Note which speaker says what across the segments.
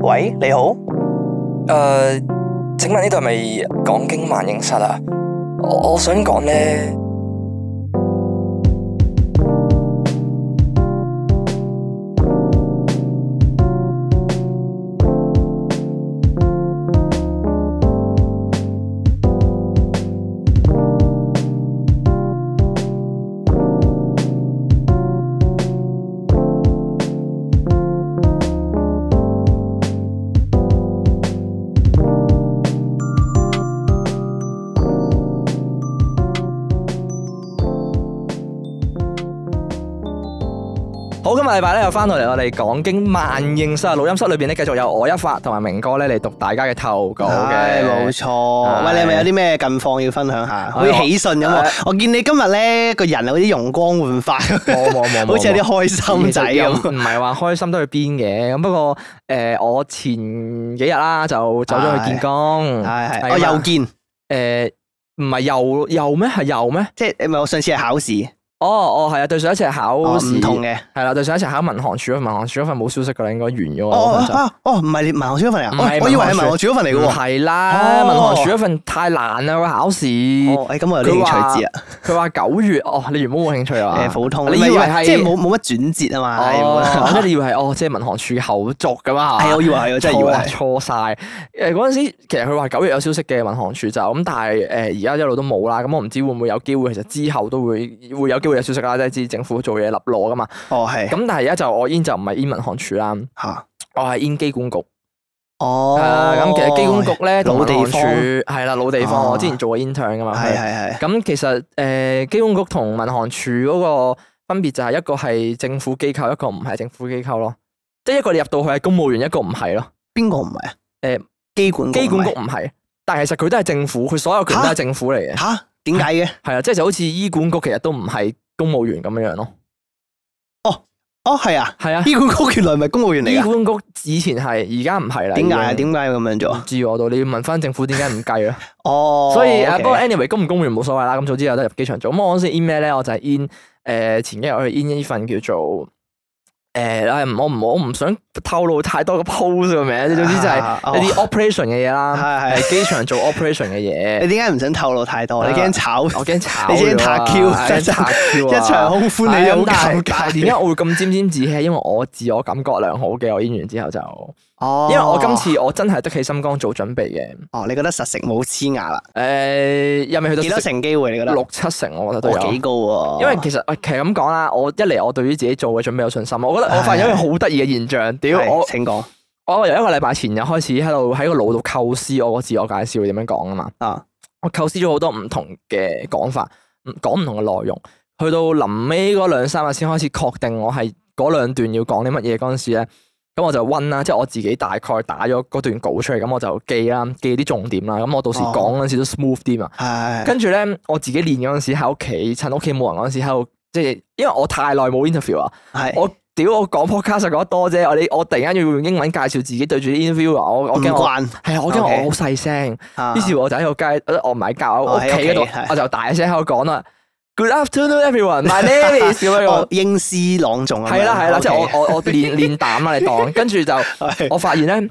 Speaker 1: 喂，你好，
Speaker 2: 誒、請問呢度係咪港經萬應室啊？我我想講咧，
Speaker 1: 好，今日禮拜咧又翻到嚟我哋講經萬應室錄音室裏邊咧，繼續有我一發同埋明哥咧嚟讀大家嘅投稿
Speaker 3: 唉
Speaker 1: 嘅，
Speaker 3: 冇錯。
Speaker 1: 唉
Speaker 3: 喂，你係咪有啲咩近況要分享下？好似
Speaker 1: 我
Speaker 3: 喜訊咁
Speaker 1: 唉
Speaker 3: 喎。我見你今日咧個人有啲容光煥發，
Speaker 1: 冇冇冇，冇
Speaker 3: 好似有啲
Speaker 1: 冇
Speaker 3: 開心仔
Speaker 1: 其實又
Speaker 3: 咁。
Speaker 1: 唔係話開心得去邊嘅，咁不過誒，我前幾日啦就走咗去見工，
Speaker 3: 係
Speaker 1: 係
Speaker 3: 係，
Speaker 1: 啊
Speaker 3: 我又見，
Speaker 1: 誒唔係又又咩係又咩？
Speaker 3: 即係咪我上次係考試，
Speaker 1: 哦哦係啊，對上一次係考
Speaker 3: 哦
Speaker 1: 試
Speaker 3: 唔同嘅。
Speaker 1: 係啦，對上一次考民航處嗰份，民航處嗰份冇消息噶啦，應該完咗
Speaker 3: 哦
Speaker 1: 啦嗰份
Speaker 3: 哦
Speaker 1: 就。
Speaker 3: 啊哦，唔係文學書嗰份
Speaker 1: 唔
Speaker 3: 嚟啊
Speaker 1: 係，
Speaker 3: 我我以為係
Speaker 1: 文學書
Speaker 3: 文學書嗰份嚟
Speaker 1: 唔
Speaker 3: 嘅喎。
Speaker 1: 係啦，
Speaker 3: 哦
Speaker 1: 民航處嗰份太難啦，個考試。
Speaker 3: 哦，誒咁我有啲興趣知啊。
Speaker 1: 佢話九月，哦，你原本冇興趣啊？
Speaker 3: 誒普通，
Speaker 1: 你
Speaker 3: 唔係
Speaker 1: 以為
Speaker 3: 話
Speaker 1: 係
Speaker 3: 即係冇冇乜轉折啊嘛。係冇
Speaker 1: 哦，即係
Speaker 3: 啦
Speaker 1: 你以為係哦，即係民航處後續咁啊？
Speaker 3: 係我以為係，我真係以為係。
Speaker 1: 錯錯晒。誒嗰陣時，其實佢話九月有消息嘅民航處就咁，但係誒而家一路都冇啦。咁我唔知會唔會有機會，其實之後都會會有機會有消息啦。即係知政府做嘢立落噶嘛。
Speaker 3: 哦係
Speaker 1: 咁但係而家就我 in 就唔係 in 民航處啦，
Speaker 3: 嚇。
Speaker 1: 我係 in 機管局。
Speaker 3: 哦
Speaker 1: 係啦，咁其實機管局咧同
Speaker 3: 老
Speaker 1: 民
Speaker 3: 地
Speaker 1: 航處
Speaker 3: 方
Speaker 1: 係啦，老地方。
Speaker 3: 啊
Speaker 1: 我之前做過 intern 噶嘛。
Speaker 3: 係係係。
Speaker 1: 咁其實誒、呃、機管局同民航處嗰個分別就係一個係政府機構，一個唔係政府機構咯。即係一個你入到去係公務員，一個唔係咯。
Speaker 3: 邊個唔係啊？
Speaker 1: 誒
Speaker 3: 機管局
Speaker 1: 機管局
Speaker 3: 唔係
Speaker 1: 唔係，但係其實佢都係政府，佢所有權都係政府嚟嘅。
Speaker 3: 吓？點解嘅？
Speaker 1: 係啊，即係就好似醫管局其實都唔係公務員咁樣樣咯。
Speaker 3: 哦，係啊，
Speaker 1: 係啊，
Speaker 3: 醫管局原來唔係公務員嚟
Speaker 1: 醫
Speaker 3: 噶，
Speaker 1: 管局以前係，而家唔係啦。
Speaker 3: 點解啊？
Speaker 1: 已經
Speaker 3: 點解要咁樣
Speaker 1: 唔
Speaker 3: 做？
Speaker 1: 知我到，你要問翻政府點解唔計啊啦。
Speaker 3: 哦，
Speaker 1: 所以啊，
Speaker 3: OK
Speaker 1: 不過 anyway，公唔公務員冇所謂啦。咁早知有得入機場做。咁我嗰陣時 in 咩咧？我就係 in 誒、前幾日我去 in 呢份叫做誒、唉唔我唔我唔想透露太多個 pose 嘅名，總之就係
Speaker 3: 啊哦
Speaker 1: 一啲 operation 嘅嘢啦，
Speaker 3: 係係，
Speaker 1: 喺機場做 operation 嘅嘢
Speaker 3: 你。點解唔想透露太多？
Speaker 1: 啊
Speaker 3: 你驚炒
Speaker 1: 我驚炒
Speaker 3: 你
Speaker 1: 咗
Speaker 3: 驚
Speaker 1: 啊
Speaker 3: 塔 Q，
Speaker 1: 係驚塔 Q 啊！
Speaker 3: 一場空歡，你
Speaker 1: 係
Speaker 3: 又好
Speaker 1: 咁但係
Speaker 3: 尷
Speaker 1: 但
Speaker 3: 尬。
Speaker 1: 係點解我會咁沾沾自喜？因為我自我感覺良好嘅，我演完之後就，
Speaker 3: 哦，
Speaker 1: 因為我今次我真係得起心肝做準備嘅。
Speaker 3: 哦，你覺得實食冇黐牙啦？
Speaker 1: 誒，又未去到
Speaker 3: 幾多成機會？你覺得？
Speaker 1: 六七成，我覺得都
Speaker 3: 哦，
Speaker 1: 有。
Speaker 3: 幾高喎？
Speaker 1: 因為其實喂其實咁講啦，我一嚟我對於自己做嘅準備有信心，我覺得我發現一樣好得意嘅現象，屌
Speaker 3: 係
Speaker 1: 我
Speaker 3: 請講
Speaker 1: 我由一個禮拜前就開始喺度喺個腦度構思我個自我介紹點樣講啊嘛，
Speaker 3: 啊，
Speaker 1: 我構思咗好多唔同嘅講法，唔講唔同嘅內容，去到臨尾嗰兩三日先開始確定我係嗰兩段要講啲乜嘢嗰陣時咧，咁我就温啦，即係我自己大概打咗嗰段稿出嚟，咁我就記啦，記啲重點啦，咁我到時
Speaker 3: 哦
Speaker 1: 講嗰陣時都 smooth 啲嘛。
Speaker 3: 係
Speaker 1: 跟住咧，我自己練嗰陣時喺屋企，趁屋企冇人嗰陣時喺度，即係因為我太耐冇 interview 啊，
Speaker 3: 係
Speaker 1: 我屌我講 podcast 講得多啫，我你我突然間要用英文介紹自己對住啲 interview 啊，我我
Speaker 3: 唔
Speaker 1: 驚我
Speaker 3: 慣
Speaker 1: 係啊，我
Speaker 3: OK
Speaker 1: 驚我好細聲，
Speaker 3: 啊
Speaker 1: 於是我就喺個街，呃我唔係教
Speaker 3: 哦
Speaker 1: 屋企嗰
Speaker 3: 喺
Speaker 1: 度
Speaker 3: 屋企係，
Speaker 1: 我就大聲喺度講啦，Good afternoon everyone, my name is 咁樣
Speaker 3: 哦
Speaker 1: 樣，
Speaker 3: 英詩朗誦咁樣
Speaker 1: 係啦係啦，即係
Speaker 3: OK
Speaker 1: 我我我練練膽啦，你當，跟 住就。
Speaker 3: 係
Speaker 1: 我發現咧，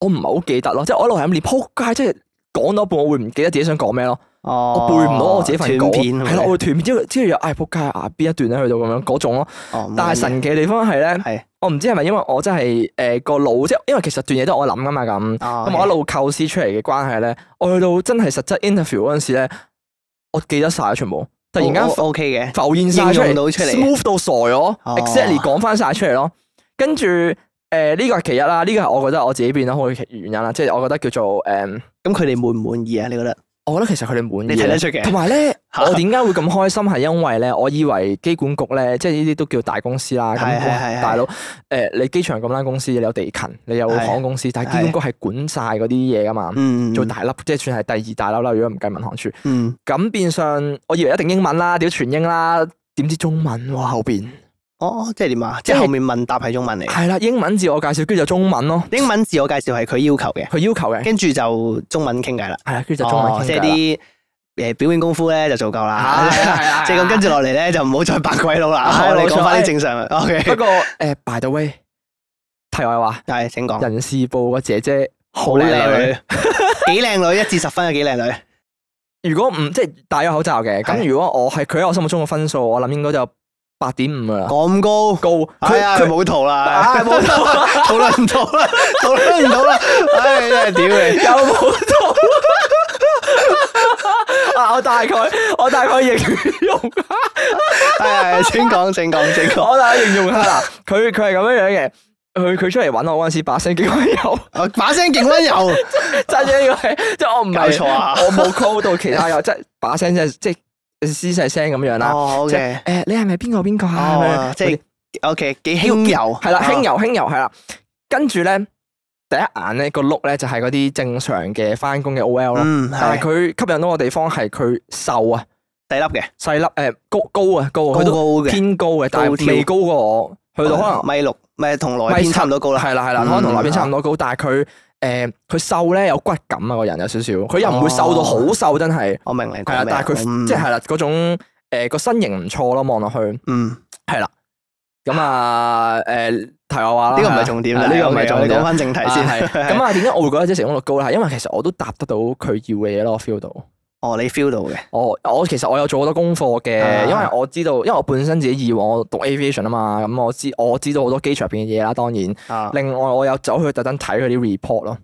Speaker 1: 我唔係好記得咯，即係我一路係咁練，仆街，即係講到一半，我會唔記得自己想講咩咯，我
Speaker 3: 我
Speaker 1: 背唔到我自己份稿，
Speaker 3: 哦
Speaker 1: 啊
Speaker 3: 片
Speaker 1: 係啦，我會斷片，之後之後又唉仆街啊，邊一段咧去到咁樣嗰種咯。
Speaker 3: 哦
Speaker 1: 但係神奇嘅地方係咧，
Speaker 3: 係
Speaker 1: 我唔知係咪因為我真係誒個腦，即係因為其實段嘢都係我諗噶嘛咁，
Speaker 3: 啊
Speaker 1: 咁我一路構思出嚟嘅關係咧，我去到真係實質 interview 嗰陣時咧，我記得晒全部，突然間
Speaker 3: O K 嘅，
Speaker 1: 浮現晒出
Speaker 3: 應用
Speaker 1: 嚟
Speaker 3: 到出嚟
Speaker 1: ，smooth 到傻咗
Speaker 3: 哦
Speaker 1: ，exactly 講翻晒出嚟咯。跟住誒呢個係其一啦，呢個係我覺得我自己變得好嘅原因啦，即係我覺得叫做誒、
Speaker 3: 咁佢哋滿唔啊滿意啊？你覺得？
Speaker 1: 我覺得其實佢哋滿意
Speaker 3: 你睇得出嘅
Speaker 1: 同 埋咧，
Speaker 3: 嚇
Speaker 1: 我點解會咁開心係因為咧，我以為機管局咧，即係呢啲都叫大公司啦。
Speaker 3: 係
Speaker 1: 咁
Speaker 3: 係係
Speaker 1: 哇
Speaker 3: 係
Speaker 1: 大佬誒，你機場咁間公司，你有地勤，你有
Speaker 3: 係
Speaker 1: 航空公司，但係機管局係管晒嗰啲嘢噶嘛，
Speaker 3: 嗯，
Speaker 1: 做大粒，即係算係第二大粒啦。如果唔計民航處，
Speaker 3: 嗯。
Speaker 1: 咁變相我以為一定英文啦，屌全英啦，點知中文喎後 邊。
Speaker 3: 哦，即係點啊？即係後面問答係中文嚟嘅，
Speaker 1: 係啦，英文自我介紹，跟住就中文咯，
Speaker 3: 英文自我介紹係佢要求嘅，
Speaker 1: 佢要求嘅，
Speaker 3: 跟住就中文傾偈啦。
Speaker 1: 係啦，跟住就中文
Speaker 3: 哦
Speaker 1: 傾
Speaker 3: 即係
Speaker 1: 偈啦。
Speaker 3: 啲誒表演功夫咧就做夠啦
Speaker 1: 啊係啊係啊。
Speaker 3: 即係咁跟住落嚟咧就唔好再扮鬼佬啦
Speaker 1: 啊。
Speaker 3: 我哋
Speaker 1: 冇錯
Speaker 3: 講翻啲正常。O K。
Speaker 1: 不過誒，by the way，題外話，
Speaker 3: 係請講。
Speaker 1: 人事部個姐姐好
Speaker 3: 好
Speaker 1: 靚女，啊
Speaker 3: 女， 幾靚女，一至十分有幾靚女。
Speaker 1: 如果唔即係戴咗口罩嘅，咁
Speaker 3: 係
Speaker 1: 如果我係佢喺我心目中嘅分數，我諗應該就八點五噶啦，
Speaker 3: 咁高，
Speaker 1: 高。
Speaker 3: 哎
Speaker 1: 佢
Speaker 3: 呀，
Speaker 1: 佢
Speaker 3: 冇圖啦，
Speaker 1: 唉冇到 啊，
Speaker 3: 討論唔到啦，討論唔到 啦，唉，真係屌你！
Speaker 1: 有冇到 啊？我大概我大概形 容。
Speaker 3: 係 係，請講，請講，請講。
Speaker 1: 我大家形容下啦，佢佢系咁樣樣嘅，佢佢出嚟揾我嗰陣時，把聲幾温柔，
Speaker 3: 我把聲勁温柔，
Speaker 1: 真嘅呢個係，即係我唔
Speaker 3: 搞
Speaker 1: 係
Speaker 3: 錯啊！
Speaker 1: 我冇 call 到其 他友，即係把聲即係即係嘶細聲咁樣啦。
Speaker 3: 哦
Speaker 1: 即
Speaker 3: ，OK，
Speaker 1: 係誒，你係咪邊個邊個啊？咁
Speaker 3: 哦
Speaker 1: 樣，
Speaker 3: 即係 OK，幾輕柔，哦
Speaker 1: 係啦，輕柔輕柔係啦。跟住咧，第一眼咧個 look 咧就係嗰啲正常嘅翻工嘅 OL 咯，
Speaker 3: 嗯，係
Speaker 1: 但係佢吸引到我地方係佢瘦啊，
Speaker 3: 細粒嘅，
Speaker 1: 細粒誒高高啊高啊，
Speaker 3: 嗯高
Speaker 1: 佢
Speaker 3: 高
Speaker 1: 都
Speaker 3: 嘅，
Speaker 1: 偏高嘅，但
Speaker 3: 高
Speaker 1: 係
Speaker 3: 挑
Speaker 1: 未高過我，去到可能。
Speaker 3: 米六，咪同內邊差唔多高啦。
Speaker 1: 係啦係啦，
Speaker 3: 嗯
Speaker 1: 可能同內邊差唔多高，但係佢诶佢瘦咧有骨感啊，個人有少少，佢又唔會瘦到好瘦，真係
Speaker 3: 我明你
Speaker 1: 係啦
Speaker 3: 哦
Speaker 1: 啊
Speaker 3: 講，咩，
Speaker 1: 但係佢
Speaker 3: 嗯
Speaker 1: 即係係啦嗰種诶个身形唔錯咯，望落去
Speaker 3: 嗯，
Speaker 1: 係啦，咁啊诶題外話啦，
Speaker 3: 呢個唔係重點啦，
Speaker 1: 啊係
Speaker 3: 呢個唔
Speaker 1: 係
Speaker 3: 係
Speaker 1: 啦
Speaker 3: 重點，
Speaker 1: 我哋
Speaker 3: 講翻正題
Speaker 1: 講
Speaker 3: 先
Speaker 1: 啊。 係咁啊，點解我會覺得即係成功率高咧？係因為其實我都答得到佢要嘅嘢咯，我 feel 到。
Speaker 3: 哦，你 feel 到嘅，
Speaker 1: 我我其實我有做好多功課嘅，
Speaker 3: 啊
Speaker 1: 因為我知道，因為我本身自己以往我讀 aviation 啊嘛，咁我知我知道好多機場入邊嘅嘢啦，當然。
Speaker 3: 啊
Speaker 1: 另外我有走去特登睇佢啲 report 咯，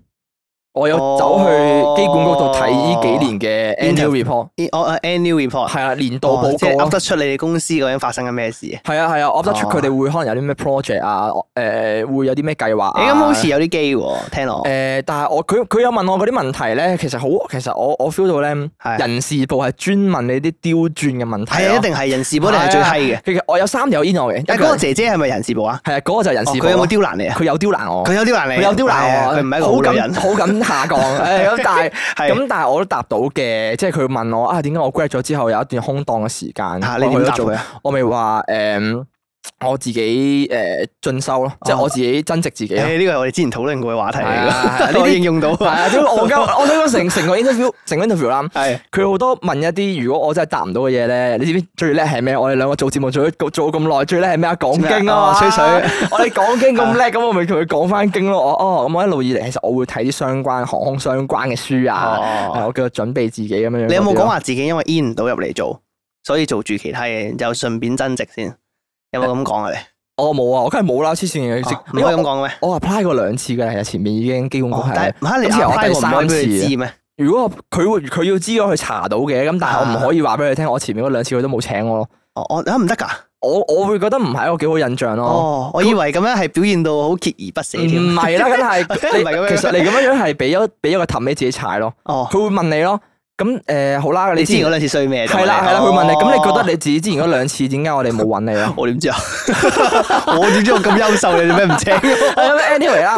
Speaker 1: 我有
Speaker 3: 哦
Speaker 1: 走去機管局度睇呢幾年嘅 annual report，
Speaker 3: 我哦 annual report
Speaker 1: 係啊年度報
Speaker 3: 哦即係
Speaker 1: 告
Speaker 3: 噏
Speaker 1: 咯，
Speaker 3: 得出你哋公司究竟發生緊咩事。
Speaker 1: 係啊係啊，我噏得出
Speaker 3: 哦
Speaker 1: 佢哋會可能有啲咩 project 啊，誒會有啲咩計劃
Speaker 3: 你
Speaker 1: 啊。
Speaker 3: 咁好似有啲機喎，聽落啊
Speaker 1: 誒，但係我佢佢有問我嗰啲問題咧，其實好，其實我我 feel 到咧，
Speaker 3: 係
Speaker 1: 人事部係專問你啲刁鑽嘅問題
Speaker 3: 係
Speaker 1: 咯
Speaker 3: 啊，一定係人事部，一定係最閪嘅。
Speaker 1: 其實我有三條煙我嘅，啊一
Speaker 3: 但係嗰
Speaker 1: 個
Speaker 3: 個姐姐係咪人事部啊？
Speaker 1: 係啊，嗰個就係人
Speaker 3: 哦
Speaker 1: 事部
Speaker 3: 佢有冇
Speaker 1: 咯。
Speaker 3: 刁難你啊？
Speaker 1: 佢有刁難我
Speaker 3: 佢，有刁難
Speaker 1: 哦佢
Speaker 3: 你，
Speaker 1: 有刁
Speaker 3: 係
Speaker 1: 難
Speaker 3: 啊
Speaker 1: 我，
Speaker 3: 佢唔係一
Speaker 1: 好
Speaker 3: 個好女人
Speaker 1: 感，好感 下降。誒咁但係
Speaker 3: 係
Speaker 1: 咁但係我都答到嘅，即係佢問我啊，點解我 grad 咗之後有一段空檔嘅時間，
Speaker 3: 嚇
Speaker 1: 我
Speaker 3: 你
Speaker 1: 去
Speaker 3: 點
Speaker 1: 咗
Speaker 3: 答
Speaker 1: 做
Speaker 3: 佢啊？
Speaker 1: 我咪話誒，我自己誒進修咯，即
Speaker 3: 哦
Speaker 1: 係我自己增值自己咯。
Speaker 3: 誒呢個係我哋之前討論過嘅話題
Speaker 1: 係啊係啊
Speaker 3: 嚟 嘅，
Speaker 1: 呢啲
Speaker 3: 我應用到
Speaker 1: 係啊，屌我鳩，我想講成成個 interview，成個 interview 啦，
Speaker 3: 係
Speaker 1: 佢好多問一啲如果我真係答唔到嘅嘢咧，你知唔知最叻係咩？我哋兩個做節目做咗做咗咁耐，最叻係咩啊？講經啊嘛，
Speaker 3: 哦吹水。
Speaker 1: 我哋講經咁叻，咁我咪同佢講翻經咯。我哦，咁我一路以嚟其實我會睇啲相關航空相關嘅書啊，係
Speaker 3: 哦，
Speaker 1: 我叫佢準備自己咁樣樣嗰啲咯。
Speaker 3: 你有冇講話自己因為 in 唔到入嚟做，所以做住其他嘢，就順便增值先？有冇咁講啊？你
Speaker 1: 我冇啊，我梗係冇啦，黐線嘅，
Speaker 3: 哦唔
Speaker 1: 因
Speaker 3: 可以
Speaker 1: 為
Speaker 3: 咁
Speaker 1: 我
Speaker 3: 講嘅咩？
Speaker 1: 我 apply 過兩次嘅啦，其實前面已經基本局
Speaker 3: 哦但
Speaker 1: 係
Speaker 3: 係。嚇你
Speaker 1: 今次係我
Speaker 3: apply
Speaker 1: 第
Speaker 3: 過唔可以俾
Speaker 1: 三次
Speaker 3: 佢知咩？
Speaker 1: 如果佢會佢要知我去查到嘅，咁但係我唔可以話俾佢聽，我前面嗰兩次佢都冇請我咯。
Speaker 3: 哦，我啊唔得㗎。
Speaker 1: 我我會覺得唔係一個幾好印象咯。
Speaker 3: 哦，我以為咁樣係表現到好鍥而不
Speaker 1: 唔
Speaker 3: 捨添。
Speaker 1: 係啦，梗係
Speaker 3: 唔係咁樣
Speaker 1: 你其實你咁樣樣係俾咗俾咗個氹俾自己踩咯。
Speaker 3: 哦
Speaker 1: 佢，會問你咯，咁誒好啦，
Speaker 3: 你
Speaker 1: 你
Speaker 3: 之
Speaker 1: 之
Speaker 3: 前嗰
Speaker 1: 前
Speaker 3: 兩次衰咩？
Speaker 1: 係啦係啦，
Speaker 3: 就
Speaker 1: 佢
Speaker 3: 係
Speaker 1: 問你，咁你覺得
Speaker 3: 哦
Speaker 1: 你自己之前嗰兩次點解我哋冇揾你啊？
Speaker 3: 我點 知啊？ 我點知我咁優秀？你做咩唔請？
Speaker 1: 咁 anyway 啦，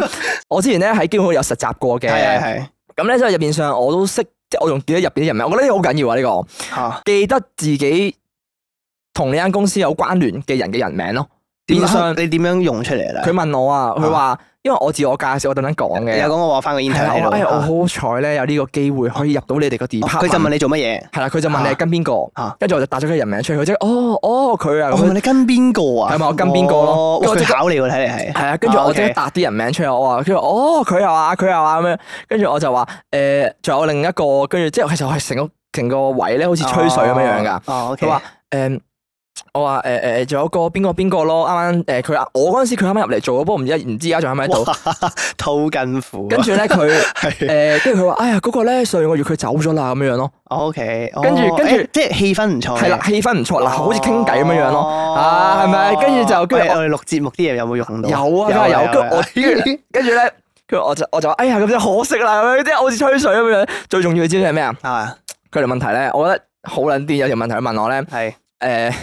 Speaker 1: 我之前咧喺基本有實習過嘅。
Speaker 3: 係係
Speaker 1: 咁咧，即係入邊上我都識，即係我仲記得入邊啲人名，我覺得呢個好緊要啊！呢、個
Speaker 3: 係哦嚇。
Speaker 1: 記得自己同呢間公司有關聯嘅人嘅人名咯。變相
Speaker 3: 點你點樣用出嚟咧？
Speaker 1: 佢問我啊，佢話因為我自我介紹，我特登講
Speaker 3: 有
Speaker 1: 嘅，
Speaker 3: 講我話翻個 intern
Speaker 1: 係啦，
Speaker 3: 喺
Speaker 1: 我話哎呀
Speaker 3: 度。
Speaker 1: 我好彩咧，有呢個機會可以入到你哋個
Speaker 3: 哦
Speaker 1: department。
Speaker 3: 佢就問你做乜嘢？
Speaker 1: 係啦，佢就問你係跟邊個
Speaker 3: 啊，
Speaker 1: 跟住我就打咗佢人名出嚟，佢即係哦哦佢啊
Speaker 3: 我
Speaker 1: 咁
Speaker 3: 問
Speaker 1: 樣，
Speaker 3: 你跟邊個啊？
Speaker 1: 係咪我跟邊個咯
Speaker 3: 哦哇
Speaker 1: 跟住
Speaker 3: 佢
Speaker 1: 即刻
Speaker 3: 考你喎，睇嚟係。
Speaker 1: 係啊，跟住
Speaker 3: 啊
Speaker 1: 我即
Speaker 3: ，OK
Speaker 1: 刻打啲人名出嚟，我話跟住哦佢又話佢又話咁樣，跟住我就話誒仲有另一個，跟住之後其實我係成個成個位咧好似吹水咁樣樣㗎。
Speaker 3: 哦。哦，OK。
Speaker 1: 佢話誒，我話誒誒，仲有個邊個邊個咯，啱啱誒佢啊我嗰陣時佢啱啱入嚟做，不過唔知唔知而家仲喺咪度。
Speaker 3: 哇吐緊苦啊。
Speaker 1: 跟住咧佢
Speaker 3: 係
Speaker 1: 誒，跟住佢話哎呀嗰個咧上個月佢走咗啦咁樣樣咯，
Speaker 3: OK。哦
Speaker 1: 跟住跟住
Speaker 3: 誒即係氣氛唔錯嘅。
Speaker 1: 係啦氣氛唔錯啦，好似傾偈咁樣樣咯。
Speaker 3: 咯
Speaker 1: 啊係咪跟住就跟住
Speaker 3: 我
Speaker 1: 我
Speaker 3: 哋錄節目啲嘢有冇用到？
Speaker 1: 有啊，梗係有。跟 住我跟住跟住咧，跟住我就我就話哎呀咁真係可惜啦咁樣，即係好似吹水咁樣。最重要嘅知唔知係咩啊？
Speaker 3: 我啊
Speaker 1: 佢哋問題咧，我覺得好撚癲。有條問題佢問我咧，
Speaker 3: 係
Speaker 1: 誒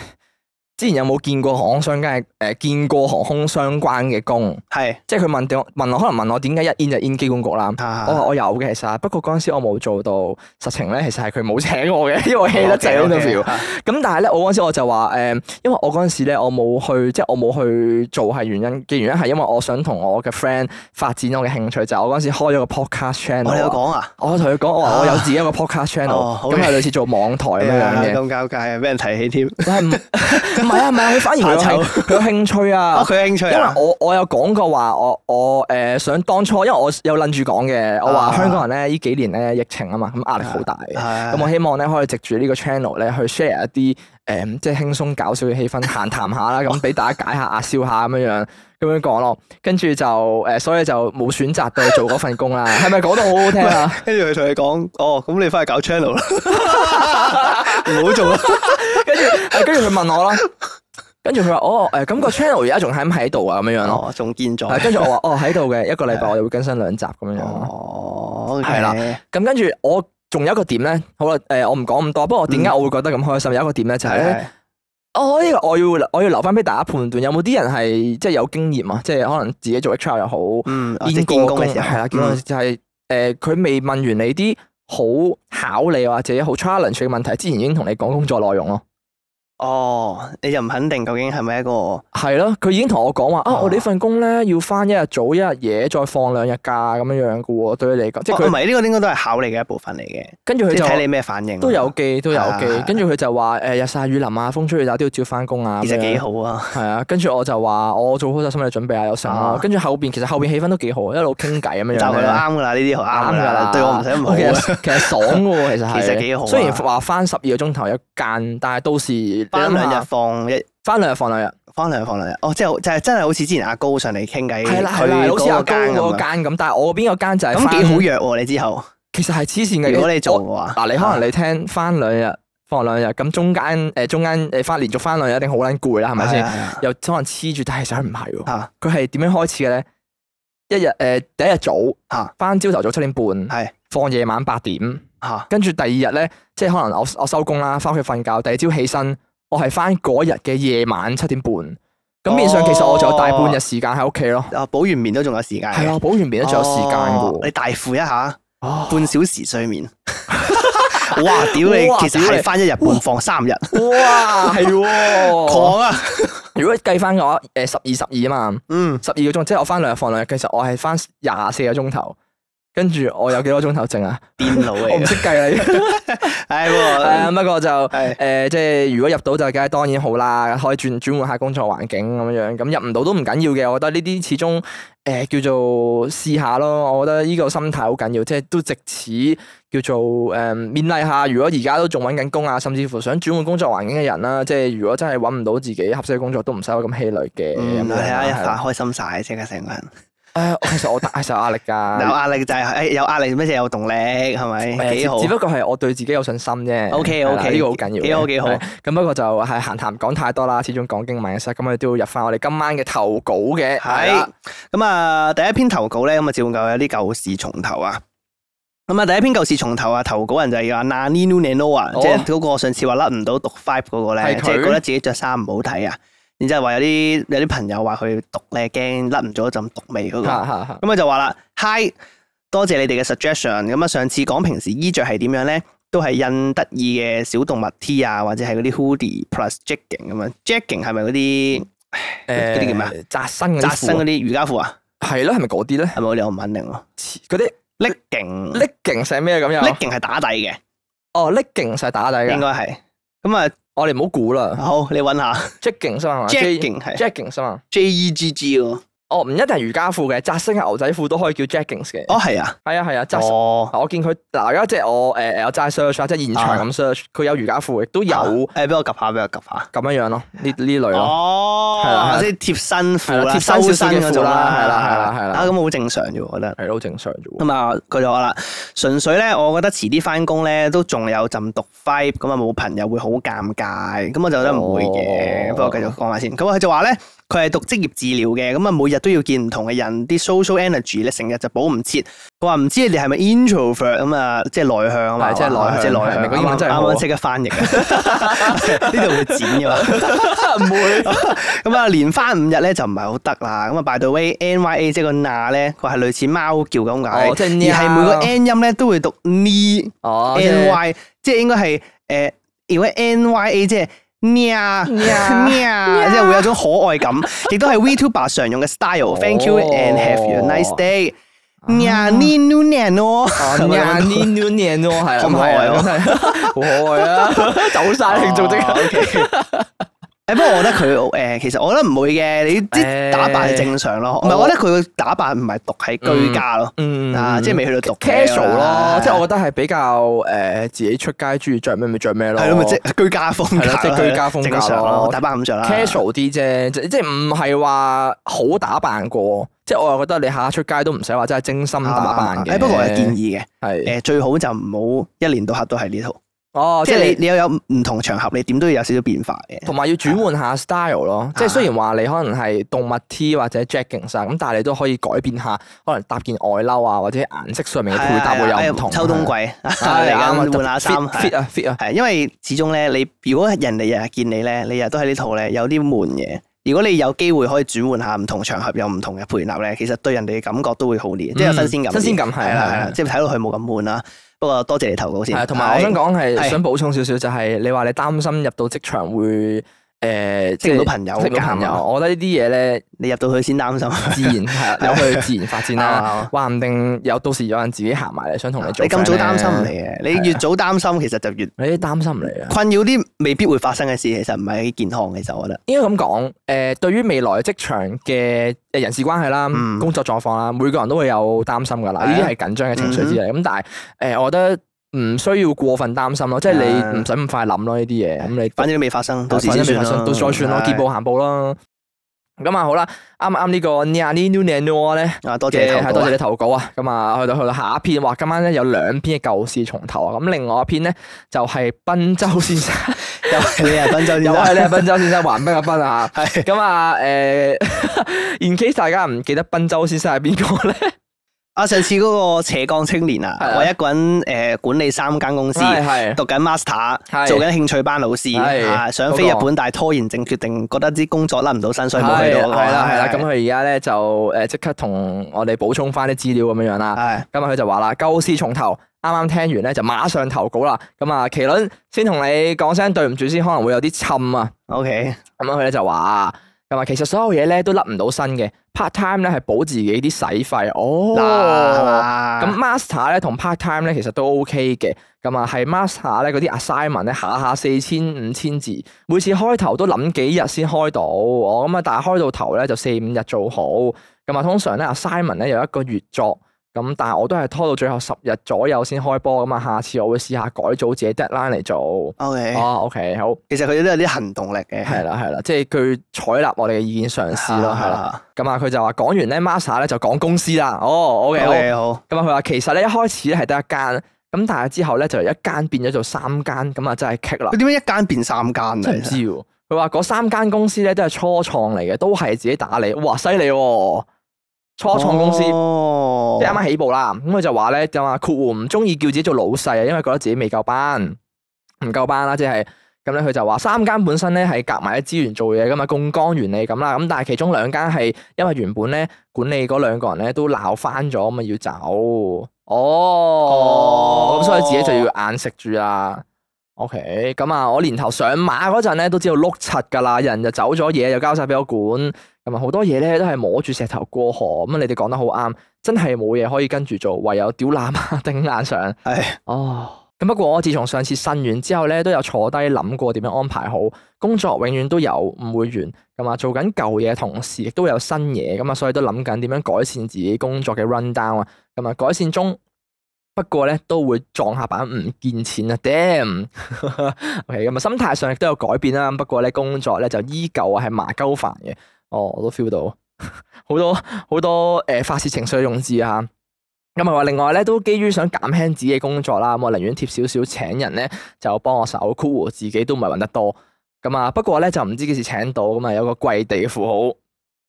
Speaker 1: 之前有冇見過航空相關嘅誒見過航空相關嘅工？
Speaker 3: 係
Speaker 1: 即係佢問我問我，可能問我點解一 in 就 in 機管局啦。
Speaker 3: 啊
Speaker 1: 我話哦我有嘅其實，不過嗰陣時我冇做到實情咧，其實係佢冇請我嘅，因為我 hea 得滯 interview。
Speaker 3: 啊
Speaker 1: 咁但係咧，我嗰陣時我就話誒、因為我嗰陣時咧，我冇去，即係我冇去做係原因嘅原因係因為我想同我嘅 friend 發展我嘅興趣，就係我嗰陣時開咗個 podcast
Speaker 3: 我哋有啊
Speaker 1: channel 啊。
Speaker 3: 講啊。
Speaker 1: 我同佢講，我話我有自己一個 podcast channel，
Speaker 3: 哦好
Speaker 1: 咁係類似做網台咁樣樣嘅。
Speaker 3: 咁尷尬啊！俾人提起添。
Speaker 1: 但係唔唔係啊，唔係啊，佢反而 佢有興佢有興趣啊
Speaker 3: 啊，。佢有興趣
Speaker 1: 因為
Speaker 3: 啊，
Speaker 1: 我我有講過話，我我誒想當初，因為我有撚住講嘅，我話
Speaker 3: 啊
Speaker 1: 香港人咧呢幾年咧疫情啊嘛，咁壓力好大嘅。
Speaker 3: 係
Speaker 1: 咁我希望咧可以藉住呢個 channel 咧去 share 一啲誒、嗯即係輕鬆搞笑嘅氣氛，閒談下啦，咁俾大家解下壓消下咁樣樣咁樣講咯。跟住就誒、所以就冇選擇到做嗰份工 啦。係咪講得好好聽啊？
Speaker 3: 跟住佢同你講，哦，咁你翻去搞 channel 啦， 唔好做啦，啊
Speaker 1: 跟住係跟住佢問我啦，跟住佢話哦誒，咁、個 channel 而家仲喺唔喺度啊？咁樣樣咯。
Speaker 3: 哦，仲見
Speaker 1: 係
Speaker 3: 咗，
Speaker 1: 跟住我話哦喺度嘅，一個禮拜我哋會更新兩集咁樣樣咯。
Speaker 3: 哦，
Speaker 1: 係啦，咁跟住我仲有一個點咧，好啦，誒、我唔講咁多。不過點解我會覺得咁開心？有一個點咧就係、呢。
Speaker 3: 嗯
Speaker 1: 咧。
Speaker 3: 係
Speaker 1: 哦，呢個我要我要留翻俾大家判斷，有冇啲人係即係有經驗啊？即係可能自己做 HR 又好，
Speaker 3: 嗯，即
Speaker 1: 見
Speaker 3: 係
Speaker 1: 過
Speaker 3: 見
Speaker 1: 工
Speaker 3: 工嘅時候，
Speaker 1: 啊
Speaker 3: 嗯
Speaker 1: 係啦，見過就係誒，佢未問完你啲好考你或者好 challenge 嘅問題之前，已經同你講工作內容咯。
Speaker 3: 哦，你就唔肯定究竟係咪一個
Speaker 1: 係咯，佢已經同我講話啊，
Speaker 3: 哦
Speaker 1: 我哋呢份工咧要翻一日早一日夜，再放兩日假咁樣樣嘅喎。對你嚟講，即
Speaker 3: 即
Speaker 1: 哦係
Speaker 3: 哦係唔
Speaker 1: 佢
Speaker 3: 係呢個應該都係考你嘅一部分嚟嘅，
Speaker 1: 跟住佢
Speaker 3: 即
Speaker 1: 就
Speaker 3: 係
Speaker 1: 話
Speaker 3: 睇你咩反應
Speaker 1: 都有記都有
Speaker 3: 係啊係
Speaker 1: 記
Speaker 3: 啊，
Speaker 1: 跟住佢就話誒日曬雨淋啊，風吹雨打都要照翻工啊。
Speaker 3: 其
Speaker 1: 咁
Speaker 3: 實
Speaker 1: 樣
Speaker 3: 幾好啊，
Speaker 1: 係啊，跟住我就話我做好晒心理準備啊，有成啊
Speaker 3: 啊。
Speaker 1: 跟住後邊其實後邊氣氛都幾好，一路傾偈咁樣
Speaker 3: 就
Speaker 1: 樣
Speaker 3: 佢
Speaker 1: 咧
Speaker 3: 啱噶啦，呢啲好啊啱
Speaker 1: 㗎
Speaker 3: 噶啦，對我唔使唔好
Speaker 1: 哦其
Speaker 3: 啊，
Speaker 1: 實其實爽嘅 喎，其實係
Speaker 3: 其實幾好啊
Speaker 1: 雖然話翻十二個鐘頭有間，但係到時
Speaker 3: 翻兩日，放一。
Speaker 1: 翻兩日放兩日，
Speaker 3: 翻兩日放兩日，哦，即係就係真係好似之前阿高上嚟傾偈，
Speaker 1: 係啦
Speaker 3: 佢
Speaker 1: 係啦，好似
Speaker 3: 嗰
Speaker 1: 阿高
Speaker 3: 間
Speaker 1: 嗰
Speaker 3: 咁啊，
Speaker 1: 間咁，但係我嗰邊嗰間就係
Speaker 3: 咁幾
Speaker 1: 返
Speaker 3: 好約喎你之後，
Speaker 1: 其實係黐線嘅。
Speaker 3: 如果你做
Speaker 1: 我
Speaker 3: 嘅話，啊
Speaker 1: 嗱，你可能你聽翻兩日放兩日，咁中間誒中間誒翻連續翻兩日一定好撚攰啦，係咪先？
Speaker 3: 先？啊
Speaker 1: 又可能黐住，但係其實佢唔係喎。
Speaker 3: 嚇
Speaker 1: 佢係點樣開始嘅咧？一日誒、呃第一日早
Speaker 3: 嚇
Speaker 1: 翻朝頭早七點半，
Speaker 3: 係啊
Speaker 1: 放夜晚八點，
Speaker 3: 嚇
Speaker 1: 跟住第二日咧，即係可能我我收工啦，翻屋企瞓覺，第二朝起身，我係翻嗰日嘅夜晚七點半，咁面上其實我仲有大半日時間喺屋企咯。
Speaker 3: 啊，補完眠都仲有時間嘅，
Speaker 1: 哦係啊，補完面都仲有時間
Speaker 3: 哦
Speaker 1: 嘅
Speaker 3: 你大負一下，
Speaker 1: 喎。
Speaker 3: 半小時睡 眠。哇！屌你
Speaker 1: 哇，
Speaker 3: 其實
Speaker 1: 屌你
Speaker 3: 係翻一日半放三日，
Speaker 1: 哇，係喎！
Speaker 3: 狂啊！
Speaker 1: 哦 如果計翻嘅話，誒十二十二啊嘛，
Speaker 3: 嗯，
Speaker 1: 十二個鐘，即係我翻兩日放兩日，其實我係翻廿四個鐘頭，跟住我有幾多鐘頭剩啊？
Speaker 3: 電腦
Speaker 1: 我
Speaker 3: 嚟
Speaker 1: 唔
Speaker 3: 嘅，
Speaker 1: 識計啦。
Speaker 3: 係
Speaker 1: 係啊，
Speaker 3: 喎，
Speaker 1: 不 過就誒、
Speaker 3: 係
Speaker 1: 呃即係如果入到就梗係當然好啦，可以轉轉換下工作環境咁樣樣。咁入唔到都唔緊要嘅，我覺得呢啲始終誒、叫做試下咯。我覺得呢個心態好緊要，即係都藉此叫做誒、勉勵下。如果而家都仲揾緊工啊，甚至乎想轉換工作環境嘅人啦，即係如果真係揾唔到自己合適嘅工作，都唔使咁氣餒嘅。咁
Speaker 3: 嗯，
Speaker 1: 樣
Speaker 3: 睇下一
Speaker 1: 係啊
Speaker 3: 下
Speaker 1: 啦
Speaker 3: 開心晒，即刻成個人
Speaker 1: 誒，其實我大 受壓力
Speaker 3: 有
Speaker 1: 㗎。
Speaker 3: 壓力就係誒有壓力咩就有動力，係啊咪？哦幾好
Speaker 1: 呃只。不過係我對自己有信心啫。
Speaker 3: OK
Speaker 1: 係啦
Speaker 3: OK，
Speaker 1: 呢個好緊要嘅。
Speaker 3: 幾好幾好
Speaker 1: 係。咁不過就係閒談講太多啦，始終講經萬應室，咁我哋都要入翻我哋今晚嘅投稿嘅。係啦
Speaker 3: 係咁啊，第一篇投稿咧，咁啊照舊有啲舊事重投啊。咁啊，第一篇舊事重投啊，投稿人就係叫阿 Nani Nuneno 啊，
Speaker 1: 哦
Speaker 3: 即係嗰個上次話甩唔到讀 five 嗰個
Speaker 1: 係
Speaker 3: 咧，
Speaker 1: 佢
Speaker 3: 即係覺得自己着衫唔好睇啊。然之後話有啲有啲朋友話佢讀咧驚甩唔咗一陣毒味嗰個。
Speaker 1: 哈哈哈
Speaker 3: 咁佢啊就話啦，Hi，多謝你哋嘅 suggestion。咁啊，上次講平時衣着係點樣咧，都係印得意嘅小動物 T 啊，或者係嗰啲 hoodie plus jegging 咁樣。jegging 係咪嗰啲嗰啲叫咩啊？
Speaker 1: 誒呃扎身嗰啲
Speaker 3: 窄身嗰
Speaker 1: 啲
Speaker 3: 啲瑜伽褲啊？
Speaker 1: 係咯，係咪嗰啲咧？
Speaker 3: 係咪我哋我唔肯定咯。
Speaker 1: 嗰啲
Speaker 3: 匿勁，
Speaker 1: 力勁寫咩咁
Speaker 3: 匿
Speaker 1: 樣？
Speaker 3: 勁係打底嘅，
Speaker 1: 哦，力勁寫打底
Speaker 3: 應
Speaker 1: 嘅，
Speaker 3: 該係。咁啊，
Speaker 1: 我哋唔好估啦。
Speaker 3: 好，你揾下
Speaker 1: Jack 勁先嘛
Speaker 3: Jack 勁係
Speaker 1: Jack 勁先啊嘛。
Speaker 3: J E G G 喎。
Speaker 1: 哦，唔一定係瑜伽褲嘅，扎身嘅牛仔褲都可以叫 Jackings 嘅。
Speaker 3: 哦，係啊。
Speaker 1: 係啊係啊，扎身。
Speaker 3: 哦，
Speaker 1: 我見佢嗱，而家即係我誒誒，我齋 search 啊，即係現場咁 search，佢有瑜伽褲，亦都有咁
Speaker 3: 啊誒，俾我及下，俾我及下。
Speaker 1: 樣樣咯，呢呢類咯。
Speaker 3: 啊哦，
Speaker 1: 係啦係啦
Speaker 3: 即係貼身
Speaker 1: 係
Speaker 3: 褲
Speaker 1: 啦
Speaker 3: 啦，
Speaker 1: 貼身
Speaker 3: 修
Speaker 1: 少
Speaker 3: 身
Speaker 1: 少嘅
Speaker 3: 嗰
Speaker 1: 褲
Speaker 3: 種
Speaker 1: 啦
Speaker 3: 啦，
Speaker 1: 係啦係啦係啦
Speaker 3: 啊，咁好正常啫喎，我覺得。
Speaker 1: 係咯，好正常啫 喎。
Speaker 3: 咁啊，佢就話啦，純粹咧，我覺得遲啲翻工咧都仲有浸毒 vibe，咁啊冇朋友會好尷尬，咁我就覺得唔會嘅。
Speaker 1: 哦
Speaker 3: 不過繼續講下先，咁啊佢就話咧，佢係讀職業治療嘅，咁啊每日都要見唔同嘅人，啲 social energy 咧成日就補唔切。佢話唔知你哋係咪 introvert 咁啊，即係內向啊嘛，
Speaker 1: 係即係內向
Speaker 3: 即係內
Speaker 1: 係
Speaker 3: 向。
Speaker 1: 明哥英文
Speaker 3: 啱啱
Speaker 1: 真係好啊
Speaker 3: 啱啱識得翻譯 啊， 呢度會剪嘅嘛。
Speaker 1: 唔會。
Speaker 3: 咁啊，連翻五日咧就唔係好得啦。咁啊，by the way，NYA 即係個嗱咧，佢係類似貓叫咁解，
Speaker 1: 哦即係
Speaker 3: 而係每個 N 音咧都會讀 n
Speaker 1: 哦
Speaker 3: n y，即係應該係誒，如果 NYA 即係。nha nha，即係會有種可 愛感，亦都係 VTuber 常用嘅 style。Thank you and have a nice day。nha ni nu nan 咯，
Speaker 1: 哦，廿年兩年咯，係啦，
Speaker 3: 可唔可愛啊
Speaker 1: 係啦真係好可愛啊，走晒
Speaker 3: 打
Speaker 1: 慶祝即刻。
Speaker 3: OK。誒，不過我覺得佢誒，其實我覺得唔會嘅，你啲
Speaker 1: 誒
Speaker 3: 打扮係正常咯。唔係，我覺得佢嘅打扮唔係毒，係居家咯。
Speaker 1: 嗯
Speaker 3: 啊，即係未去到毒嘅
Speaker 1: casual 咯，即
Speaker 3: 係
Speaker 1: 係
Speaker 3: 啊
Speaker 1: 我覺得係比較誒自己出街中意着咩咪着咩咯，
Speaker 3: 係咯，咪即係居啊家風
Speaker 1: 係
Speaker 3: 格
Speaker 1: 咯
Speaker 3: 咯，
Speaker 1: 即係居家風格
Speaker 3: 正常
Speaker 1: 咯
Speaker 3: 咯，打扮咁着啦。
Speaker 1: casual 啲啫，即即係唔係話好打扮過，即係我又覺得你下下出街都唔使話真係精心打扮
Speaker 3: 啊
Speaker 1: 嘅。
Speaker 3: 誒不過我有建議嘅，
Speaker 1: 係
Speaker 3: 誒最好就唔好一年到黑都係呢套，
Speaker 1: 哦，
Speaker 3: 即
Speaker 1: 即
Speaker 3: 係
Speaker 1: 係
Speaker 3: 你
Speaker 1: 你
Speaker 3: 你又有唔同場合，你點都要有少少變化嘅。
Speaker 1: 同埋要轉換
Speaker 3: 啊
Speaker 1: 下 style 咯，即係雖然話你可能係動物 T 或者 jagging 衫，咁但係你都可以改變下，可能搭件外褸啊，或者顏色上面嘅配
Speaker 3: 係
Speaker 1: 搭
Speaker 3: 啊
Speaker 1: 會
Speaker 3: 係
Speaker 1: 有
Speaker 3: 啊
Speaker 1: 唔同。
Speaker 3: 秋冬季
Speaker 1: 係
Speaker 3: 嚟
Speaker 1: 係啊
Speaker 3: 緊啊換下衫係
Speaker 1: fit- fit 啊 fit 啊，
Speaker 3: 係，因為始終咧，你如果人哋日日見你咧，你日日都喺呢套咧，有啲悶嘅。如果你有機會可以轉換下唔同場合，有唔同嘅配搭咧，其實對人哋嘅感覺都會好啲，即係有新鮮感啲。
Speaker 1: 嗯新鮮感係
Speaker 3: 係啦係
Speaker 1: 係
Speaker 3: 啦，即係睇落去冇咁悶啦。不過多謝你投稿
Speaker 1: 係
Speaker 3: 先。
Speaker 1: 同埋我想講係
Speaker 3: 啊係
Speaker 1: 想補充少少，就係你話你擔心入到職場會誒
Speaker 3: 識唔到
Speaker 1: 即係
Speaker 3: 朋友
Speaker 1: 識唔到朋
Speaker 3: 尷
Speaker 1: 友，
Speaker 3: 尬
Speaker 1: 我覺得呢啲嘢咧
Speaker 3: 你入到去先擔心。
Speaker 1: 自然 係啊有佢自然發展啦。
Speaker 3: 啊
Speaker 1: 話唔定有到時有人自己行埋嚟想 同你做。
Speaker 3: 你咁早擔心唔嚟？嘅，你越早擔心其實就越
Speaker 1: 你啲擔心唔嚟啊？
Speaker 3: 困擾啲未必會發生嘅事，其實唔係幾健康。其實我覺得
Speaker 1: 應該咁講，誒、對於未來職場嘅誒人事關係啦、
Speaker 3: 嗯
Speaker 1: 工作狀況啦，每個人都會有擔心噶啦，
Speaker 3: 係啊嗯
Speaker 1: 呢啲係緊張嘅情緒之類。咁、但係誒、我覺得唔需要過分擔心咯，即係你唔使咁快諗咯呢啲嘢。咁你
Speaker 3: 啊反正都未發生，到時
Speaker 1: 反
Speaker 3: 先
Speaker 1: 正
Speaker 3: 算
Speaker 1: 未發
Speaker 3: 啦
Speaker 1: 生到再算咯，
Speaker 3: 係
Speaker 1: 見步行步啦。咁啊好啦，啱啱呢個 Nia Ni Nu Nia Nu 咧，
Speaker 3: 啊，多謝你
Speaker 1: 嘅係
Speaker 3: 投
Speaker 1: 多
Speaker 3: 稿
Speaker 1: 謝
Speaker 3: 啊
Speaker 1: 你投稿啊！咁啊，去到去到下一篇，哇！今晚咧有兩篇嘅舊事重頭啊！咁另外一篇咧就係賓州先生，
Speaker 3: 又 係你係賓州先
Speaker 1: 又
Speaker 3: 生
Speaker 1: 啊係咧賓州先生，還賓嘅賓啊嚇！
Speaker 3: 啊係
Speaker 1: 咁啊誒 ，in case 大家唔記得賓州先生係邊個咧？
Speaker 3: 啊！上次嗰個斜槓青年啊
Speaker 1: 係啊，
Speaker 3: 我一個人誒管理三間公司，
Speaker 1: 係
Speaker 3: 讀緊 master，
Speaker 1: 係
Speaker 3: 做緊興趣班老師，
Speaker 1: 係
Speaker 3: 啊想飛日本，但係拖延症決定，覺得啲工作甩唔到身，所以冇去
Speaker 1: 係
Speaker 3: 到嗰個。
Speaker 1: 啦係啦，咁佢而家咧就誒即刻同我哋補充翻啲資料咁樣樣啦。
Speaker 3: 係
Speaker 1: 咁啊，佢就話啦，舊事重頭，啱啱聽完咧就馬上投稿啦。咁啊，麒麟先同你講聲對唔住先，可能會有啲沉啊。
Speaker 3: OK，
Speaker 1: 咁樣佢咧就話，咁啊，其實所有嘢咧都甩唔到身嘅，part time 咧係補自己啲使費。
Speaker 3: 嗱係
Speaker 1: 哦，
Speaker 3: 嘛
Speaker 1: 咁 master 咧同 part time 咧其實都 OK 嘅。咁啊，係 master 咧嗰啲 assignment 咧下下四千五千字，每次開頭都諗幾日先開到。哦，咁啊，但係開到頭咧就四五日做好。咁啊，通常咧 assignment 咧有一個月作。咁但係我都係拖到最後十日左右先開波咁啊，下次我會試下改組自己 deadline 嚟做。
Speaker 3: OK，
Speaker 1: 哦，OK，好。
Speaker 3: 其實佢哋都有啲行動力嘅，
Speaker 1: 係啦係啦，即係佢採納我哋嘅意見嘗試咯，係啦。咁啊，佢就話講完咧，Master 咧就講公司啦。哦，OK，好。
Speaker 3: OK，好，
Speaker 1: 咁啊，佢話其實咧一開始咧係得一間，咁但係之後咧就由一間變咗做三間，咁啊真係棘啦
Speaker 3: 佢，點解一間變三間啊？
Speaker 1: 真係唔知喎。佢話嗰三間公司咧都係初創嚟嘅，都係自己打理。哇，犀利喎！初創公司。
Speaker 3: 哦
Speaker 1: 即係啱啱起步啦，咁佢就話咧就話括弧唔中意叫自己做老細啊，因為覺得自己未夠班，唔夠班啦，即係咁咧佢就話三間本身咧係夾埋啲資源做嘢噶嘛，槓桿原理咁啦，咁但係其中兩間係因為原本咧管理嗰兩個人咧都鬧翻咗，咁啊要走，哦，咁、所以自己就要硬食住啦。OK，咁啊，我年頭上馬嗰陣咧都知道碌柒噶啦，人就走咗嘢，又交晒俾我管，咁啊好多嘢咧都係摸住石頭過河，咁啊你哋講得好啱。真係冇嘢可以跟住做，唯有屌喇嘛 頂硬上。
Speaker 3: 係
Speaker 1: 哦，咁不過我自從上次呻完之後咧，都有坐低諗過點樣安排好工作，永遠都有唔會完咁啊。做緊舊嘢同時，亦都有新嘢咁啊，所以都諗緊點樣改善自己工作嘅 run down 啊。咁啊，改善中。不過咧都會撞下板唔見錢啊，damn！OK，咁啊，心態上亦都有改變啦。不過咧工作咧就依舊係麻鳩煩嘅。哦，我都 feel 到好多好多誒發泄情緒用字啊。咁啊話另外咧都基於想減輕自己嘅工作啦，咁啊我寧願貼少少請人咧就幫我手，cool 自己都唔係揾得多。咁啊不過咧就唔知幾時請到，咁啊有個跪地嘅符號。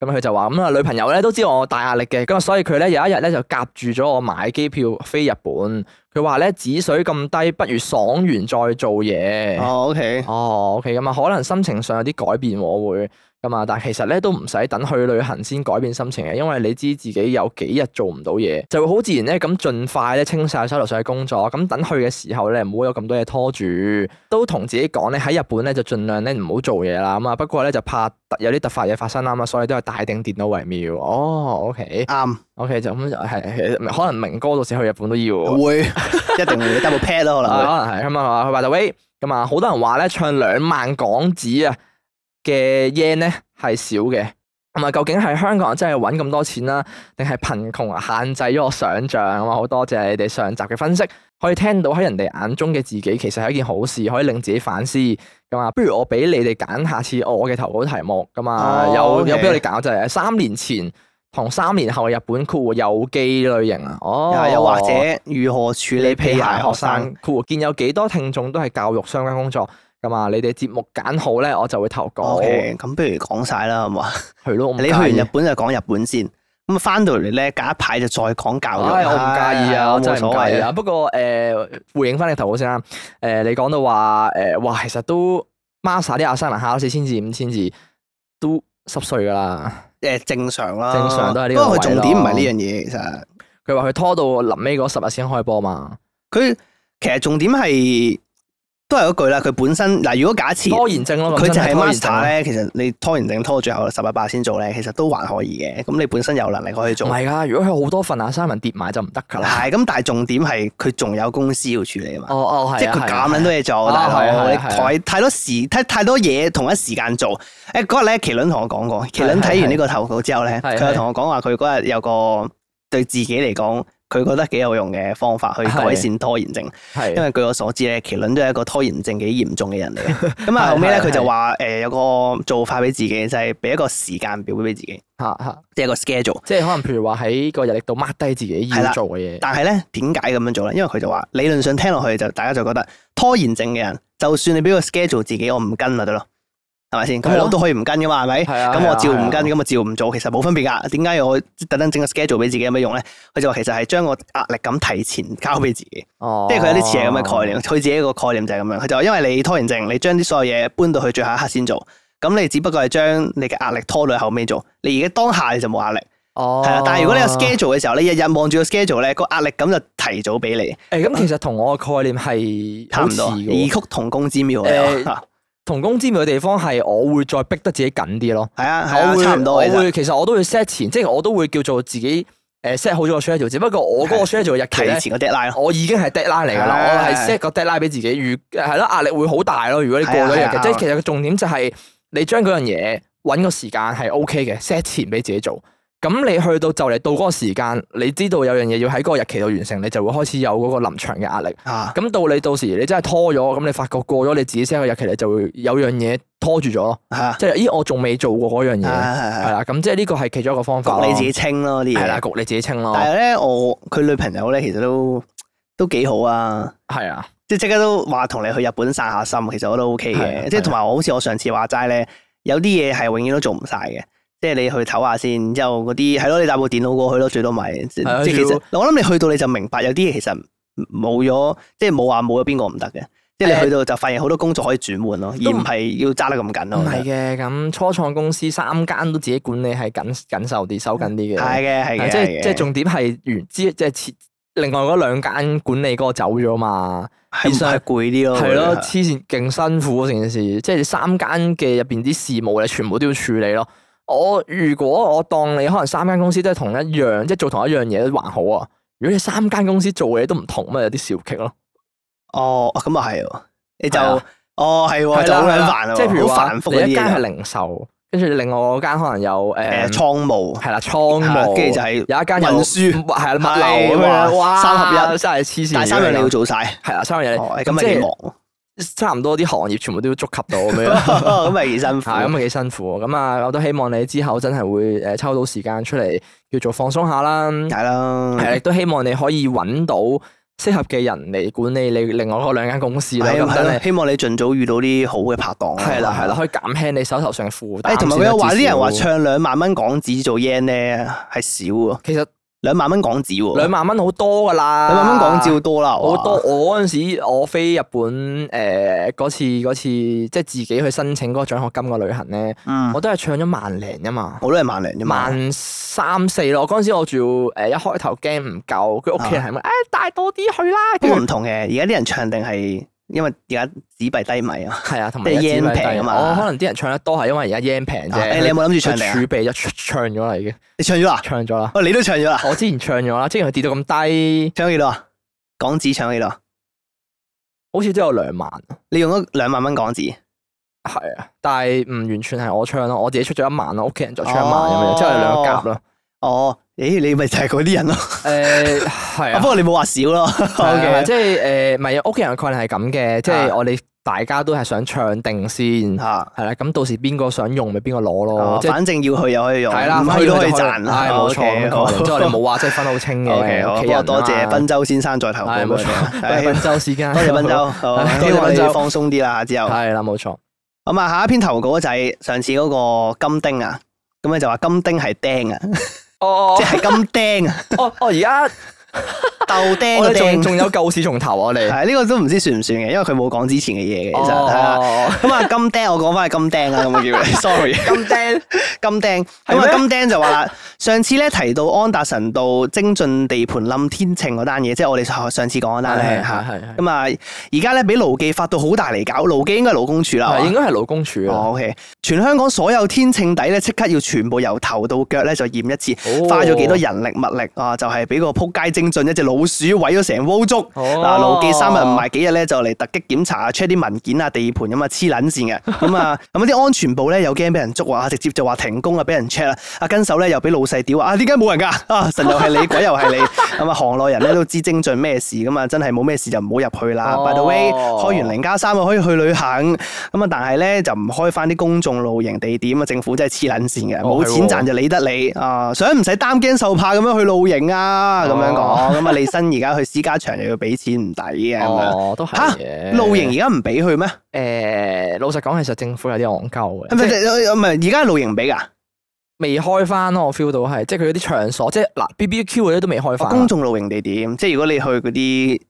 Speaker 1: 咁佢就話咁啊，女朋友咧都知我大壓力嘅，咁啊，所以佢咧有一日咧就夾住咗我買機票飛日本。佢話咧止水咁低，不如爽完再做嘢。
Speaker 3: 哦，OK，
Speaker 1: 哦，OK，咁啊，可能心情上有啲改變我會咁啊，但係其實咧都唔使等去旅行先改變心情嘅，因為你知自己有幾日做唔到嘢，就會好自然咧咁盡快咧清晒手頭上嘅工作，咁等去嘅時候咧唔好有咁多嘢拖住，都同自己講咧喺日本咧就盡量咧唔好做嘢啦，咁啊不過咧就怕突有啲突發嘢發生啦嘛，所以都係帶定電腦為妙。哦，OK，OK、
Speaker 3: 啱，
Speaker 1: 就咁就係可能明哥到時去日本都要喎。
Speaker 3: 會 一定會 double pad 咯，可能會。
Speaker 1: 啊可能係咁啊，佢話就喂，咁啊，好多人話咧唱兩萬港紙啊，嘅 yen 咧係少嘅。同埋究竟係香港人真係揾咁多錢啦，定係貧窮限制咗我想像啊嘛？好多謝你哋上集嘅分析，可以聽到喺人哋眼中嘅自己其實係一件好事，可以令自己反思咁啊。不如我俾你哋揀下次我嘅投稿題目咁啊，
Speaker 3: 哦
Speaker 1: 有
Speaker 3: OK
Speaker 1: 有俾我哋揀就係三年前同三年後嘅日本酷有機類型啊，哦，
Speaker 3: 又或者如何處理
Speaker 1: 你
Speaker 3: 屁
Speaker 1: 屁
Speaker 3: 鞋
Speaker 1: 鞋
Speaker 3: 學
Speaker 1: 學
Speaker 3: 生
Speaker 1: 生，酷見有幾多聽眾都係教育相關工作咁啊？你哋節目揀好咧，我就會投稿。
Speaker 3: ？OK，咁不如講晒啦，好唔好啊？
Speaker 1: 係咯，我唔
Speaker 3: 你去
Speaker 1: 介
Speaker 3: 完
Speaker 1: 意
Speaker 3: 日本就講日本先，咁翻到嚟咧隔一排就再講教育。
Speaker 1: 唉，我唔介
Speaker 3: 唉
Speaker 1: 意啊，我真係
Speaker 3: 哎冇
Speaker 1: 唔
Speaker 3: 所謂
Speaker 1: 介意啊。不過誒，呃回應翻你頭稿先啦。誒，你講到話誒，呃哇，其實都 master 啲阿生嚟啊考四千字、五千字都濕碎㗎啦。
Speaker 3: 誒正常啦，
Speaker 1: 正常都係呢個
Speaker 3: 不過佢重點唔係呢
Speaker 1: 位
Speaker 3: 樣嘢，其實
Speaker 1: 佢話佢拖到臨尾嗰十日先開波嘛，
Speaker 3: 佢其實重點係都係嗰句啦。佢本身嗱，如果假設
Speaker 1: 拖延症咯，咁
Speaker 3: 佢就
Speaker 1: 真
Speaker 3: 係
Speaker 1: 拖延症啊
Speaker 3: master 咧，其實你拖延症拖到最後十一八先做咧，其實都還可以嘅。咁你本身有能力可以
Speaker 1: 唔
Speaker 3: 做，
Speaker 1: 係㗎，如果佢好多份阿生文跌埋就唔得㗎啦。
Speaker 3: 係咁，但係重點係佢仲有公司要處理啊嘛。
Speaker 1: 哦哦，係啊
Speaker 3: 即係佢咁撚多嘢做，
Speaker 1: 啊
Speaker 3: 大
Speaker 1: 係
Speaker 3: 佬
Speaker 1: 啊
Speaker 3: 你
Speaker 1: 係啊係啊
Speaker 3: 太太多時太太多嘢同一時間做。誒嗰日咧，麒麟同我講過，麒麟睇完呢個投稿之後咧，
Speaker 1: 係係
Speaker 3: 佢又同我講話，佢嗰日有個對自己嚟講，佢覺得幾有用嘅方法去改善拖延症。
Speaker 1: 係啊
Speaker 3: 因為據我所知咧，麒麟都係一個拖延症幾嚴重嘅人嚟嘅。 咁啊後尾咧，
Speaker 1: 係係
Speaker 3: 佢就話誒有個做法俾自己，就係俾一個時間表俾自己，
Speaker 1: 嚇嚇，
Speaker 3: 即係一個 schedule。
Speaker 1: 即係可能譬如話喺個日曆度 mark 低自己
Speaker 3: 係啦
Speaker 1: 要做嘅嘢。
Speaker 3: 但係咧，點解咁樣做咧？因為佢就話理論上聽落去就大家就覺得拖延症嘅人，就算你俾個 schedule 自己，我唔跟咪得咯，係咪先？
Speaker 1: 係
Speaker 3: 咁
Speaker 1: 咯
Speaker 3: 我都可以唔跟噶嘛，係咪？
Speaker 1: 係啊
Speaker 3: 咁我照
Speaker 1: 係
Speaker 3: 唔
Speaker 1: 啊
Speaker 3: 跟，
Speaker 1: 係
Speaker 3: 咁我照唔做，其實冇分別㗎。點解我特登整個 schedule 俾自己有咩用咧？佢就話其實係將個壓力咁提前交俾自己，
Speaker 1: 哦
Speaker 3: 即係佢有啲似係咁嘅概念。佢自己個概念就係咁樣，佢就話因為你拖延症，你將啲所有嘢搬到去最後一刻先做，咁你只不過係將你嘅壓力拖到去後尾做，你而家當下你就冇壓力。
Speaker 1: 哦，
Speaker 3: 係啦，但係如果你有 schedule 嘅時候，你日日望住個 schedule 咧，個壓力咁就提早俾你，
Speaker 1: 誒咁其實同我嘅概念係
Speaker 3: 差
Speaker 1: 好
Speaker 3: 唔
Speaker 1: 似
Speaker 3: 多
Speaker 1: 嘅
Speaker 3: 異
Speaker 1: 喎，
Speaker 3: 曲同工之妙嚟
Speaker 1: 誒
Speaker 3: 喎啊嚇
Speaker 1: 同工之妙嘅地方係我會再逼得自己緊啲咯。
Speaker 3: 係啊，係
Speaker 1: 我
Speaker 3: 啊，
Speaker 1: 會
Speaker 3: 差唔多其
Speaker 1: 我
Speaker 3: 實
Speaker 1: 會其實我都會 set 前，即係我都會叫做自己誒 set 好咗個 schedule，只不過我嗰個 schedule 嘅日期
Speaker 3: 提
Speaker 1: 咧，
Speaker 3: 前個 deadline 咯。
Speaker 1: 我已經係 deadline 嚟㗎啦，
Speaker 3: 係
Speaker 1: 我係 set 個 deadline 俾自己，如係咯壓力會好大咯。如果你過咗
Speaker 3: 係
Speaker 1: 日
Speaker 3: 啊係
Speaker 1: 期，
Speaker 3: 啊
Speaker 1: 即係其實個重點就係你將嗰樣嘢揾個時間係 OK 嘅，set 前俾自己做。咁你去到就嚟到嗰個時間，你知道有樣嘢要喺嗰個日期度完成，你就會開始有嗰個臨場嘅壓力。
Speaker 3: 啊，
Speaker 1: 咁到你到時你真係拖咗，咁你發覺過咗你自己 set 個日期，你就會有樣嘢拖住咗咯。
Speaker 3: 係啊，
Speaker 1: 即係咦，我仲未做過嗰樣
Speaker 3: 係
Speaker 1: 嘢，
Speaker 3: 係
Speaker 1: 係
Speaker 3: 係，
Speaker 1: 啦。咁即係呢個係其中一個方法咯
Speaker 3: 焗你自己清咯啲
Speaker 1: 係啦，
Speaker 3: 嘢。
Speaker 1: 焗你自己清咯。
Speaker 3: 但係咧，我佢女朋友咧其實都都幾好啊，
Speaker 1: 係啊，
Speaker 3: 即係即刻都話同你去日本散下心，其實我都 OK
Speaker 1: 係
Speaker 3: 嘅。
Speaker 1: 啊
Speaker 3: 即係
Speaker 1: 係啊
Speaker 3: 同埋我好似我上次話齋咧，有啲嘢係永遠都做唔晒嘅。即係你去唞下先，然之後嗰啲係咯，你帶部電腦過去咯，最多咪即即
Speaker 1: 係啊
Speaker 3: 係其實
Speaker 1: 要
Speaker 3: 我諗你去到你就明白有啲嘢其實冇咗，即係冇話冇咗邊個唔得嘅。即係你
Speaker 1: 誒
Speaker 3: 去到就發現好多工作可以轉換咯，而唔係要揸得咁緊咯。
Speaker 1: 唔
Speaker 3: 我覺
Speaker 1: 係
Speaker 3: 得
Speaker 1: 嘅。咁初創公司三間都自己管理係緊緊守啲、收緊啲嘅。
Speaker 3: 嗯係嘅，係嘅，
Speaker 1: 但係即
Speaker 3: 係
Speaker 1: 係
Speaker 3: 嘅
Speaker 1: 即係重點係原之即係切另外嗰兩間管理嗰個走咗嘛。
Speaker 3: 係唔
Speaker 1: 變相
Speaker 3: 係攰啲咯？
Speaker 1: 係
Speaker 3: 我
Speaker 1: 咯，
Speaker 3: 覺得
Speaker 1: 黐線勁辛苦啊成件事，即係你三間嘅入邊啲事務你全部都要處理咯。我如果我當你可能三間公司都係同一樣，即係做同一樣嘢都還好啊。如果你三間公司做嘅嘢都唔同，咪有啲小棘咯。
Speaker 3: 哦，咁啊係喎，你就
Speaker 1: 係啊
Speaker 3: 哦係喎，
Speaker 1: 係
Speaker 3: 就
Speaker 1: 啦
Speaker 3: 好
Speaker 1: 係
Speaker 3: 撚
Speaker 1: 啦
Speaker 3: 煩啊，
Speaker 1: 即係譬如
Speaker 3: 好
Speaker 1: 話
Speaker 3: 繁複嗰啲
Speaker 1: 你一
Speaker 3: 嘢
Speaker 1: 間係
Speaker 3: 就。
Speaker 1: 零售，跟住另外嗰間可能有
Speaker 3: 誒
Speaker 1: 誒
Speaker 3: 倉務
Speaker 1: 係啦
Speaker 3: 係
Speaker 1: 倉
Speaker 3: 啦
Speaker 1: 務，
Speaker 3: 啊跟住就係
Speaker 1: 有一間有
Speaker 3: 運輸
Speaker 1: 係啦
Speaker 3: 係
Speaker 1: 物流咁
Speaker 3: 哇
Speaker 1: 樣，哇
Speaker 3: 三合一
Speaker 1: 真係黐線。
Speaker 3: 但係三樣你要做晒，
Speaker 1: 係啦，三樣
Speaker 3: 哦
Speaker 1: 嘢
Speaker 3: 咁咪
Speaker 1: 即
Speaker 3: 幾
Speaker 1: 係
Speaker 3: 忙，
Speaker 1: 差唔多啲行業全部都要觸及到咁樣。
Speaker 3: 咁咪幾辛苦。
Speaker 1: 係咁咪幾辛苦喎咁啊！我都希望你之後真係會誒抽到時間出嚟叫做放鬆下啦。
Speaker 3: 係啦，
Speaker 1: 係亦啊都希望你可以揾到適合嘅人嚟管理你另外嗰兩間公司啦。
Speaker 3: 係啊
Speaker 1: 咁
Speaker 3: 係
Speaker 1: 真
Speaker 3: 啦，
Speaker 1: 係
Speaker 3: 希望你盡早遇到啲好嘅拍檔。啊
Speaker 1: 係啦係啦，。可以減輕你手頭上嘅負擔。
Speaker 3: 誒，同埋佢又話啲人話
Speaker 1: 至少
Speaker 3: 唱兩萬蚊港紙做 yen 咧係少喎，
Speaker 1: 其實
Speaker 3: 兩萬蚊港紙喎，
Speaker 1: 兩萬蚊好多噶啦，
Speaker 3: 哦兩萬蚊港紙好多啦，
Speaker 1: 好多
Speaker 3: 哇。
Speaker 1: 我嗰陣時，我飛日本誒嗰、次嗰次，即係自己去申請嗰個獎學金個旅行咧，
Speaker 3: 嗯
Speaker 1: 我，都係唱咗萬零啫嘛，
Speaker 3: 我都係萬零啫嘛。
Speaker 1: 萬三四咯。嗰陣時我仲要誒一開頭驚唔夠，佢屋企人係咁，誒、帶多啲去啦。
Speaker 3: 啊不
Speaker 1: 跟
Speaker 3: 過
Speaker 1: 住
Speaker 3: 唔同嘅，而家啲人唱定係因為而家紙幣低迷啊。
Speaker 1: 係啊，同埋
Speaker 3: 即係
Speaker 1: 一支
Speaker 3: yen
Speaker 1: 咪低
Speaker 3: 平啊嘛
Speaker 1: 哦我可能啲人唱得多係因為而家 yen 平
Speaker 3: 啊誒
Speaker 1: 啫。
Speaker 3: 你有冇諗住
Speaker 1: 佢
Speaker 3: 唱定啊
Speaker 1: 儲備咗 唱咗啦，已經
Speaker 3: 你唱咗啦？
Speaker 1: 唱咗啦。
Speaker 3: 哦，你都唱咗啦？
Speaker 1: 我之前唱咗啦，之前佢跌到咁低，
Speaker 3: 唱咗幾多啊？港紙唱咗幾多啊？
Speaker 1: 好似都有兩萬。
Speaker 3: 你用咗兩萬蚊港紙，
Speaker 1: 係啊，但係唔完全係我唱咯，我自己出咗一晚咯，屋企人就出一晚咁樣，之後兩個夾咯。
Speaker 3: 哦，咦，你咪就係嗰啲人咯。
Speaker 1: 誒係
Speaker 3: 啊
Speaker 1: 啊
Speaker 3: 不，過你冇話少 咯。
Speaker 1: 係
Speaker 3: O
Speaker 1: 啊
Speaker 3: K，
Speaker 1: 即係誒，唔係屋企人嘅概念係咁嘅，即
Speaker 3: 啊
Speaker 1: 係我哋大家都係想唱定先。
Speaker 3: 嚇，
Speaker 1: 係啦，咁到時邊個想用咪邊個攞
Speaker 3: 哦
Speaker 1: 咯，即係
Speaker 3: 反正要去又可以用，
Speaker 1: 係啦，
Speaker 3: 唔
Speaker 1: 可
Speaker 3: 去
Speaker 1: 以
Speaker 3: 都可以
Speaker 1: 就
Speaker 3: 賺。
Speaker 1: 係 冇錯咁講，然之後我哋 冇話即係分得好清
Speaker 3: O K，
Speaker 1: 嘅
Speaker 3: 好，
Speaker 1: 屋
Speaker 3: 不
Speaker 1: 企
Speaker 3: 過
Speaker 1: 人
Speaker 3: 多謝
Speaker 1: 賓
Speaker 3: 賓州先生在投稿
Speaker 1: 係
Speaker 3: 俾我
Speaker 1: 冇
Speaker 3: 哋
Speaker 1: 錯，
Speaker 3: 係
Speaker 1: 係賓州時間，
Speaker 3: 多謝賓州，好
Speaker 1: 係
Speaker 3: 希
Speaker 1: 多謝
Speaker 3: 望你
Speaker 1: 賓州
Speaker 3: 放鬆啲啦，之後。
Speaker 1: 係啦冇錯，
Speaker 3: 咁啊，下一篇投稿就係上次嗰個金丁啊，咁咧就話金丁係釘啊，
Speaker 1: 哦
Speaker 3: 即係金釘 啊，
Speaker 1: 哦哦，而家
Speaker 3: 豆釘
Speaker 1: 我
Speaker 3: 個
Speaker 1: 哋仲
Speaker 3: 釘。
Speaker 1: 仲有舊事重頭啊，我哋
Speaker 3: 係呢個都唔知算唔算嘅，因為佢冇講之前嘅嘢嘅，其實係啊。
Speaker 1: 哦，
Speaker 3: 咁啊，金釘我講翻係金釘啊啦，咁我叫你，sorry。
Speaker 1: 咁釘
Speaker 3: 金釘，咁
Speaker 1: 係咩
Speaker 3: 啊金釘就話啦， 上次咧提到安達臣道精進地盤冧天秤嗰單嘢，即係我哋上次講嗰單咧嚇。
Speaker 1: 係係
Speaker 3: 咁啊，而家咧俾勞記發到好大嚟搞，勞記應該係勞工處啦。係
Speaker 1: 係
Speaker 3: 嘛
Speaker 1: 應該係勞工處
Speaker 3: 哦
Speaker 1: 啊，
Speaker 3: ，OK，全香港所有天秤底咧，即刻要全部由頭到腳咧就驗一次，
Speaker 1: 哦
Speaker 3: 花咗幾多人力物力啊？就係俾個撲街精進一隻老鼠毀咗成鍋粥。
Speaker 1: 哦
Speaker 3: 嗱，勞記三日唔埋幾日咧，就嚟突擊檢查啊，check 啲文件啊、地盤咁啊，黐撚線嘅。咁啊， 咁啲安全部咧又驚俾人捉啊，直接就話停工啊，俾人 check 啦。啊，跟手咧又俾老細屌啊，啊點解冇人㗎？啊， 神又係你，鬼又係你。咁啊，行內人咧都知精進咩事咁啊，真係冇咩事就唔好入去啦。
Speaker 1: 哦
Speaker 3: By the way，開完零加三啊，可以去旅行。咁啊，但係咧就唔開翻啲公眾露營地點啊，政府真係黐撚線嘅，冇
Speaker 1: 哦
Speaker 3: 錢
Speaker 1: 係喎
Speaker 3: 賺就理得你啊，想唔使擔驚受怕咁樣去露營啊，咁樣
Speaker 1: 哦
Speaker 3: 講，咁啊李新而家去私家場又要俾錢唔抵嘅咁樣。
Speaker 1: 哦都
Speaker 3: 嚇
Speaker 1: 係嘅
Speaker 3: 露營而家唔俾去咩？
Speaker 1: 誒，呃老實講，其實政府有啲戇鳩
Speaker 3: 唔
Speaker 1: 嘅，即係
Speaker 3: 係唔係，而家露營唔俾㗎，
Speaker 1: 未開翻咯，我 feel 到係，即係佢嗰啲場所，即係嗱 BBQ 嗰啲都未開翻。
Speaker 3: 公眾露營地點，即係如果你去嗰啲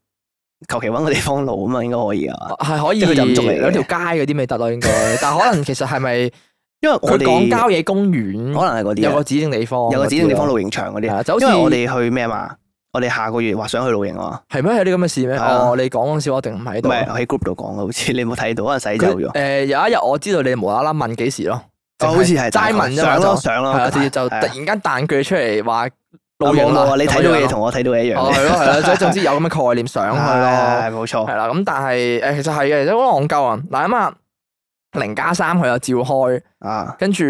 Speaker 3: 求其揾個地方露咁啊，應該可以啊。
Speaker 1: 係可以
Speaker 3: 即係佢就唔捉你嘅
Speaker 1: 兩條街嗰啲咪得咯，應該。但係可能其實係咪
Speaker 3: 因為我
Speaker 1: 佢講
Speaker 3: 哋
Speaker 1: 郊野公園
Speaker 3: 可能係嗰啲
Speaker 1: 有個
Speaker 3: 啊
Speaker 1: 指定地方，
Speaker 3: 有個指定地方露營場嗰
Speaker 1: 係啊就
Speaker 3: 啲，
Speaker 1: 好似
Speaker 3: 因為我哋去咩嘛，我哋下個月話想去露營啊嘛。
Speaker 1: 係咩？有啲咁嘅事咩？
Speaker 3: 係啊
Speaker 1: 哦，你講嗰陣時我一定唔喺
Speaker 3: 唔
Speaker 1: 度。啊
Speaker 3: 係我喺 group 度講嘅，好似你冇睇到，可能啊洗走
Speaker 1: 佢
Speaker 3: 咗。
Speaker 1: 誒有一日我知道你無啦啦問幾時咯，
Speaker 3: 哦，好似係
Speaker 1: 齋問啫嘛
Speaker 3: 上
Speaker 1: 就
Speaker 3: 咯上
Speaker 1: 係
Speaker 3: 咯，
Speaker 1: 啊，直接就突
Speaker 3: 係啊
Speaker 1: 然間彈句出嚟話露
Speaker 3: 啊
Speaker 1: 營
Speaker 3: 冇
Speaker 1: 啦
Speaker 3: 啊！你睇到嘅嘢
Speaker 1: 咁樣
Speaker 3: 同我睇到嘅一樣
Speaker 1: 咯哦
Speaker 3: 嘅，
Speaker 1: 係咯係咯，即係總之有咁嘅概念上去咯。
Speaker 3: 係啊冇錯，
Speaker 1: 係啦，咁但係誒其實係嘅，即係好戇鳩啊！嗱咁啊，零加三佢又照開。
Speaker 3: 啊
Speaker 1: 跟住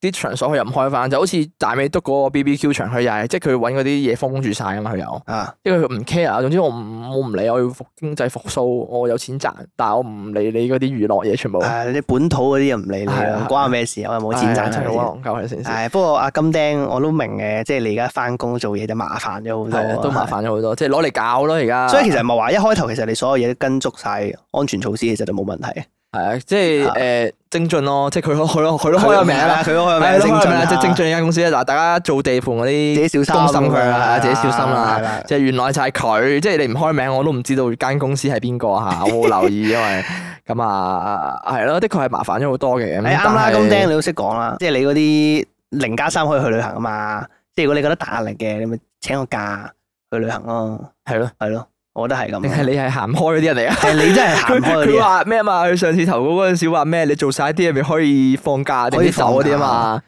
Speaker 1: 啲場所佢又唔開翻，就好似大美督嗰個 BBQ 場，佢又係即係佢揾嗰啲嘢封住晒啊嘛，佢又
Speaker 3: 啊
Speaker 1: 即係佢唔 care 啊。總之我唔我唔理，我要復經濟復甦，我有錢賺，但係我唔理你嗰啲娛樂嘢全部。
Speaker 3: 係你本土嗰啲又唔理你
Speaker 1: 係
Speaker 3: 啦
Speaker 1: 啊，
Speaker 3: 關我咩事啊？我又冇錢
Speaker 1: 唉
Speaker 3: 賺
Speaker 1: 真係
Speaker 3: 係
Speaker 1: 好戇鳩嘅先
Speaker 3: 咪先。係不過阿金釘我都明嘅，即係你而家翻工做嘢就麻煩咗好
Speaker 1: 係啊
Speaker 3: 多，
Speaker 1: 都麻。煩咗好多，即係攞嚟搞咯而家。
Speaker 3: 所以其實咪話一開頭其實你所有嘢都跟足晒安全措施，其實就冇問題。
Speaker 1: 係啊，即係
Speaker 3: 啊
Speaker 1: 誒精進咯，即係佢佢佢都開咗名啦，
Speaker 3: 佢都開咗
Speaker 1: 係啊
Speaker 3: 名，
Speaker 1: 都開咗名啦，
Speaker 3: 啦
Speaker 1: 即係精進呢間公司咧。嗱，大家做地盤嗰啲
Speaker 3: 自己小心
Speaker 1: 公心佢啦，係啊自己小心
Speaker 3: 係
Speaker 1: 啦
Speaker 3: 啦。
Speaker 1: 即係原來就係佢，即係你唔開名我都唔知道間公司係邊個 嚇，我冇留意，因為咁啊係咯，的確係麻煩咗好多嘅。咁
Speaker 3: 你哎啱啦，
Speaker 1: 但係
Speaker 3: 咁釘你都識講啦，即係你嗰啲零加三可以去旅行啊嘛，即係如果你覺得大壓力嘅，你咪請個假去旅行咯，
Speaker 1: 係咯，
Speaker 3: 係咯，我覺得係咁。
Speaker 1: 定係你係行唔開嗰啲人嚟啊？
Speaker 3: 係你真係行
Speaker 1: 佢
Speaker 3: 唔開嗰啲
Speaker 1: 佢
Speaker 3: 啊，
Speaker 1: 話咩啊嘛？佢上次投稿嗰陣時話咩？你做晒啲嘢咪可以放假定
Speaker 3: 可以
Speaker 1: 啲走嗰啲啊嘛？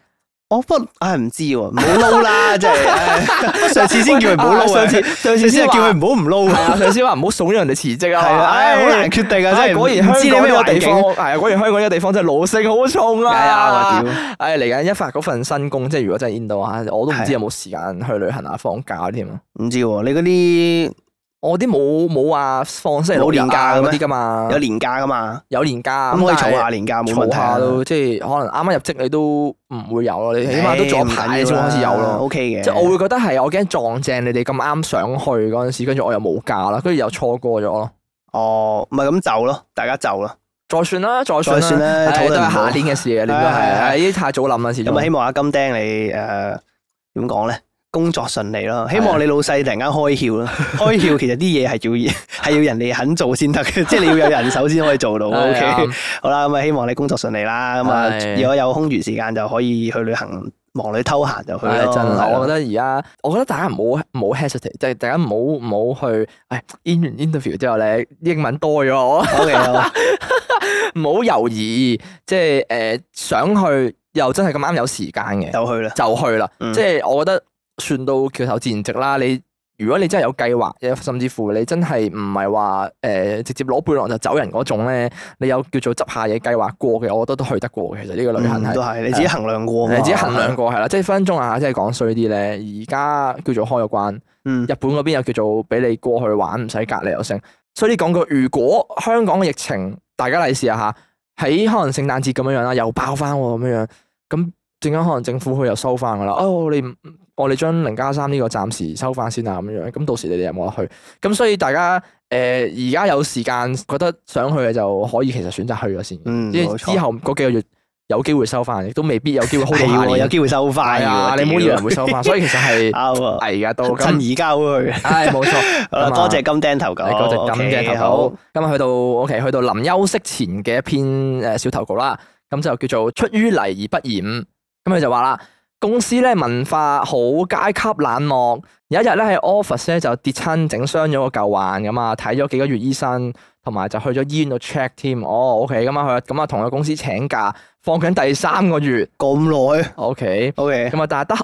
Speaker 3: 我不唉唔知喎，唔好撈 啦，真係唉。上次先叫佢唔好撈
Speaker 1: 啊
Speaker 3: 啊，
Speaker 1: 上次上次
Speaker 3: 先
Speaker 1: 先
Speaker 3: 係
Speaker 1: 話
Speaker 3: 叫佢唔好唔撈
Speaker 1: 係
Speaker 3: 啊，
Speaker 1: 啊，上次話唔好慫恿人哋辭職啊嘛。
Speaker 3: 係啊，唉，好
Speaker 1: 唉
Speaker 3: 難決定啊，
Speaker 1: 唉
Speaker 3: 真係
Speaker 1: 果然香
Speaker 3: 唔知你
Speaker 1: 港
Speaker 3: 咩
Speaker 1: 呢個
Speaker 3: 環
Speaker 1: 地
Speaker 3: 境
Speaker 1: 方，。係啊，果然香港呢個地方真係奴性好重啊！
Speaker 3: 係啊，我屌！
Speaker 1: 唉，嚟緊一發嗰份新工，即係如果真係 in 到啊，我都唔
Speaker 3: 係
Speaker 1: 知有冇時間去旅行啊、放假添啊！
Speaker 3: 唔知喎，你嗰啲
Speaker 1: 我啲冇冇話放星期六
Speaker 3: 冇
Speaker 1: 日
Speaker 3: 年假
Speaker 1: 啊
Speaker 3: 嘅咩
Speaker 1: 嗰啲噶嘛，
Speaker 3: 有年假噶嘛，
Speaker 1: 有年假
Speaker 3: 咁可以
Speaker 1: 但
Speaker 3: 儲
Speaker 1: 係
Speaker 3: 下年假冇問
Speaker 1: 儲
Speaker 3: 題
Speaker 1: 下
Speaker 3: 啊。
Speaker 1: 咯，即係可能啱啱入職你都唔會有咯，你起碼都做一
Speaker 3: 啊
Speaker 1: 排先開始有咯。
Speaker 3: O K 嘅。
Speaker 1: 即係我會覺得係我驚撞正你哋咁啱想去嗰陣時，跟住我又冇假啦，跟住又錯過咗咯。
Speaker 3: 哦，咪咁就咯，大家就咯。
Speaker 1: 再算啦，再
Speaker 3: 再
Speaker 1: 算
Speaker 3: 算啦
Speaker 1: 唉
Speaker 3: 討論
Speaker 1: 都
Speaker 3: 唔
Speaker 1: 係
Speaker 3: 好
Speaker 1: 下年嘅事嚟，啊你都
Speaker 3: 係係
Speaker 1: 係，
Speaker 3: 係
Speaker 1: 唉呢啲太早諗啦，始
Speaker 3: 咁啊，希
Speaker 1: 終。
Speaker 3: 望阿金釘你誒點講咧？工作順利
Speaker 1: 啊
Speaker 3: 咯，希望你老細突然間開竅 啦。開竅其實啲嘢係要係要人哋肯做先得 嘅，即係你要有人手先可以做到。O
Speaker 1: 係啊
Speaker 3: K，好啦，咁啊，希望你工作順利啦。咁啊，
Speaker 1: 係
Speaker 3: 如果有空餘時間就可以去旅行，忙裏偷閒就去
Speaker 1: 唉
Speaker 3: 咯。
Speaker 1: 真
Speaker 3: 係
Speaker 1: 係，啊
Speaker 3: 咯
Speaker 1: 我覺得而家，我覺得大家唔好唔好 hesitate，即係大家唔好唔好去，唉，in 完 interview 之後咧，英文多咗，我
Speaker 3: O K 好
Speaker 1: 唔好猶豫，即係誒、呃想去又真係咁啱有時間嘅，
Speaker 3: 就去啦。
Speaker 1: 就去啦。
Speaker 3: 嗯
Speaker 1: 即係我覺得算到橋頭自然直啦，你如果你真係有計劃，甚至乎你真係唔係話誒直接攞背囊就走人嗰種咧，你有叫做執下嘢計劃過嘅，我覺得都去得過嘅。其實呢個 旅行
Speaker 3: 嗯
Speaker 1: 係
Speaker 3: 都。係你自己衡量過嘛，
Speaker 1: 你自己衡量過係啦，即係分分鐘啊！即係講衰啲咧，而家叫做開咗關，
Speaker 3: 嗯，
Speaker 1: 日本嗰邊又叫做俾你過去玩，唔使隔離又剩。所以啲講句，如果香港嘅疫情，大家嚟試下嚇，喺可能聖誕節咁樣樣啦，又爆翻喎咁樣樣，咁陣間可能政府佢又收翻噶啦。哦，你唔我哋將零加三呢個暫時收翻先啊，咁樣樣。咁到時你哋有冇得去？咁所以大家呃誒而家有時間覺得想去嘅就可以，其實選擇去咗先。
Speaker 3: 嗯
Speaker 1: 因為
Speaker 3: 冇錯
Speaker 1: 之後嗰幾個月有機會收翻，亦都未必有機會 hold
Speaker 3: 係
Speaker 1: 到下
Speaker 3: 喎，有
Speaker 1: 年。
Speaker 3: 機會收翻
Speaker 1: 係啊，
Speaker 3: 㗎喎
Speaker 1: 你唔好以為
Speaker 3: 屌
Speaker 1: 會收翻，所以其實係
Speaker 3: 啱 啊
Speaker 1: 危㗎都。咁
Speaker 3: 趁而家去。
Speaker 1: 唉，冇錯，
Speaker 3: 好啦
Speaker 1: 咁啊
Speaker 3: 多謝金釘頭狗，
Speaker 1: 係嗰隻咁嘅
Speaker 3: OK，
Speaker 1: 投
Speaker 3: 好
Speaker 1: 稿。哦咁啊，去到 OK，去到臨休息前嘅一篇誒小投稿啦。咁就叫做出淤泥而不染。咁佢就話啦，公司咧文化好階級冷漠。有一日咧喺 office 咧就跌親整傷咗個舊患咁啊，睇咗幾個月醫生，同埋就去咗醫院度 check 添。哦，OK，咁啊佢咁啊同個公司請假，放緊第三個月。
Speaker 3: 咁耐
Speaker 1: OK，
Speaker 3: ，OK，
Speaker 1: 咁啊但係得。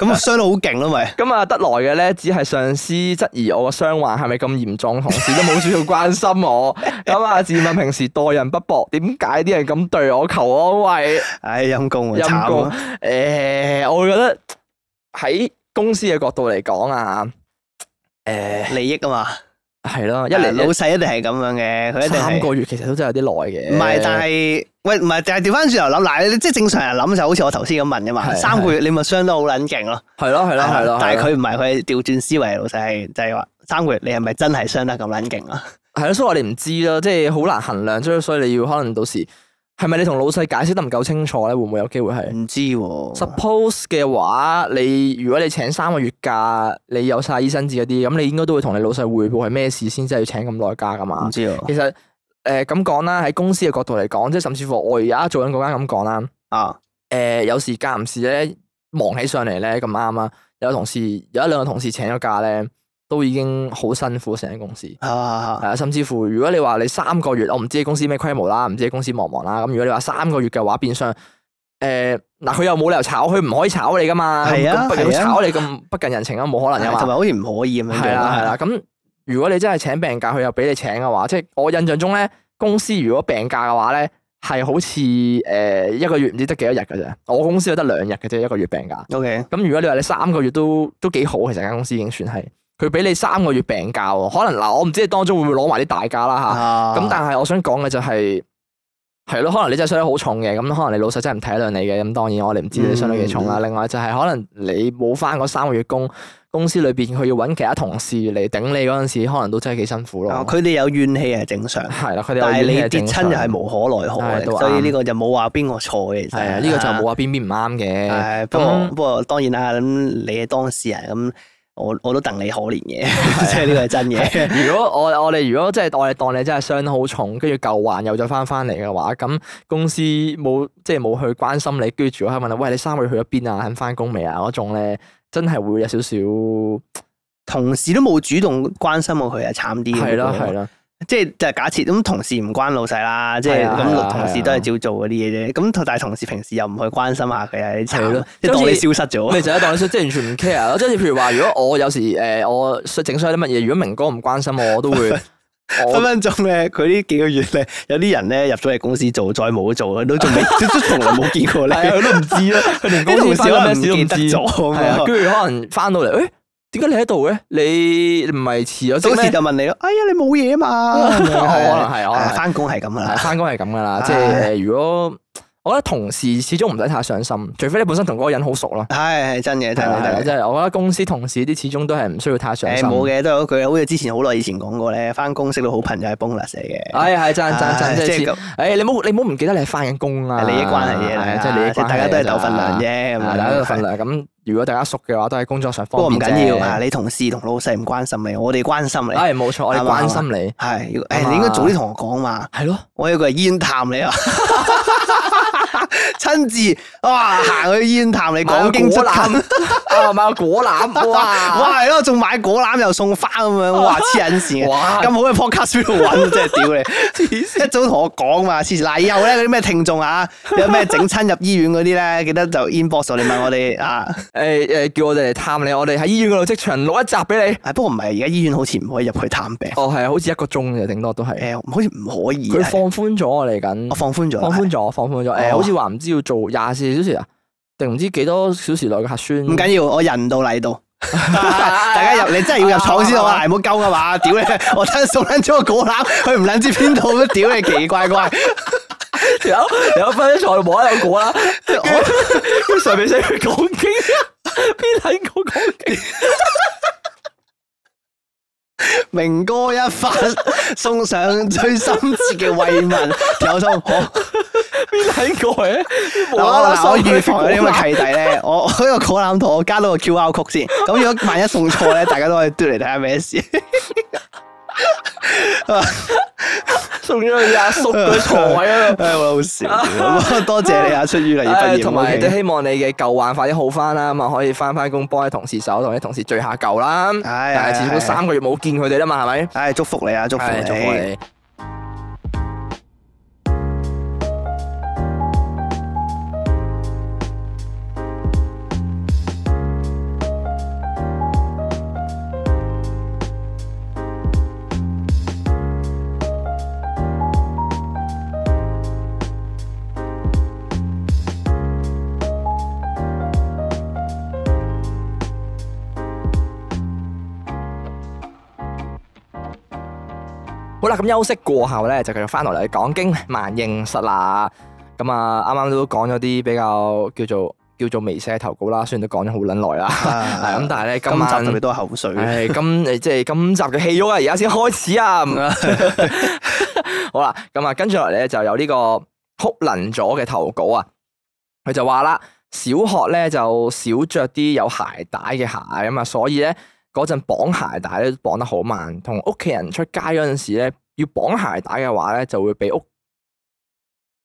Speaker 3: 咁啊傷到好勁啦，咪
Speaker 1: 咁啊，得來嘅咧，只係上司質疑我個傷患係咪咁嚴重，同事都冇少少關 心我。咁啊，自問平時待人不薄，點解啲人咁對我求安慰？
Speaker 3: 唉陰公啊，
Speaker 1: 陰
Speaker 3: 慘
Speaker 1: 公
Speaker 3: 啊，
Speaker 1: 誒、我會覺得喺公司嘅角度嚟講啊，誒
Speaker 3: 利益啊嘛，啊
Speaker 1: 係咯，一嚟
Speaker 3: 老細一定係咁樣嘅，佢一定
Speaker 1: 三
Speaker 3: 係。
Speaker 1: 個月其實都真係有啲耐嘅。
Speaker 3: 唔係，但係喂，唔係，但係調翻轉頭諗，嗱，你即係正常人諗就好似我頭先咁問噶嘛，
Speaker 1: 係
Speaker 3: 三個月你咪傷得好撚勁咯，
Speaker 1: 係咯係咯係咯，
Speaker 3: 但係
Speaker 1: 佢
Speaker 3: 佢唔係，佢係調轉思維，老細係就係話三個月你係咪真係傷得咁撚勁啊？
Speaker 1: 係咯，所以我哋唔知咯，即係好難衡量，所以所以你要可能到時係咪你同老細解釋得唔夠清楚咧？會唔會有機會係？
Speaker 3: 唔知喎，
Speaker 1: Suppose 嘅話，你如果你請三個月假，你有晒醫生紙嗰啲，咁你應該都會同你老細匯報係咩事先至係要請咁耐假噶嘛
Speaker 3: 唔。知喎，
Speaker 1: 其實誒咁講啦，喺公司嘅角度嚟講，即係甚至乎我而家做緊嗰間咁講啦，誒、
Speaker 3: 啊，
Speaker 1: 有時間唔時咧忙起上嚟咧咁啱啦，有同事有一兩個同事請咗假咧，都已經好辛苦成間公司。
Speaker 3: 啊啊
Speaker 1: 係啊，甚至乎如果你話你三個月，我唔知你公司咩規模啦，唔知你公司忙唔忙啦。咁如果你話三個月嘅話，變相誒嗱，佢又冇理由炒，佢唔可以炒你噶嘛。
Speaker 3: 係啊
Speaker 1: 咁畢竟
Speaker 3: 係啊
Speaker 1: 炒你咁不近人情啊，冇可能
Speaker 3: 係
Speaker 1: 噶
Speaker 3: 同埋
Speaker 1: 嘛。
Speaker 3: 好似唔可以咁樣啊做
Speaker 1: 係啦係啦，，咁如果你真係請病假，佢又俾你請嘅話，即係我印象中咧，公司如果病假嘅話咧，係好似誒一個月唔知得幾多日嘅啫。我公司就得兩日嘅啫，一個月病假。
Speaker 3: O K，
Speaker 1: 咁如果你話你三個月都都幾好，其實間公司已經算係佢俾你三個月病假喎。可能嗱，我唔知你當中會唔會攞埋啲大假啦吓。
Speaker 3: 啊
Speaker 1: 咁、但係我想講嘅就係係咯，可能你真係傷得好重嘅，咁可能你老細真係唔體諒你嘅。咁當然我哋唔知你傷得幾
Speaker 3: 嗯
Speaker 1: 重啦。另外就係可能你冇翻嗰三個月工，公司裏邊佢要揾其他同事嚟頂你嗰陣時，可能都真係幾辛苦
Speaker 3: 啊
Speaker 1: 咯。
Speaker 3: 佢哋有怨氣係正常，
Speaker 1: 係啦，佢哋
Speaker 3: 但係
Speaker 1: 係
Speaker 3: 你跌親就係無可奈何
Speaker 1: 係都
Speaker 3: 嘅，
Speaker 1: 啱
Speaker 3: 所以呢個就冇話邊個錯嘅，其實
Speaker 1: 係啊，呢個就冇話邊邊唔啱嘅。
Speaker 3: 係，啊不
Speaker 1: 咁
Speaker 3: 過不過當然啦，咁你係當事人，咁我我都戥你可憐
Speaker 1: 啊
Speaker 3: 嘅， 即係呢個係真嘅。
Speaker 1: 如果我我哋如果即係我哋當你真係傷得好重，跟住舊患又再翻翻嚟嘅話，咁公司冇即係冇去關心你，跟住仲喺度問你，喂，你三個月去咗邊啊？肯翻工未啊？嗰種咧，真係會有少少係
Speaker 3: 同事都冇主動關心我，佢係慘啲嘅。
Speaker 1: 啦
Speaker 3: 嗰個
Speaker 1: 係啦，
Speaker 3: 即係就係假設咁同事唔關老細啦，即係
Speaker 1: 係啊係啊
Speaker 3: 咁同事都係照做嗰啲嘢啫。咁但係同事平時又唔去關心下佢啊，你
Speaker 1: 係
Speaker 3: 慘
Speaker 1: 咯，
Speaker 3: 即係當
Speaker 1: 即係好
Speaker 3: 你
Speaker 1: 似
Speaker 3: 消失咗。
Speaker 1: 咪就係當你即係完全唔 care 咯。即係譬如話，如果我有時誒我整衰啲乜嘢，如果明哥唔關心我，我都 會
Speaker 3: 分
Speaker 1: 我
Speaker 3: 分鐘咧，佢呢 幾個月咧，有啲人咧入咗嚟公司做，再冇做， 佢都仲未，都都從來冇見過
Speaker 1: 係啊
Speaker 3: 咧。
Speaker 1: 佢都唔知啦，佢連
Speaker 3: 啲
Speaker 1: 公
Speaker 3: 同
Speaker 1: 司
Speaker 3: 事
Speaker 1: 發
Speaker 3: 可
Speaker 1: 生
Speaker 3: 能唔
Speaker 1: 咩事都唔
Speaker 3: 記得
Speaker 1: 知。
Speaker 3: 咗
Speaker 1: 係
Speaker 3: 啊
Speaker 1: 啊，
Speaker 3: 嘛
Speaker 1: 跟住可能翻到嚟，誒點解你喺度嘅？你唔係辭咗
Speaker 3: 到
Speaker 1: 職咩
Speaker 3: 時？就問 你咯，哎呀，你冇嘢嘛？
Speaker 1: 可能係可能係
Speaker 3: 翻工係咁噶
Speaker 1: 係
Speaker 3: 啦，
Speaker 1: 翻工係咁噶啦，
Speaker 3: 唉
Speaker 1: 即係誒，如果我覺得同事始終唔使太上心，除非你本身同嗰個人好熟咯。
Speaker 3: 係係真嘅真
Speaker 1: 係
Speaker 3: 嘅
Speaker 1: 啦
Speaker 3: 真
Speaker 1: 即
Speaker 3: 嘅。
Speaker 1: 係我覺得公司同事啲始終都係唔需要太上
Speaker 3: 誒
Speaker 1: 心。
Speaker 3: 冇嘅，都有一句，好似之前好耐以前講過咧，翻工識到好朋友係 bonus 嚟嘅。
Speaker 1: 哎係讚讚
Speaker 3: 唉
Speaker 1: 讚，即
Speaker 3: 即係
Speaker 1: 係
Speaker 3: 咁
Speaker 1: 誒你冇你冇唔記得你係翻緊工啊，
Speaker 3: 係利益關係嘢嚟
Speaker 1: 係
Speaker 3: 啦，
Speaker 1: 即係利益
Speaker 3: 即
Speaker 1: 關係
Speaker 3: 係大家都係鬥份量
Speaker 1: 啫
Speaker 3: 啫，咁
Speaker 1: 係
Speaker 3: 樣
Speaker 1: 大家都有份。量。咁如果大家熟嘅話，都喺工作上
Speaker 3: 不
Speaker 1: 方
Speaker 3: 過唔
Speaker 1: 便啫
Speaker 3: 緊要啊，你同事同老細唔關心你，我哋關心你。
Speaker 1: 哎冇錯，我哋
Speaker 3: 啱啊
Speaker 1: 關心你，
Speaker 3: 係，
Speaker 1: 啱啊
Speaker 3: 誒你應該早啲同我講嘛，
Speaker 1: 係咯。
Speaker 3: 我有個係煙探你啊。 親自哇行去醫院探你，
Speaker 1: 買個
Speaker 3: 講經出
Speaker 1: 果籃
Speaker 3: 探。
Speaker 1: 啊，買個 果籃，哇！
Speaker 3: 哇，係咯，仲買果籃又送花咁樣， 哇黐撚線嘅，
Speaker 1: 哇
Speaker 3: 咁好嘅 podcast 邊度揾真係 屌你！一早同我講嘛，黐線。嗱，以後咧嗰啲咩聽眾啊，有咩整親入醫院嗰啲咧，記得就 inbox 我哋問我哋啊。
Speaker 1: 誒誒，叫我哋嚟探你，我哋喺醫院嗰度即場錄一集俾你。
Speaker 3: 啊，不過唔係，而家醫院好似唔可以入去探病，
Speaker 1: 哦，係，好似一個鐘啫，頂多都係。
Speaker 3: 誒，好似唔可以。
Speaker 1: 佢放寬咗啊嚟緊
Speaker 3: 我。放寬咗啦，
Speaker 1: 放寬咗，放寬咗。誒，
Speaker 3: 哦
Speaker 1: 好似話唔知要做廿四小時啊，定唔知幾多小時內嘅核酸。
Speaker 3: 唔緊要，我人到嚟 到。大家入，你真係要入廠先好啊！唔好鳩啊嘛，屌你！我真係送撚咗個果籃，佢唔撚知邊度 咁，屌你奇怪怪！
Speaker 1: 條友有分坐冇得有果啦，跟住上面寫佢講經，邊睇我 講經？
Speaker 3: 明哥一發送上最深切嘅慰問，有心好。
Speaker 1: 邊睇我嘅？無啦
Speaker 3: 嗱，
Speaker 1: 啦
Speaker 3: 我
Speaker 1: 收佢
Speaker 3: 預防嗰啲咁
Speaker 1: 果
Speaker 3: 嘅
Speaker 1: 籃
Speaker 3: 契弟咧，我 我呢個果籃度我加多個 QR code 先。咁如果萬一送錯咧，大家都可以嘟嚟睇下咩事。
Speaker 1: 送咗去阿叔嘅座位嗰度。
Speaker 3: 唉，我好 笑。咁多謝 你啊，出淤泥而不
Speaker 1: 唉
Speaker 3: 染。
Speaker 1: 同埋
Speaker 3: OK
Speaker 1: 都希望你嘅舊患快啲好翻啦，咁啊可以翻翻工幫啲同事手，同啲同事聚下舊啦。
Speaker 3: 唉
Speaker 1: 但係至
Speaker 3: 唉
Speaker 1: 少三個月冇見佢哋啦嘛，係咪？
Speaker 3: 唉，祝福你啊，祝福
Speaker 1: 係，祝福
Speaker 3: 你。
Speaker 1: 你。好啦，咁休息過後咧，就繼續翻落嚟講經萬應室啦。咁啊，啱啱都講咗啲比較叫做叫做微寫投稿啦，雖然都講咗好撚耐啦，係
Speaker 3: 啊
Speaker 1: 咁，但係咧
Speaker 3: 今
Speaker 1: 今
Speaker 3: 集特別
Speaker 1: 晚。
Speaker 3: 多口水。，
Speaker 1: 唉，今誒即係今集嘅戲肉啊，而家先開始啊！ 好啦，咁啊，跟住落嚟咧就有呢個哭能咗嘅投稿啊，佢就話啦，小學咧就少着啲有鞋帶嘅鞋啊嘛，所以咧嗰陣綁鞋帶咧綁得好慢，同屋企人出街嗰陣時咧要綁鞋帶嘅話咧就會俾屋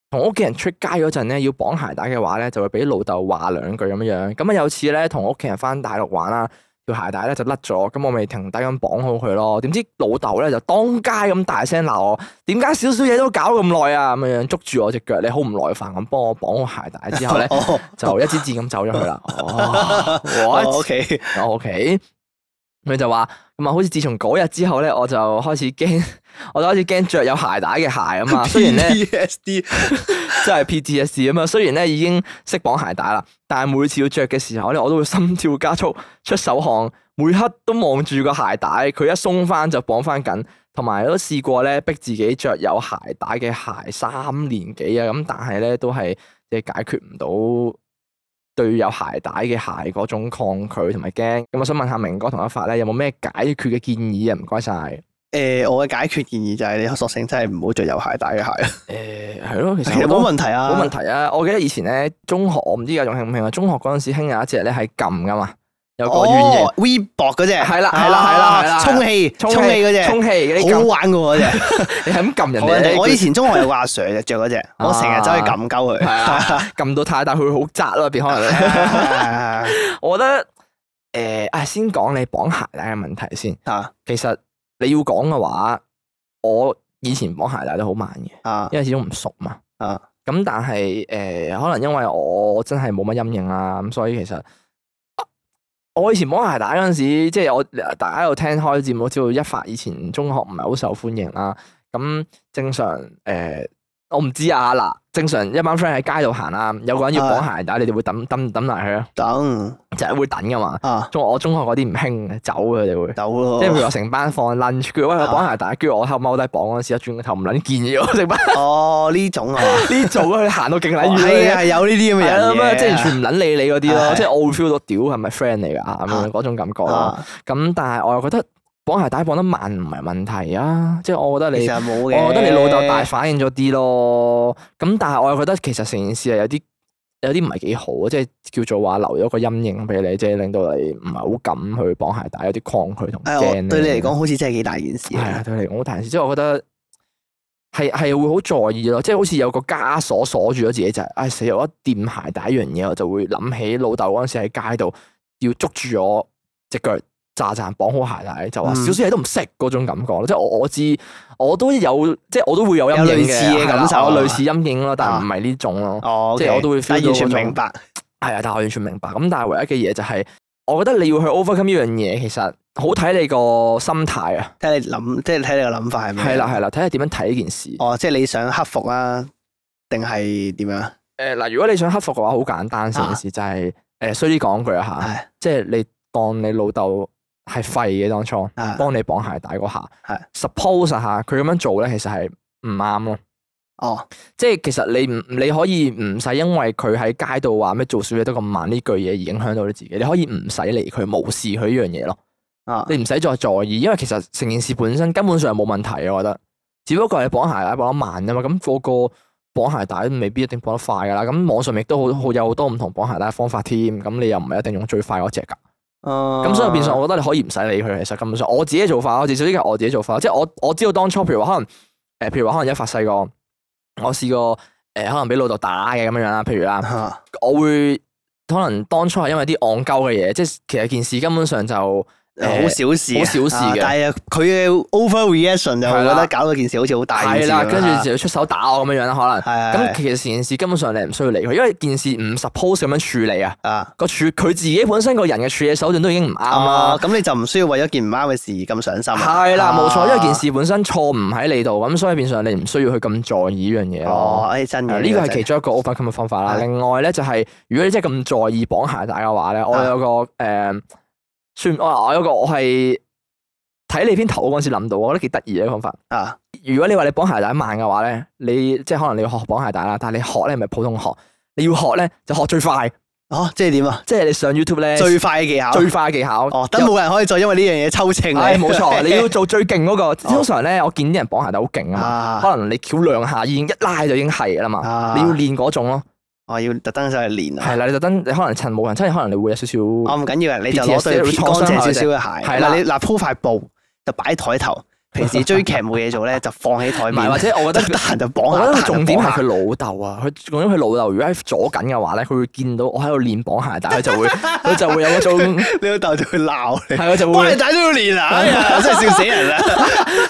Speaker 1: 同屋企人出街嗰陣咧要綁鞋帶嘅話咧就會俾老豆話兩句咁樣樣，咁啊有次咧同屋企人翻大陸玩啦。條鞋帶咧就甩咗，咁我咪停低咁綁好佢咯。點知老豆咧就當街咁大聲鬧我，點解少少嘢都搞咁耐啊？咁樣樣捉住我隻腳，你好唔耐啊煩咁幫我綁好鞋帶之後咧
Speaker 3: 哦
Speaker 1: 就一支箭咁走咗去啦。哦
Speaker 3: 哦
Speaker 1: what？
Speaker 3: ，OK，
Speaker 1: 我 OK，佢就話咁啊，好似自從嗰日之後咧，我就開始驚， 我就開始驚着有鞋帶嘅鞋啊 嘛。雖然咧。
Speaker 3: ，PSD
Speaker 1: 真係 PTSD 啊嘛。雖然咧已經識綁鞋帶啦，但係每次要着嘅時候咧，我都會心跳加速、出手汗，每刻都望住個鞋帶，佢一鬆翻就綁翻緊。同埋都試過咧，逼自己着有鞋帶嘅鞋三年幾啊，咁但係咧都係即係解決唔到對有鞋帶嘅鞋嗰種抗拒同埋驚。咁我想問下明哥同阿發咧，有冇咩解決嘅建議啊？唔該晒。
Speaker 3: 誒，我嘅解決建議就係你索性真係唔好着有鞋帶嘅鞋，
Speaker 1: 誒係咯，其
Speaker 3: 其實
Speaker 1: 好多
Speaker 3: 冇問題啊，
Speaker 1: 冇問題啊！我記得以前咧，中學我唔知而家仲興唔興啊。中學嗰陣時興有一隻咧係撳噶嘛，有個圓形
Speaker 3: 哦，Weibo 嗰只，啊
Speaker 1: 係啦係啦係啦係啦
Speaker 3: 充氣充氣嗰
Speaker 1: 充氣嘅，你
Speaker 3: 只，好好啊
Speaker 1: 撳
Speaker 3: 玩嘅喎嗰
Speaker 1: 你係咁撳 人哋
Speaker 3: 只。
Speaker 1: 咧，
Speaker 3: 我以前中學有個阿 Sir 就着嗰只，我成日走去撳鳩佢。
Speaker 1: 係啊撳到太大，佢會好窄咯，入邊可能。
Speaker 3: 啊
Speaker 1: 我覺得誒啊，先講你綁鞋帶嘅問題先。
Speaker 3: 啊
Speaker 1: 其實你要講嘅話，我以前綁鞋帶都好慢嘅，
Speaker 3: 啊
Speaker 1: 因為始終唔熟嘛。
Speaker 3: 啊！
Speaker 1: 咁但係誒、可能因為我真係冇乜陰影啦，咁所以其實啊我以前摸鞋帶嗰陣時，即係我大家有聽開節目知道一發以前中學唔係好受歡迎啦。咁正常誒、我唔知啊嗱，正常一班 friend 喺街度行啦，有個人要綁鞋帶，你哋會抌抌抌埋佢啊，
Speaker 3: 等
Speaker 1: 就係會等噶嘛。
Speaker 3: 啊，
Speaker 1: 中我中學嗰啲唔興嘅，走嘅佢哋會。
Speaker 3: 走咯
Speaker 1: 即係譬如話成班放 lunch，跟住喂我
Speaker 3: 啊
Speaker 1: 綁鞋帶，跟住我偷踎低綁嗰陣時，一轉個頭唔撚見咗成班
Speaker 3: 哦呢種啊，
Speaker 1: 呢做佢行到勁撚遠
Speaker 3: 係
Speaker 1: 嘅
Speaker 3: 啊，係有呢啲咁嘅
Speaker 1: 係
Speaker 3: 人
Speaker 1: 啦，咁啊
Speaker 3: 嘅，
Speaker 1: 即係完全唔撚理你嗰啲咯，
Speaker 3: 係
Speaker 1: 即係我會 feel 到屌係咪 friend 嚟㗎咁樣嗰種感覺咯。
Speaker 3: 啊，
Speaker 1: 咁但係我又覺得綁鞋帶綁得慢唔係問題啊，即係我覺得
Speaker 3: 其
Speaker 1: 你
Speaker 3: 實，冇嘅。
Speaker 1: 我覺得你老豆大反應咗啲咯。咁但係我又覺得其實成件事係有啲有啲唔係幾好啊，即係叫做話留咗個陰影俾你，即係令到你唔係好敢去綁鞋帶，有啲抗拒同
Speaker 3: 誒，我
Speaker 1: 驚。啊
Speaker 3: 對你嚟講，好似真係幾大件事。
Speaker 1: 係啊，對你嚟講好大件事，即係我覺得係係會好在意咯，即係好似有個枷鎖鎖住咗自己就係、唉死我一掂鞋帶一樣嘢，我就會諗起老豆嗰陣時喺街度要捉住我只腳。炸彈綁好鞋帶，就話
Speaker 3: 嗯
Speaker 1: 少少嘢都唔識嗰種感覺咯，即係我我知我都有，即係我都會有陰
Speaker 3: 有
Speaker 1: 影
Speaker 3: 類似嘅
Speaker 1: 係啦
Speaker 3: 感受
Speaker 1: 我類似陰影咯，但
Speaker 3: 啊
Speaker 1: 係唔係呢種咯。
Speaker 3: 哦，
Speaker 1: 即係我都會 feel
Speaker 3: 但
Speaker 1: 到
Speaker 3: 完全
Speaker 1: 嗰種
Speaker 3: 明白，
Speaker 1: 係啊，但係我完全明白。咁但係唯一嘅嘢就係、我覺得你要去 overcome 呢樣嘢，其實好睇你個心態啊。
Speaker 3: 睇你諗，即係睇你個諗法係咩？啊
Speaker 1: 係啦，係啦，睇你點樣睇呢件事。誒嗱、
Speaker 3: 哦，即係你想克服啊，定係點樣？
Speaker 1: 呃如果你想克服嘅話，好簡單，成
Speaker 3: 啊
Speaker 1: 件事就係、誒衰啲講句啊嚇，
Speaker 3: 係
Speaker 1: 即係你當你老豆係廢嘅當初，
Speaker 3: 啊
Speaker 1: 幫你綁鞋帶嗰下
Speaker 3: 係
Speaker 1: ，suppose 啊嚇佢咁樣做咧，其實係唔啱咯。
Speaker 3: 哦，
Speaker 1: 即係其實你唔你可以唔使因為佢喺街度話咩做少嘢都咁慢呢句嘢而影響到你自己，你可以唔使理佢，無視佢呢樣嘢咯。
Speaker 3: 啊，
Speaker 1: 你唔使再在意，因為其實成件事本身根本上係冇問題嘅，我覺得。只不過係綁鞋帶綁得慢啊嘛，咁個個綁鞋帶未必一定綁得快噶啦。咁網上面亦都好好有好多唔同綁鞋帶嘅方法添，咁你又唔係一定用最快嗰只㗎。咁
Speaker 3: 咁
Speaker 1: 所以變相，我覺得你可以唔使理佢。其實根本上，我自己嘅做法，我至少呢個係我自己做法，即係我我知道當初譬如話可能誒、呃譬如話可能一發細個，我試過誒、呃可能俾老豆打嘅咁樣樣啦，譬如啦。
Speaker 3: 啊
Speaker 1: 我會可能當初係因為啲戇鳩嘅嘢，即係其實件事根本上就
Speaker 3: 好小事啊，
Speaker 1: 好小事
Speaker 3: 啊
Speaker 1: 嘅
Speaker 3: 但係佢嘅 overreaction 就
Speaker 1: 係
Speaker 3: 會
Speaker 1: 啦
Speaker 3: 覺得搞到件事好似好大件
Speaker 1: 係
Speaker 3: 事
Speaker 1: 啦，
Speaker 3: 咁樣
Speaker 1: 跟
Speaker 3: 啊
Speaker 1: 住就要出手打我咁樣樣啦，可
Speaker 3: 係
Speaker 1: 能咁
Speaker 3: 係
Speaker 1: 其實成件事根本上你唔需要理佢，因為件事唔 suppose 咁樣處理啊，
Speaker 3: 啊
Speaker 1: 個處佢自己本身個人嘅處理手段都已經唔啱
Speaker 3: 啊，
Speaker 1: 啦。
Speaker 3: 咁你就唔需要為咗件唔啱嘅事而咁上心啊。
Speaker 1: 係啦，冇錯，因為件
Speaker 3: 啊
Speaker 1: 事本身錯唔喺你度，咁所以變相你唔需要去咁在意呢樣嘢
Speaker 3: 哦，
Speaker 1: 咯。
Speaker 3: 誒真
Speaker 1: 係
Speaker 3: 嘅
Speaker 1: 啊呢個係
Speaker 3: 真
Speaker 1: 其中一個 overcome 嘅方法啦。
Speaker 3: 係
Speaker 1: 另外咧就係，如果你真係咁在意綁鞋帶嘅話
Speaker 3: 啊
Speaker 1: 咧，我有個誒，算我我有個我係睇你篇頭嗰陣時諗到，我覺得幾得意嘅方法。
Speaker 3: 啊
Speaker 1: 如果你話你綁鞋帶慢嘅話咧，你即係可能你要學綁鞋帶啦，但係你學咧唔係普通學，你要學咧就學最快，
Speaker 3: 哦，即係點啊？
Speaker 1: 即係你上 YouTube 咧
Speaker 3: 最快嘅技巧。
Speaker 1: 最快嘅技巧。
Speaker 3: 哦，等冇人可以再因為呢樣嘢抽秤你。哦
Speaker 1: 係 冇錯，你要做最勁嗰個。通常咧，我見啲人綁鞋帶好勁啊嘛，
Speaker 3: 啊
Speaker 1: 可能你翹兩下已經一拉就已經係噶啦嘛。
Speaker 3: 啊
Speaker 1: 你要練嗰種咯，
Speaker 3: 我哦要特登上去練啊。
Speaker 1: 係啦，你特登，你可能趁冇人，真係可能你會有少少
Speaker 3: 我唔緊要啊，你就攞
Speaker 1: BTS
Speaker 3: 對
Speaker 1: 會
Speaker 3: 乾
Speaker 1: 創傷
Speaker 3: 淨
Speaker 1: 害
Speaker 3: 少
Speaker 1: 你
Speaker 3: 少嘅鞋。
Speaker 1: 係
Speaker 3: 係
Speaker 1: 啦
Speaker 3: 啦，你嗱鋪塊布就擺喺台頭。平 時追劇冇嘢做咧，就放喺台
Speaker 1: 唔係，
Speaker 3: 面
Speaker 1: 或。者我覺
Speaker 3: 得
Speaker 1: 得
Speaker 3: 得
Speaker 1: 佢。
Speaker 3: 閒就
Speaker 1: 我
Speaker 3: 綁下。
Speaker 1: 覺得
Speaker 3: 得
Speaker 1: 個
Speaker 3: 閒就
Speaker 1: 重點
Speaker 3: 綁
Speaker 1: 係
Speaker 3: 下
Speaker 1: 佢老豆啊，佢重點佢老豆如果喺左緊嘅話咧，佢會見到我喺度練綁鞋帶，佢就 會佢就會有嗰種
Speaker 3: 你老豆就會鬧你，
Speaker 1: 係佢就
Speaker 3: 幫
Speaker 1: 會
Speaker 3: 你帶都要練啊！哎呀，真係笑死人啦。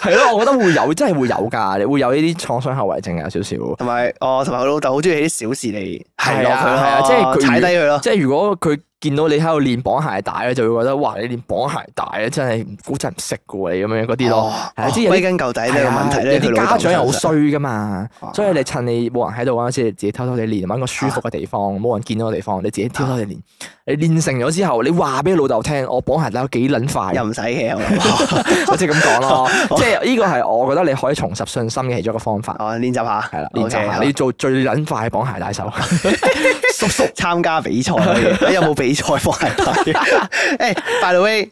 Speaker 1: 係咯，我覺得會有，真係會有㗎，你會有呢啲創傷後遺症啊，有少少。
Speaker 3: 同埋，哦，同埋佢老豆好中意啲小事嚟提落
Speaker 1: 係啊
Speaker 3: 佢
Speaker 1: 係啊
Speaker 3: 咯，
Speaker 1: 即係佢
Speaker 3: 踩低佢咯。
Speaker 1: 即係如果佢見到你喺度練綁鞋帶咧，就會覺得哇，你練綁鞋帶咧真係估真係唔識嘅喎，你咁樣嗰啲咯。
Speaker 3: 哦
Speaker 1: 係啊即係有啲
Speaker 3: 歸根究底呢
Speaker 1: 係
Speaker 3: 個
Speaker 1: 啊
Speaker 3: 問題咧，
Speaker 1: 有啲家長又好衰噶嘛
Speaker 3: 哦，
Speaker 1: 所以你趁你冇人喺度嗰陣時，你自己偷偷地練，揾個舒服嘅地方，冇人見到嘅地方，你自己偷偷地練。
Speaker 3: 哦
Speaker 1: 你練成咗之後，你話俾老豆聽，我綁鞋帶有幾撚快，
Speaker 3: 又唔使嘅，我 諗
Speaker 1: 我即係咁講咯。 即係呢個係我覺得你可以重拾信心嘅其中一個方法。
Speaker 3: 哦，練習下，
Speaker 1: 係啦，練習
Speaker 3: OK，
Speaker 1: 下
Speaker 3: 好
Speaker 1: 你要做最撚快綁鞋帶手。叔叔，
Speaker 3: 參加比賽可以，哎你有冇比賽放鞋 帶？誒，by 哎 the way，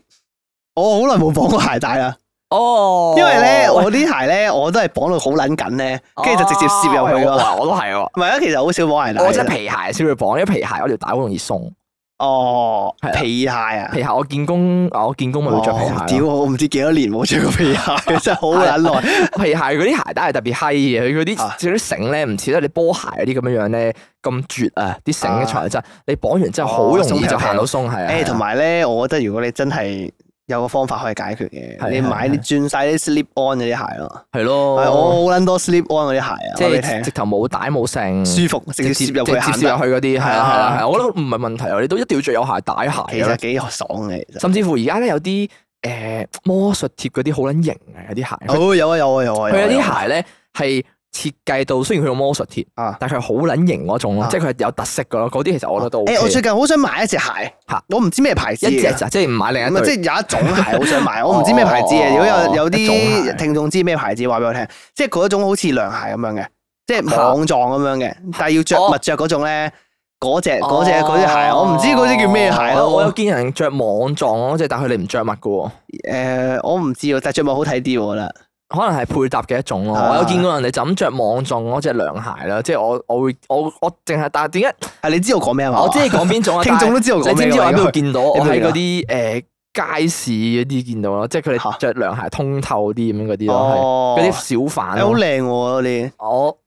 Speaker 3: 我好耐冇綁過鞋帶啦，
Speaker 1: 哦
Speaker 3: 因為咧我啲鞋咧我都係綁到好撚緊咧，跟住就直接攝入去
Speaker 1: 哦
Speaker 3: 咯。
Speaker 1: 哇我都係喎。
Speaker 3: 唔係啊，其實好少綁鞋帶。
Speaker 1: 我真係皮鞋先會綁，因為皮鞋嗰條帶好容易鬆。
Speaker 3: 哦
Speaker 1: 係，啦
Speaker 3: 皮鞋啊
Speaker 1: 皮。鞋我見工，我見工咪會着皮
Speaker 3: 哦
Speaker 1: 鞋
Speaker 3: 屌，
Speaker 1: 咯。
Speaker 3: 我唔知幾多年冇着過皮 鞋，真係好撚耐。
Speaker 1: 皮鞋嗰啲鞋帶係特別閪嘅，佢嗰啲
Speaker 3: 啊
Speaker 1: 嗰啲繩咧唔似得你波鞋嗰啲咁樣樣咧咁絕啊！啲繩嘅材質，你綁完之後好容易就行到鬆係
Speaker 3: 誒，
Speaker 1: 啊。係啊
Speaker 3: 哎同埋咧，我覺得如果你真係有個方法可以解決嘅，
Speaker 1: 係
Speaker 3: 你買啲轉晒啲 slip on 嗰啲鞋咯。係
Speaker 1: 係
Speaker 3: 哎我
Speaker 1: 咯，
Speaker 3: 好撚多 slip on 嗰啲鞋啊，
Speaker 1: 即
Speaker 3: 我俾
Speaker 1: 係
Speaker 3: 你
Speaker 1: 直嗯頭冇帶冇繩，
Speaker 3: 聽，舒服，直接攝入去
Speaker 1: 直
Speaker 3: 行
Speaker 1: 接攝
Speaker 3: 得。
Speaker 1: 入去嗰啲
Speaker 3: 係
Speaker 1: 係啊係
Speaker 3: 啊
Speaker 1: 啊係啊，我覺得唔係問題啊，你都一定要着有鞋帶啊
Speaker 3: 其
Speaker 1: 鞋
Speaker 3: 實
Speaker 1: 嘅。
Speaker 3: 幾爽嘅，其實。
Speaker 1: 甚至乎而家咧有啲誒魔術貼嗰啲好撚型嘅有啲鞋，
Speaker 3: 哦，有啊有啊有啊，
Speaker 1: 佢有
Speaker 3: 啊
Speaker 1: 啲鞋咧係設計到，雖然佢用魔術貼，
Speaker 3: 啊。
Speaker 1: 但係佢係好撚型嗰種咯，
Speaker 3: 啊
Speaker 1: 即係佢係有特色噶咯。嗰啲其實我覺得都 OK
Speaker 3: 誒，我最近好想買一隻鞋
Speaker 1: 嚇，
Speaker 3: 我唔知咩牌子嘅。
Speaker 1: 一隻咋，即係唔買另
Speaker 3: 咁啊，
Speaker 1: 一
Speaker 3: 即係
Speaker 1: 對。
Speaker 3: 有一種鞋好想買，我唔知咩牌子啊
Speaker 1: 哦
Speaker 3: 嘅。如果有有
Speaker 1: 一種鞋
Speaker 3: 啲聽眾知咩牌子，話俾我聽。即係嗰種好似涼鞋咁樣嘅，即係網狀咁樣嘅，但係要着
Speaker 1: 哦
Speaker 3: 襪着嗰種咧，嗰隻嗰隻嗰隻鞋，我唔知嗰隻叫咩鞋
Speaker 1: 哦我我有
Speaker 3: 咯。
Speaker 1: 見人着網狀嗰隻，但係佢哋唔着襪噶喎，
Speaker 3: 誒，我唔知喎，但係着襪好睇啲喎，我覺得。
Speaker 1: 可能係配搭嘅一種咯。
Speaker 3: 啊
Speaker 1: 我有見過人哋就咁着網狀嗰隻涼鞋啦，即係我我會我我淨係，但係點解
Speaker 3: 係你知我講咩啊嘛？
Speaker 1: 我知你講邊種啊？
Speaker 3: 聽眾都知道
Speaker 1: 但係
Speaker 3: 講
Speaker 1: 你
Speaker 3: 咩
Speaker 1: 知唔知我喺邊度見到？我
Speaker 3: 你
Speaker 1: 喺
Speaker 3: 明啊
Speaker 1: 嗰啲誒街市嗰啲見到咯，即係佢
Speaker 3: 嚇
Speaker 1: 哋着涼鞋通透啲咁樣嗰啲咯，
Speaker 3: 哦
Speaker 1: 係嗰啲小販
Speaker 3: 係好
Speaker 1: 咯。
Speaker 3: 靚哎喎嗰啲，
Speaker 1: 我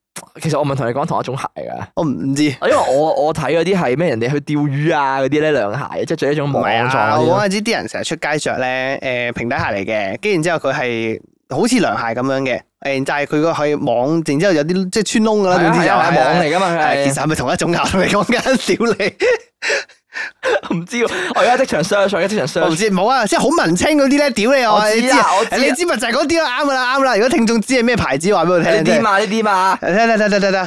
Speaker 1: 其實我唔係同你講同一種鞋㗎。
Speaker 3: 我唔知。
Speaker 1: 因為我我睇嗰啲係咩人哋去釣魚啊嗰啲咧涼鞋，即係着一種
Speaker 3: 唔
Speaker 1: 網
Speaker 3: 係
Speaker 1: 狀
Speaker 3: 啊！
Speaker 1: 嗰啲
Speaker 3: 我
Speaker 1: 咯。
Speaker 3: 嗰陣知啲人成日出街着咧，誒、平底鞋嚟嘅，跟住然之後佢係好似涼鞋咁樣嘅，誒但係佢個係網，然之後有啲即係穿窿噶啦，
Speaker 1: 係啊
Speaker 3: 總之就
Speaker 1: 係啊係網嚟㗎嘛，佢
Speaker 3: 係
Speaker 1: 係
Speaker 3: 其實係咪同一種牙同你講緊屌你？
Speaker 1: 唔知喎，我而家即場 search，我而家即場
Speaker 3: 我唔
Speaker 1: search。
Speaker 3: 知，冇啊，即係好文青嗰啲咧，屌你
Speaker 1: 我
Speaker 3: 你
Speaker 1: 知
Speaker 3: 知
Speaker 1: 啊
Speaker 3: 啊，
Speaker 1: 我知啊
Speaker 3: 你知咪就係嗰啲咯，啱噶啦，啱啦。如果聽眾知係咩牌子，話俾我聽啊
Speaker 1: 呢
Speaker 3: 啫。
Speaker 1: 啲嘛，呢啲嘛，
Speaker 3: 得得得得得得，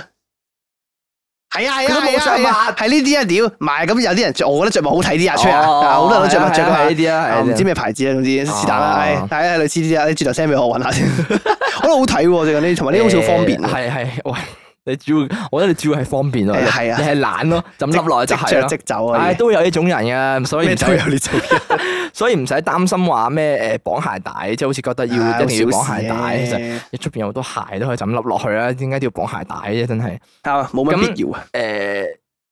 Speaker 3: 係啊係
Speaker 1: 佢
Speaker 3: 啊
Speaker 1: 都冇
Speaker 3: 係啊
Speaker 1: 着
Speaker 3: 係
Speaker 1: 襪
Speaker 3: 啊，係呢啲啊屌，唔係咁有啲人着，我覺得着襪好睇啲啊，出啊，
Speaker 1: 哦
Speaker 3: 好多人都着
Speaker 1: 係啊
Speaker 3: 襪着
Speaker 1: 係
Speaker 3: 㗎
Speaker 1: 啊呢
Speaker 3: 嘛。
Speaker 1: 啲啊，係啊
Speaker 3: 我哎唔知咩牌子啊，總之是但啦，
Speaker 1: 哦
Speaker 3: 唉，大家類似啲啊，你轉頭 send 俾我揾下先， 我覺得好睇喎，最近呢啲，同埋呢啲好似好方便啊
Speaker 1: 誒
Speaker 3: 喎，
Speaker 1: 係係，喂，你主要，我覺得你主要係方便咯。
Speaker 3: 誒係啊
Speaker 1: 你係懶咯，就咁笠落去就
Speaker 3: 即
Speaker 1: 係
Speaker 3: 着
Speaker 1: 咯。
Speaker 3: 即走啊
Speaker 1: 唉，，都有呢種人 嘅，所以
Speaker 3: 咩
Speaker 1: 唔
Speaker 3: 都
Speaker 1: 使
Speaker 3: 有呢種人，
Speaker 1: 所以唔使擔心話咩誒綁鞋帶，即係好似覺 得要
Speaker 3: 唉
Speaker 1: 一定要
Speaker 3: 好小
Speaker 1: 綁
Speaker 3: 事
Speaker 1: 鞋帶，其實
Speaker 3: 嘅
Speaker 1: 你出邊有好多鞋都可以就咁笠落去啦，點解都要綁鞋帶啫？真係
Speaker 3: 啊冇乜
Speaker 1: 咁
Speaker 3: 必要啊，
Speaker 1: 誒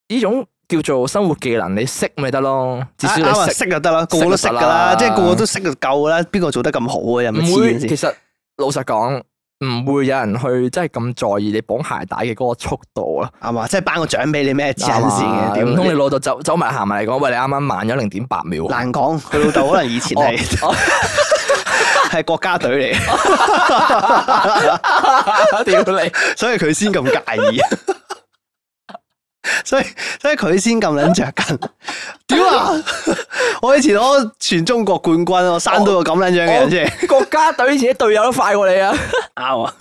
Speaker 1: 呢種叫做生活技能，你識咪得咯，至少
Speaker 3: 啱啊
Speaker 1: 你識。
Speaker 3: 識就得啦，個個都識㗎啦，
Speaker 1: 識就得啦
Speaker 3: 即係個個都識就夠啦，邊個做得咁好啊？又咪
Speaker 1: 唔
Speaker 3: 黐
Speaker 1: 會，
Speaker 3: 線
Speaker 1: 其
Speaker 3: 先，
Speaker 1: 實老實講，唔會有人去真係咁在意你綁鞋帶嘅嗰個速度啊。
Speaker 3: 啱嘛？即係頒個獎俾你咩黐
Speaker 1: 啱
Speaker 3: 線
Speaker 1: 啊
Speaker 3: 嘅，屌
Speaker 1: 唔通你老豆走走埋行埋嚟講，喂，你啱啱慢咗零點八秒。
Speaker 3: 難講，佢老豆可能以前係
Speaker 1: 哦
Speaker 3: 係國家隊嚟，
Speaker 1: 屌 你！
Speaker 3: 所以佢先咁介意。 所以所以佢先咁撚着緊，屌啊！我以前攞全中國冠軍，我生到個咁撚 樣嘅人先
Speaker 1: 國家隊以前啲隊友都快過你啊！
Speaker 3: 啱啊！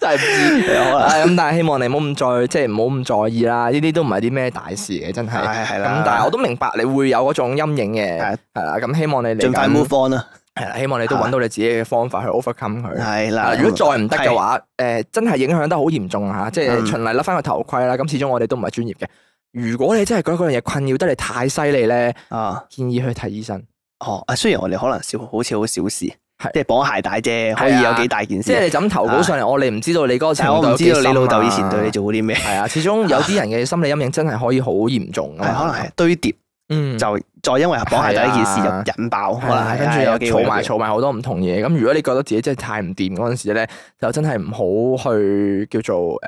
Speaker 1: 真係唔知
Speaker 3: 有可能
Speaker 1: 唉咁，但係希望你唔好咁在，即係唔好咁在意啦。呢啲都唔係啲咩大事嘅，真係。
Speaker 3: 係係啦
Speaker 1: 咁但係我都明白你會有嗰種陰影嘅，
Speaker 3: 係
Speaker 1: 係啦。咁希望你嚟緊
Speaker 3: 盡快 move on 啦，
Speaker 1: 係啦，希望你都揾到你自己嘅方法去 overcome 佢。
Speaker 3: 係
Speaker 1: 啊
Speaker 3: 啦。
Speaker 1: 如果再唔得嘅話，誒真係影響得好嚴重啊！即
Speaker 3: 嗯
Speaker 1: 係循例甩翻個頭盔啦。咁始終我哋都唔係專業嘅。如果你真係覺得嗰樣嘢困擾得你太犀利咧，
Speaker 3: 啊，
Speaker 1: 建議去睇醫生。
Speaker 3: 哦，啊雖然我哋可能少，好似好小事，即
Speaker 1: 係啊
Speaker 3: 係綁鞋帶啫，可以有幾大件
Speaker 1: 即係
Speaker 3: 事。
Speaker 1: 你就咁投稿上嚟，我哋唔知道你嗰個程
Speaker 3: 啊但係我
Speaker 1: 度
Speaker 3: 唔
Speaker 1: 有幾
Speaker 3: 知道你
Speaker 1: 深
Speaker 3: 老豆
Speaker 1: 啊
Speaker 3: 以前對你做過啲咩，
Speaker 1: 係啊，始終有啲人嘅心理陰影真係可以好嚴重噶
Speaker 3: 係可
Speaker 1: 嘛。
Speaker 3: 能係堆疊。
Speaker 1: 嗯，
Speaker 3: 就再因為綁鞋帶呢件事
Speaker 1: 係啊
Speaker 3: 就引爆，可
Speaker 1: 係
Speaker 3: 能
Speaker 1: 啦
Speaker 3: 係
Speaker 1: 跟
Speaker 3: 係
Speaker 1: 住
Speaker 3: 有機
Speaker 1: 又
Speaker 3: 會
Speaker 1: 儲埋
Speaker 3: 有機會
Speaker 1: 儲埋好多唔同嘢。咁如果你覺得自己真係太唔掂嗰陣時咧，就真係唔好去叫做誒，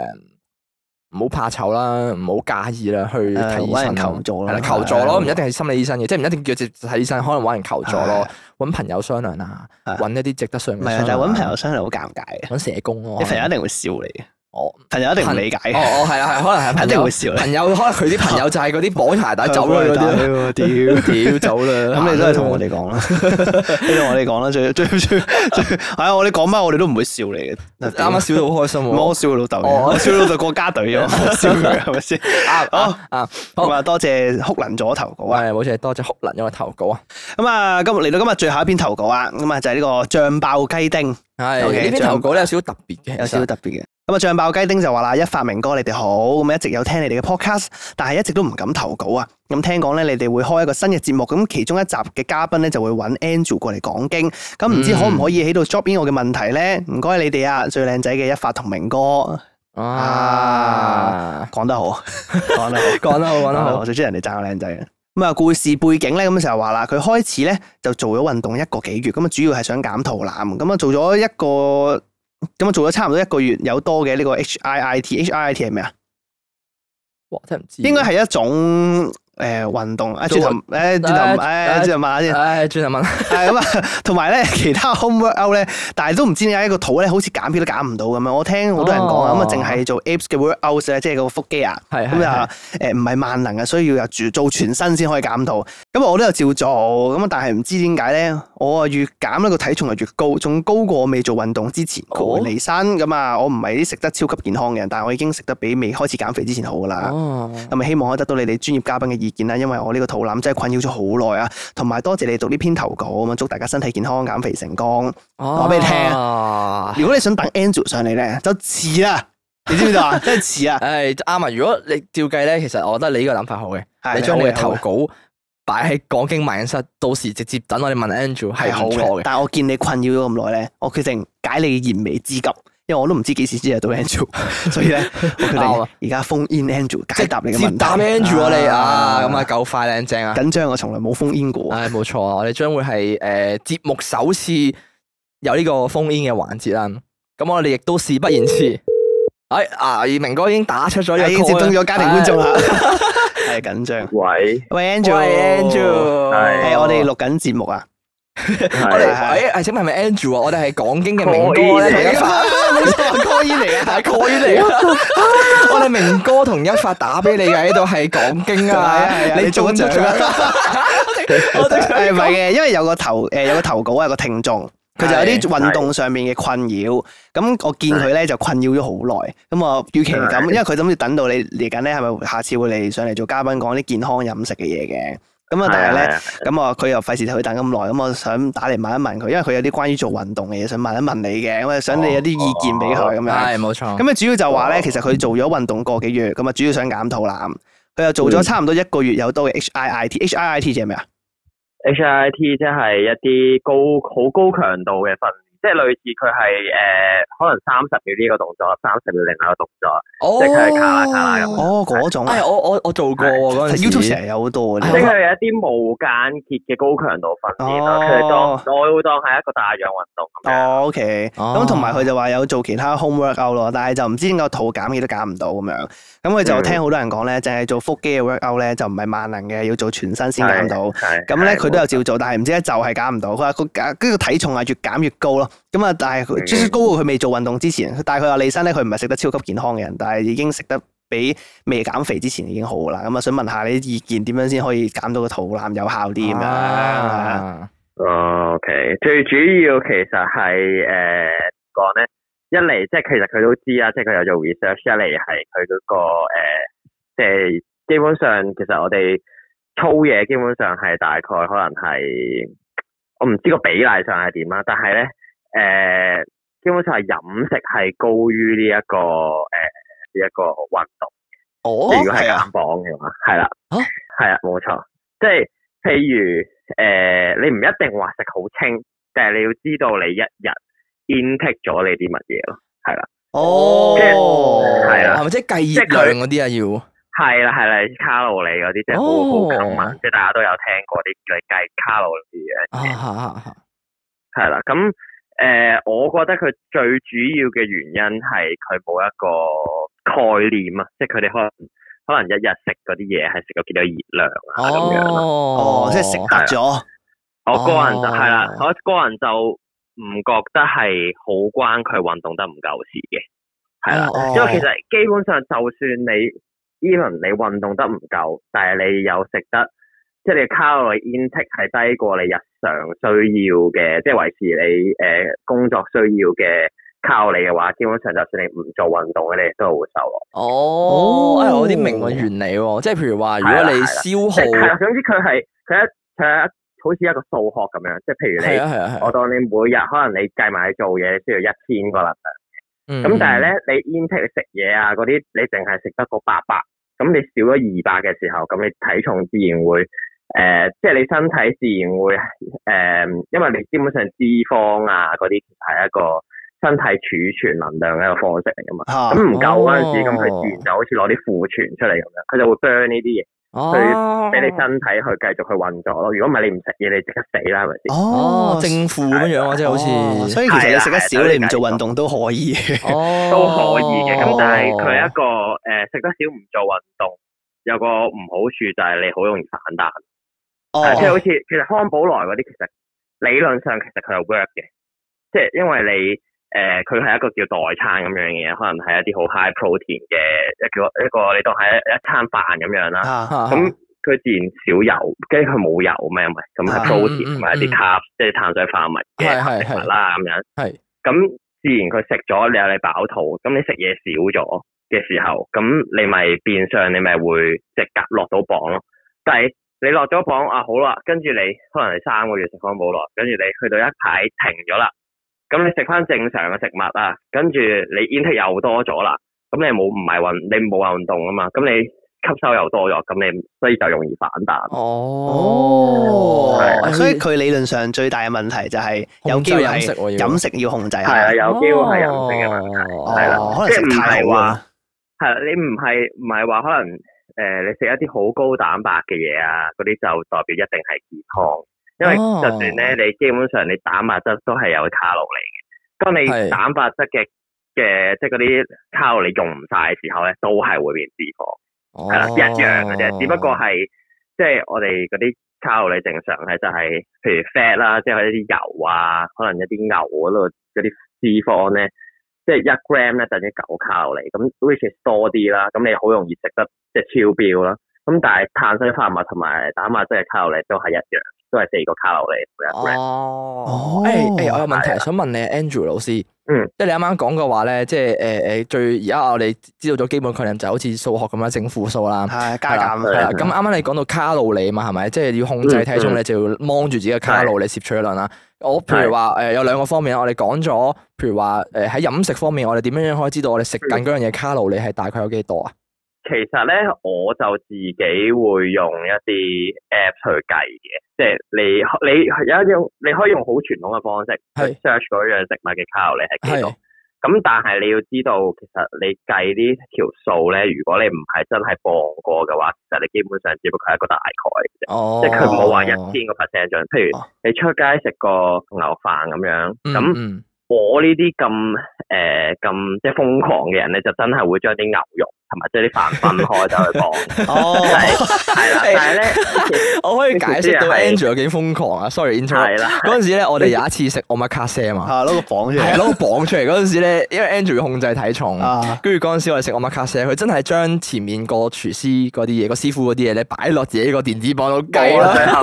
Speaker 1: 唔好怕醜啦，唔好介意啦，去睇
Speaker 3: 誒
Speaker 1: 醫
Speaker 3: 搵人
Speaker 1: 生啦
Speaker 3: 求助啊啦
Speaker 1: 係啦，求助咯，唔一定係心理醫生嘅，即係唔一定叫直接睇醫生，可能揾人求助
Speaker 3: 係
Speaker 1: 咯，揾朋友商量啊，
Speaker 3: 係
Speaker 1: 揾一啲值得商
Speaker 3: 唔係
Speaker 1: 量嘅
Speaker 3: 啊，但
Speaker 1: 商量
Speaker 3: 係
Speaker 1: 啊。
Speaker 3: 揾朋友商量好尷尬嘅，
Speaker 1: 揾社工咯，
Speaker 3: 你
Speaker 1: 可
Speaker 3: 朋友
Speaker 1: 能
Speaker 3: 一定會笑你嘅，
Speaker 1: 我
Speaker 3: 朋友一定唔理解
Speaker 1: 哦
Speaker 3: 嘅，
Speaker 1: 哦係啊係啊，可能係朋友
Speaker 3: 一定會笑你
Speaker 1: 朋友可能佢啲朋友就係嗰啲綁鞋 帶走啦嗰啲啊咯。
Speaker 3: 啲，屌！
Speaker 1: 屌走啦！
Speaker 3: 咁你都係同我哋講啦，你同我哋講啦，最最最最，係啊！我哋講乜我哋都唔會笑你嘅，
Speaker 1: 啱啱笑到好開心
Speaker 3: 唔係我
Speaker 1: 喎！
Speaker 3: 笑佢老豆嘅，
Speaker 1: 哦
Speaker 3: 我笑佢老豆國家 隊啊，我冇笑佢係咪先？
Speaker 1: 啱
Speaker 3: 好
Speaker 1: 啱啱，
Speaker 3: 咁啊，多謝哭能咗投稿啊！
Speaker 1: 喂，冇錯，多謝哭能因為投稿啊！
Speaker 3: 咁啊，今日嚟到今日最後一篇投稿啊，咁啊就係呢個醬爆雞丁。
Speaker 1: 係
Speaker 3: OK，
Speaker 1: 呢篇
Speaker 3: 將
Speaker 1: 投稿咧有少少特別嘅，
Speaker 3: 有少少
Speaker 1: 特
Speaker 3: 特別嘅。咁啊，醬爆雞丁就話啦，一發明哥你哋好，咁啊一直有聽你哋嘅 podcast，但係一直都唔敢投稿啊。咁聽講咧，你哋會開一個新嘅節目，咁其中一集嘅嘉賓咧就會揾 Andrew 過嚟講經。咁唔知
Speaker 1: 嗯
Speaker 3: 可唔可以喺度 drop in 我嘅問題咧？唔該你哋啊，最靚仔嘅一發同明哥
Speaker 1: 啊！
Speaker 3: 講得好， 講得好。
Speaker 1: 講得好，講得
Speaker 3: 啊
Speaker 1: 好
Speaker 3: 我，最中意人哋讚我靚仔嘅。咁啊，故事背景咧，咁就係話啦，佢開始咧就做咗運動一個幾月，咁啊主要係想減肚腩，咁啊做咗一個，咁啊做咗差唔多一個月有多嘅呢個 HIIT，HIIT 係咩啊？
Speaker 1: 哇！真係唔知，
Speaker 3: 應該係一種誒運動，啊轉頭誒轉頭誒
Speaker 1: 唉
Speaker 3: 轉頭問下 先，
Speaker 1: 唉，轉頭問下，
Speaker 3: 係咁啊，同埋咧其他 homework out 咧，但係都唔知點解個肚咧好似減票都減唔到咁樣，我聽好多人講啊，咁啊
Speaker 1: 哦
Speaker 3: 淨係做 apes 嘅 work out 咧，即係個腹肌啊。
Speaker 1: 係
Speaker 3: 咁啊誒唔係萬能嘅，所以要有做做全身先可以減到。咁我都有照做，咁啊但係唔知點解咧，我啊越減呢個體重就越高，仲高過我未做運動之前佢
Speaker 1: 哦
Speaker 3: 離山咁啊！我唔係啲食得超級健康嘅人，但係我已經食得比未開始減肥之前好噶啦。
Speaker 1: 哦，
Speaker 3: 咁啊咪希望可以得到你哋專業嘉賓嘅意見啦，因為我呢個肚腩真係困擾咗好耐啊，同埋多謝你讀呢篇投稿咁啊，祝大家身體健康，減肥成功。
Speaker 1: 話
Speaker 3: 俾你聽
Speaker 1: 啊！
Speaker 3: 如果你想等 Angel 上嚟咧，就遲啦，你知唔知道 啊？真係遲啊！
Speaker 1: 誒啱啊！如果你照計咧，其實我覺得你呢個諗法好嘅，
Speaker 3: 係
Speaker 1: 你將你嘅
Speaker 3: 好嘅好
Speaker 1: 投
Speaker 3: 嘅
Speaker 1: 稿擺喺講經萬應室，到時直接等我哋問 Andrew 係
Speaker 3: 係好
Speaker 1: 唔錯嘅。
Speaker 3: 但係我見你困擾咗咁耐咧，我決定解你嘅燃眉之急，因為我都唔知幾時先係到 Andrew，所以咧我決
Speaker 1: 啱啊
Speaker 3: 定而家 phone in Andrew 解答你嘅問題。
Speaker 1: 答 Andrew 我哋啊，咁啊夠快靚正啊！
Speaker 3: 緊張，我從來冇 phone in 過。
Speaker 1: 唉，冇錯啊！我哋將會係诶節目首次有呢個封煙嘅環節啦。咁我哋亦都事不宜遲。哎啊，明哥已經打出咗呢個 call 啊啦，
Speaker 3: 哦已經接通咗家庭觀眾啦， 係緊張。
Speaker 4: 喂，
Speaker 3: 喂
Speaker 1: 哎。
Speaker 3: ，Andrew，
Speaker 1: 喂，Andrew，
Speaker 4: 係
Speaker 3: 係我哋錄緊節目啊。
Speaker 1: 我哋
Speaker 4: 係
Speaker 1: 诶，誒請問係咪 Andrew 啊？我哋係港經嘅明
Speaker 4: Call
Speaker 1: 哥
Speaker 4: in 嚟
Speaker 3: 啊
Speaker 1: 咧，同一 發
Speaker 3: 冇錯，call in 嚟啊！
Speaker 1: 係 call in 嚟啊！ 我哋明哥同一發打俾你嘅，呢度係港經
Speaker 3: 係啊
Speaker 1: 啊
Speaker 3: 係啊，
Speaker 1: 你
Speaker 3: 你中
Speaker 1: 中
Speaker 3: 咗獎
Speaker 1: 咗 獎啊！我 哋
Speaker 3: 誒唔係嘅，因為有個投誒有個投稿啊有個聽眾，佢就有啲運動上面嘅困擾。咁我見佢咧就困擾咗好耐。咁我預期咁，
Speaker 4: 係
Speaker 3: 因為佢諗住等到你嚟緊咧，係咪下次會嚟上嚟做嘉賓講啲健康飲食嘅嘢嘅？咁啊，但係咧，，咁我佢又費事佢等咁耐，咁我想打嚟問一問佢，因為佢有啲關於做運動嘅嘢想問一問你嘅，咁啊想你有啲意見俾佢咁樣。
Speaker 1: 係冇錯。
Speaker 3: 咁啊，主要就話咧，其實佢做咗運動個幾月，咁啊主要想減肚腩，佢又做咗差唔多一個月有多嘅 HIIT，HIIT 即係咩啊？
Speaker 4: H I T 即係一啲高好高強度嘅訓練，即係類似佢係诶可能三十秒呢個動作，三十秒另外一個動作，
Speaker 1: 哦
Speaker 4: 即係佢係卡啦卡啦咁
Speaker 3: 哦，嗰種啊
Speaker 1: 哎，我我我做過喎嗰陣時
Speaker 3: YouTube 成日有好多
Speaker 1: 係啊
Speaker 4: 即係
Speaker 3: 嘅。
Speaker 4: 佢係一啲無間歇嘅高強度訓練
Speaker 3: 哦
Speaker 4: 啦。佢係當我會當係一個帶氧運動咁樣。
Speaker 3: 哦，OK，
Speaker 1: 哦
Speaker 3: 咁同埋佢就話有做其他 home workout 咯，但係就唔知點解肚減幾都減唔到咁樣。咁佢就
Speaker 4: 嗯
Speaker 3: 聽好多人講咧，淨係做腹肌嘅 workout 咧就唔係萬能嘅，要做全身先減到。
Speaker 4: 係
Speaker 3: 咁咧
Speaker 4: 係
Speaker 3: 佢都有照做，但係唔知咧就係減唔到。佢話個減跟住個體重啊越減越高咯。咁啊，但係佢
Speaker 4: 嗯
Speaker 3: 即係高過佢未做運動之前。但係佢話李生咧，佢唔係食得超級健康嘅人，但係已經食得比未減肥之前已經好啦。咁啊，想問下你啲意見點樣先可以減到個肚腩有效啲咁樣？
Speaker 1: 啊
Speaker 4: 哦，OK，最主要其實係誒講咧，一嚟即係其實佢都知啊，即係佢有做 research，一嚟係佢嗰個誒，即係基本上其實我哋粗嘢基本上係大概可能係我唔知個比例上係點啦，但係咧誒，基本上係飲食係高於呢一個誒呢一個運動。
Speaker 1: 哦
Speaker 4: 即係如果係
Speaker 3: 係啊
Speaker 4: 減磅嘅話，係啦
Speaker 1: 啊，
Speaker 4: 係啦，冇錯。即係譬如誒、呃你唔一定話食好清，但係你要知道你一日 intake 咗你啲乜嘢咯。
Speaker 3: 哦，
Speaker 4: 係啦
Speaker 1: 係咪即係計熱量嗰啲啊？要
Speaker 4: 係啦，係啦，卡路里嗰啲即係好
Speaker 1: 哦
Speaker 4: 好 common，即係大家都有聽過啲嚟計卡路里
Speaker 1: 啊
Speaker 4: 嘅嘢。
Speaker 1: 啊啊
Speaker 4: 係啦，咁誒、呃我覺得佢最主要嘅原因係佢冇一個概念啊，即係佢哋可能可能一日食嗰啲嘢係食咗幾多熱量啊
Speaker 1: 啊
Speaker 4: 咁樣咯。
Speaker 1: 哦
Speaker 3: 哦，即係食
Speaker 4: 啊
Speaker 3: 得咗。
Speaker 4: 我個人就
Speaker 1: 哦
Speaker 4: 係啦，我個人就唔覺得係好關佢運動得唔夠事嘅，係啦，
Speaker 1: 哦
Speaker 4: 因為其實基本上就算你 even 你運動得唔夠，但係你又食得，即係你卡路里 intake 係低過你日常需要嘅，即係維持你誒、呃工作需要嘅卡路里嘅話，基本上就算你唔做運動嘅，你都係會瘦落。
Speaker 1: 哦，
Speaker 3: 哦
Speaker 1: 哎，我啲明個原理喎，即係譬如話，如果你消
Speaker 4: 即係係
Speaker 1: 耗
Speaker 4: 啦，總之佢係佢一佢係一好似一個數學咁樣，即係譬如你
Speaker 1: 係。啊係啊係
Speaker 4: 我
Speaker 1: 啊，
Speaker 4: 當你每日可能你計埋你做嘢你需要一千個能量，
Speaker 1: 咁
Speaker 4: 咁、但係咧你 intake 你食嘢啊嗰啲，你淨係食得個八百，咁你少咗二百嘅時候，咁你體重自然會誒、呃即係你身體自然會誒、呃因為你基本上脂肪啊嗰啲其實係一個身體儲存能量嘅一個方式嚟噶嘛。
Speaker 3: 嚇
Speaker 4: 咁唔夠嗰陣時，咁佢
Speaker 1: 哦
Speaker 4: 自然就好似攞啲庫存出嚟咁樣，佢就會 burn 呢啲嘢
Speaker 1: 哦，
Speaker 4: 俾你身體去繼續去運作咯。如果唔係你唔食嘢，你即刻死啦，係咪先？
Speaker 1: 哦正負咁樣啊，即係好
Speaker 3: 哦
Speaker 1: 似
Speaker 3: 所以其實你食得
Speaker 4: 係
Speaker 3: 少，
Speaker 4: 啦
Speaker 3: 你唔做運動都可以。
Speaker 1: 哦
Speaker 4: 都可以嘅，咁但係佢一個誒食得少唔做運動，有個唔好處就係你好容易反彈，
Speaker 3: 哦，
Speaker 4: 係即係好似其實康寶萊嗰啲其實理論上其實佢係 work 嘅，即係因為你誒佢係一個叫代餐咁樣嘅嘢，可能係一啲好 high protein 嘅一個一個你當係一一餐飯咁樣啦，
Speaker 3: 啊
Speaker 1: 啊
Speaker 4: 咁佢自然少油，跟住佢冇油咩咪，咁係
Speaker 3: 啊
Speaker 1: 嗯
Speaker 4: protein
Speaker 1: 嗯
Speaker 4: 同埋一啲
Speaker 1: 嗯
Speaker 4: carb 即係碳水化合物嘅
Speaker 1: 係係
Speaker 4: 食
Speaker 1: 係
Speaker 4: 物啦咁樣。
Speaker 1: 係
Speaker 4: 咁自然佢食咗，你有你飽肚，咁你食嘢少咗嘅時候，咁你咪變相你咪會即係落到磅咯。但係你落咗磅啊，好啦，跟住你可能你三個月食康寶萊，跟住你去到一排停咗啦，咁你食翻正常嘅食物啊，跟住你 intake 又多咗啦，咁你冇唔係運你冇運動啊嘛，咁你吸收又多咗，咁你所以就容易反彈。
Speaker 1: 哦
Speaker 4: 啊
Speaker 3: 係所以佢理論上最大嘅問題就係有機會
Speaker 1: 控制
Speaker 3: 係
Speaker 1: 飲
Speaker 3: 飲食
Speaker 1: 食
Speaker 3: 要控制，
Speaker 4: 係啊，有機會係飲食嘅問題。
Speaker 1: 嘛
Speaker 4: 係啦
Speaker 3: 哦，可能
Speaker 4: 即
Speaker 3: 食
Speaker 4: 係唔
Speaker 3: 太
Speaker 4: 係
Speaker 3: 好啊
Speaker 4: 話，係啦，你唔係唔係話可能诶、呃你食一啲好高蛋白嘅嘢啊，嗰啲就代表一定係健康，因為
Speaker 1: 哦
Speaker 4: 就算咧你基本上你蛋白質都係有卡路里嘅，當你
Speaker 1: 係
Speaker 4: 蛋白質嘅嘅即係嗰啲卡路里用唔晒嘅時候咧，都係會變脂肪，係啦、一樣嘅
Speaker 1: 哦
Speaker 4: 啫，只不過係即係我哋嗰啲。卡路里正常咧就係、譬如 fat 啦，即係一啲油啊，可能一啲牛嗰度嗰啲脂肪咧，即係一 gram 咧等於九卡路里，咁 which is 多啲啦，咁你好容易食得即係超標啦。咁但係碳水化合物同埋蛋白質嘅卡路里都係一樣，都係四個卡路里每一 gram。
Speaker 1: 哦，诶诶，我有問題想問你，Andrew 啊老師，
Speaker 4: 嗯，
Speaker 1: 即係你啱啱講嘅話咧，即係诶诶，最而家我哋知道咗基本概念就好似數學咁樣正負數
Speaker 4: 啊
Speaker 1: 啦。
Speaker 3: 係
Speaker 1: 係
Speaker 3: 加
Speaker 1: 啦
Speaker 3: 減
Speaker 1: 係啦
Speaker 4: 係
Speaker 1: 咁啱啱你講到卡路里嘛，係咪？即係要控制
Speaker 4: 嗯
Speaker 1: 體重，
Speaker 4: 嗯
Speaker 1: 你就要掹住自己嘅卡路里攝取量啦。我譬如話誒有兩個方面啦，我哋講咗，譬如話誒喺飲食方面，我哋點樣樣可以知道我哋食
Speaker 4: 嗯
Speaker 1: 緊嗰樣嘢卡路里係大概有幾多啊？
Speaker 4: 其實咧，我就自己會用一啲 app 去計嘅，即係你你有一種你可以用好傳統嘅方式
Speaker 1: 係
Speaker 4: 去 search 嗰樣食物嘅卡路里係幾多
Speaker 1: 係。
Speaker 4: 咁但係你要知道，其實你計呢條數咧，如果你唔係真係磅過嘅話，其實你基本上只不過係一個大概嘅啫，
Speaker 1: 哦，
Speaker 4: 即係佢冇話一千個 percent 準。譬如
Speaker 3: 哦
Speaker 4: 你出街食個牛飯咁樣，咁、
Speaker 1: 嗯
Speaker 4: 我呢啲咁誒咁即係瘋狂嘅人咧，就真係會將啲牛肉同埋即係啲飯分開 就去磅，
Speaker 3: 哦，
Speaker 4: 係啦。但係咧，
Speaker 1: 我可以解釋到
Speaker 4: 呢條係
Speaker 1: Andrew 有幾瘋狂啊！Sorry interrupt。
Speaker 4: 係啦，
Speaker 1: 嗰陣時咧，我哋有一次食 omakase 啊 嘛，
Speaker 3: 啊攞個磅出
Speaker 1: 係
Speaker 3: 嚟
Speaker 1: 攞個磅出嚟嗰陣時咧，因為 Andrew 要控制體重。
Speaker 3: 啊，
Speaker 1: 跟住嗰陣時，我哋食 omakase，佢真係將前面個廚師嗰啲嘢，個師傅嗰啲嘢咧，擺落自己個電子磅度計啦。
Speaker 4: 最後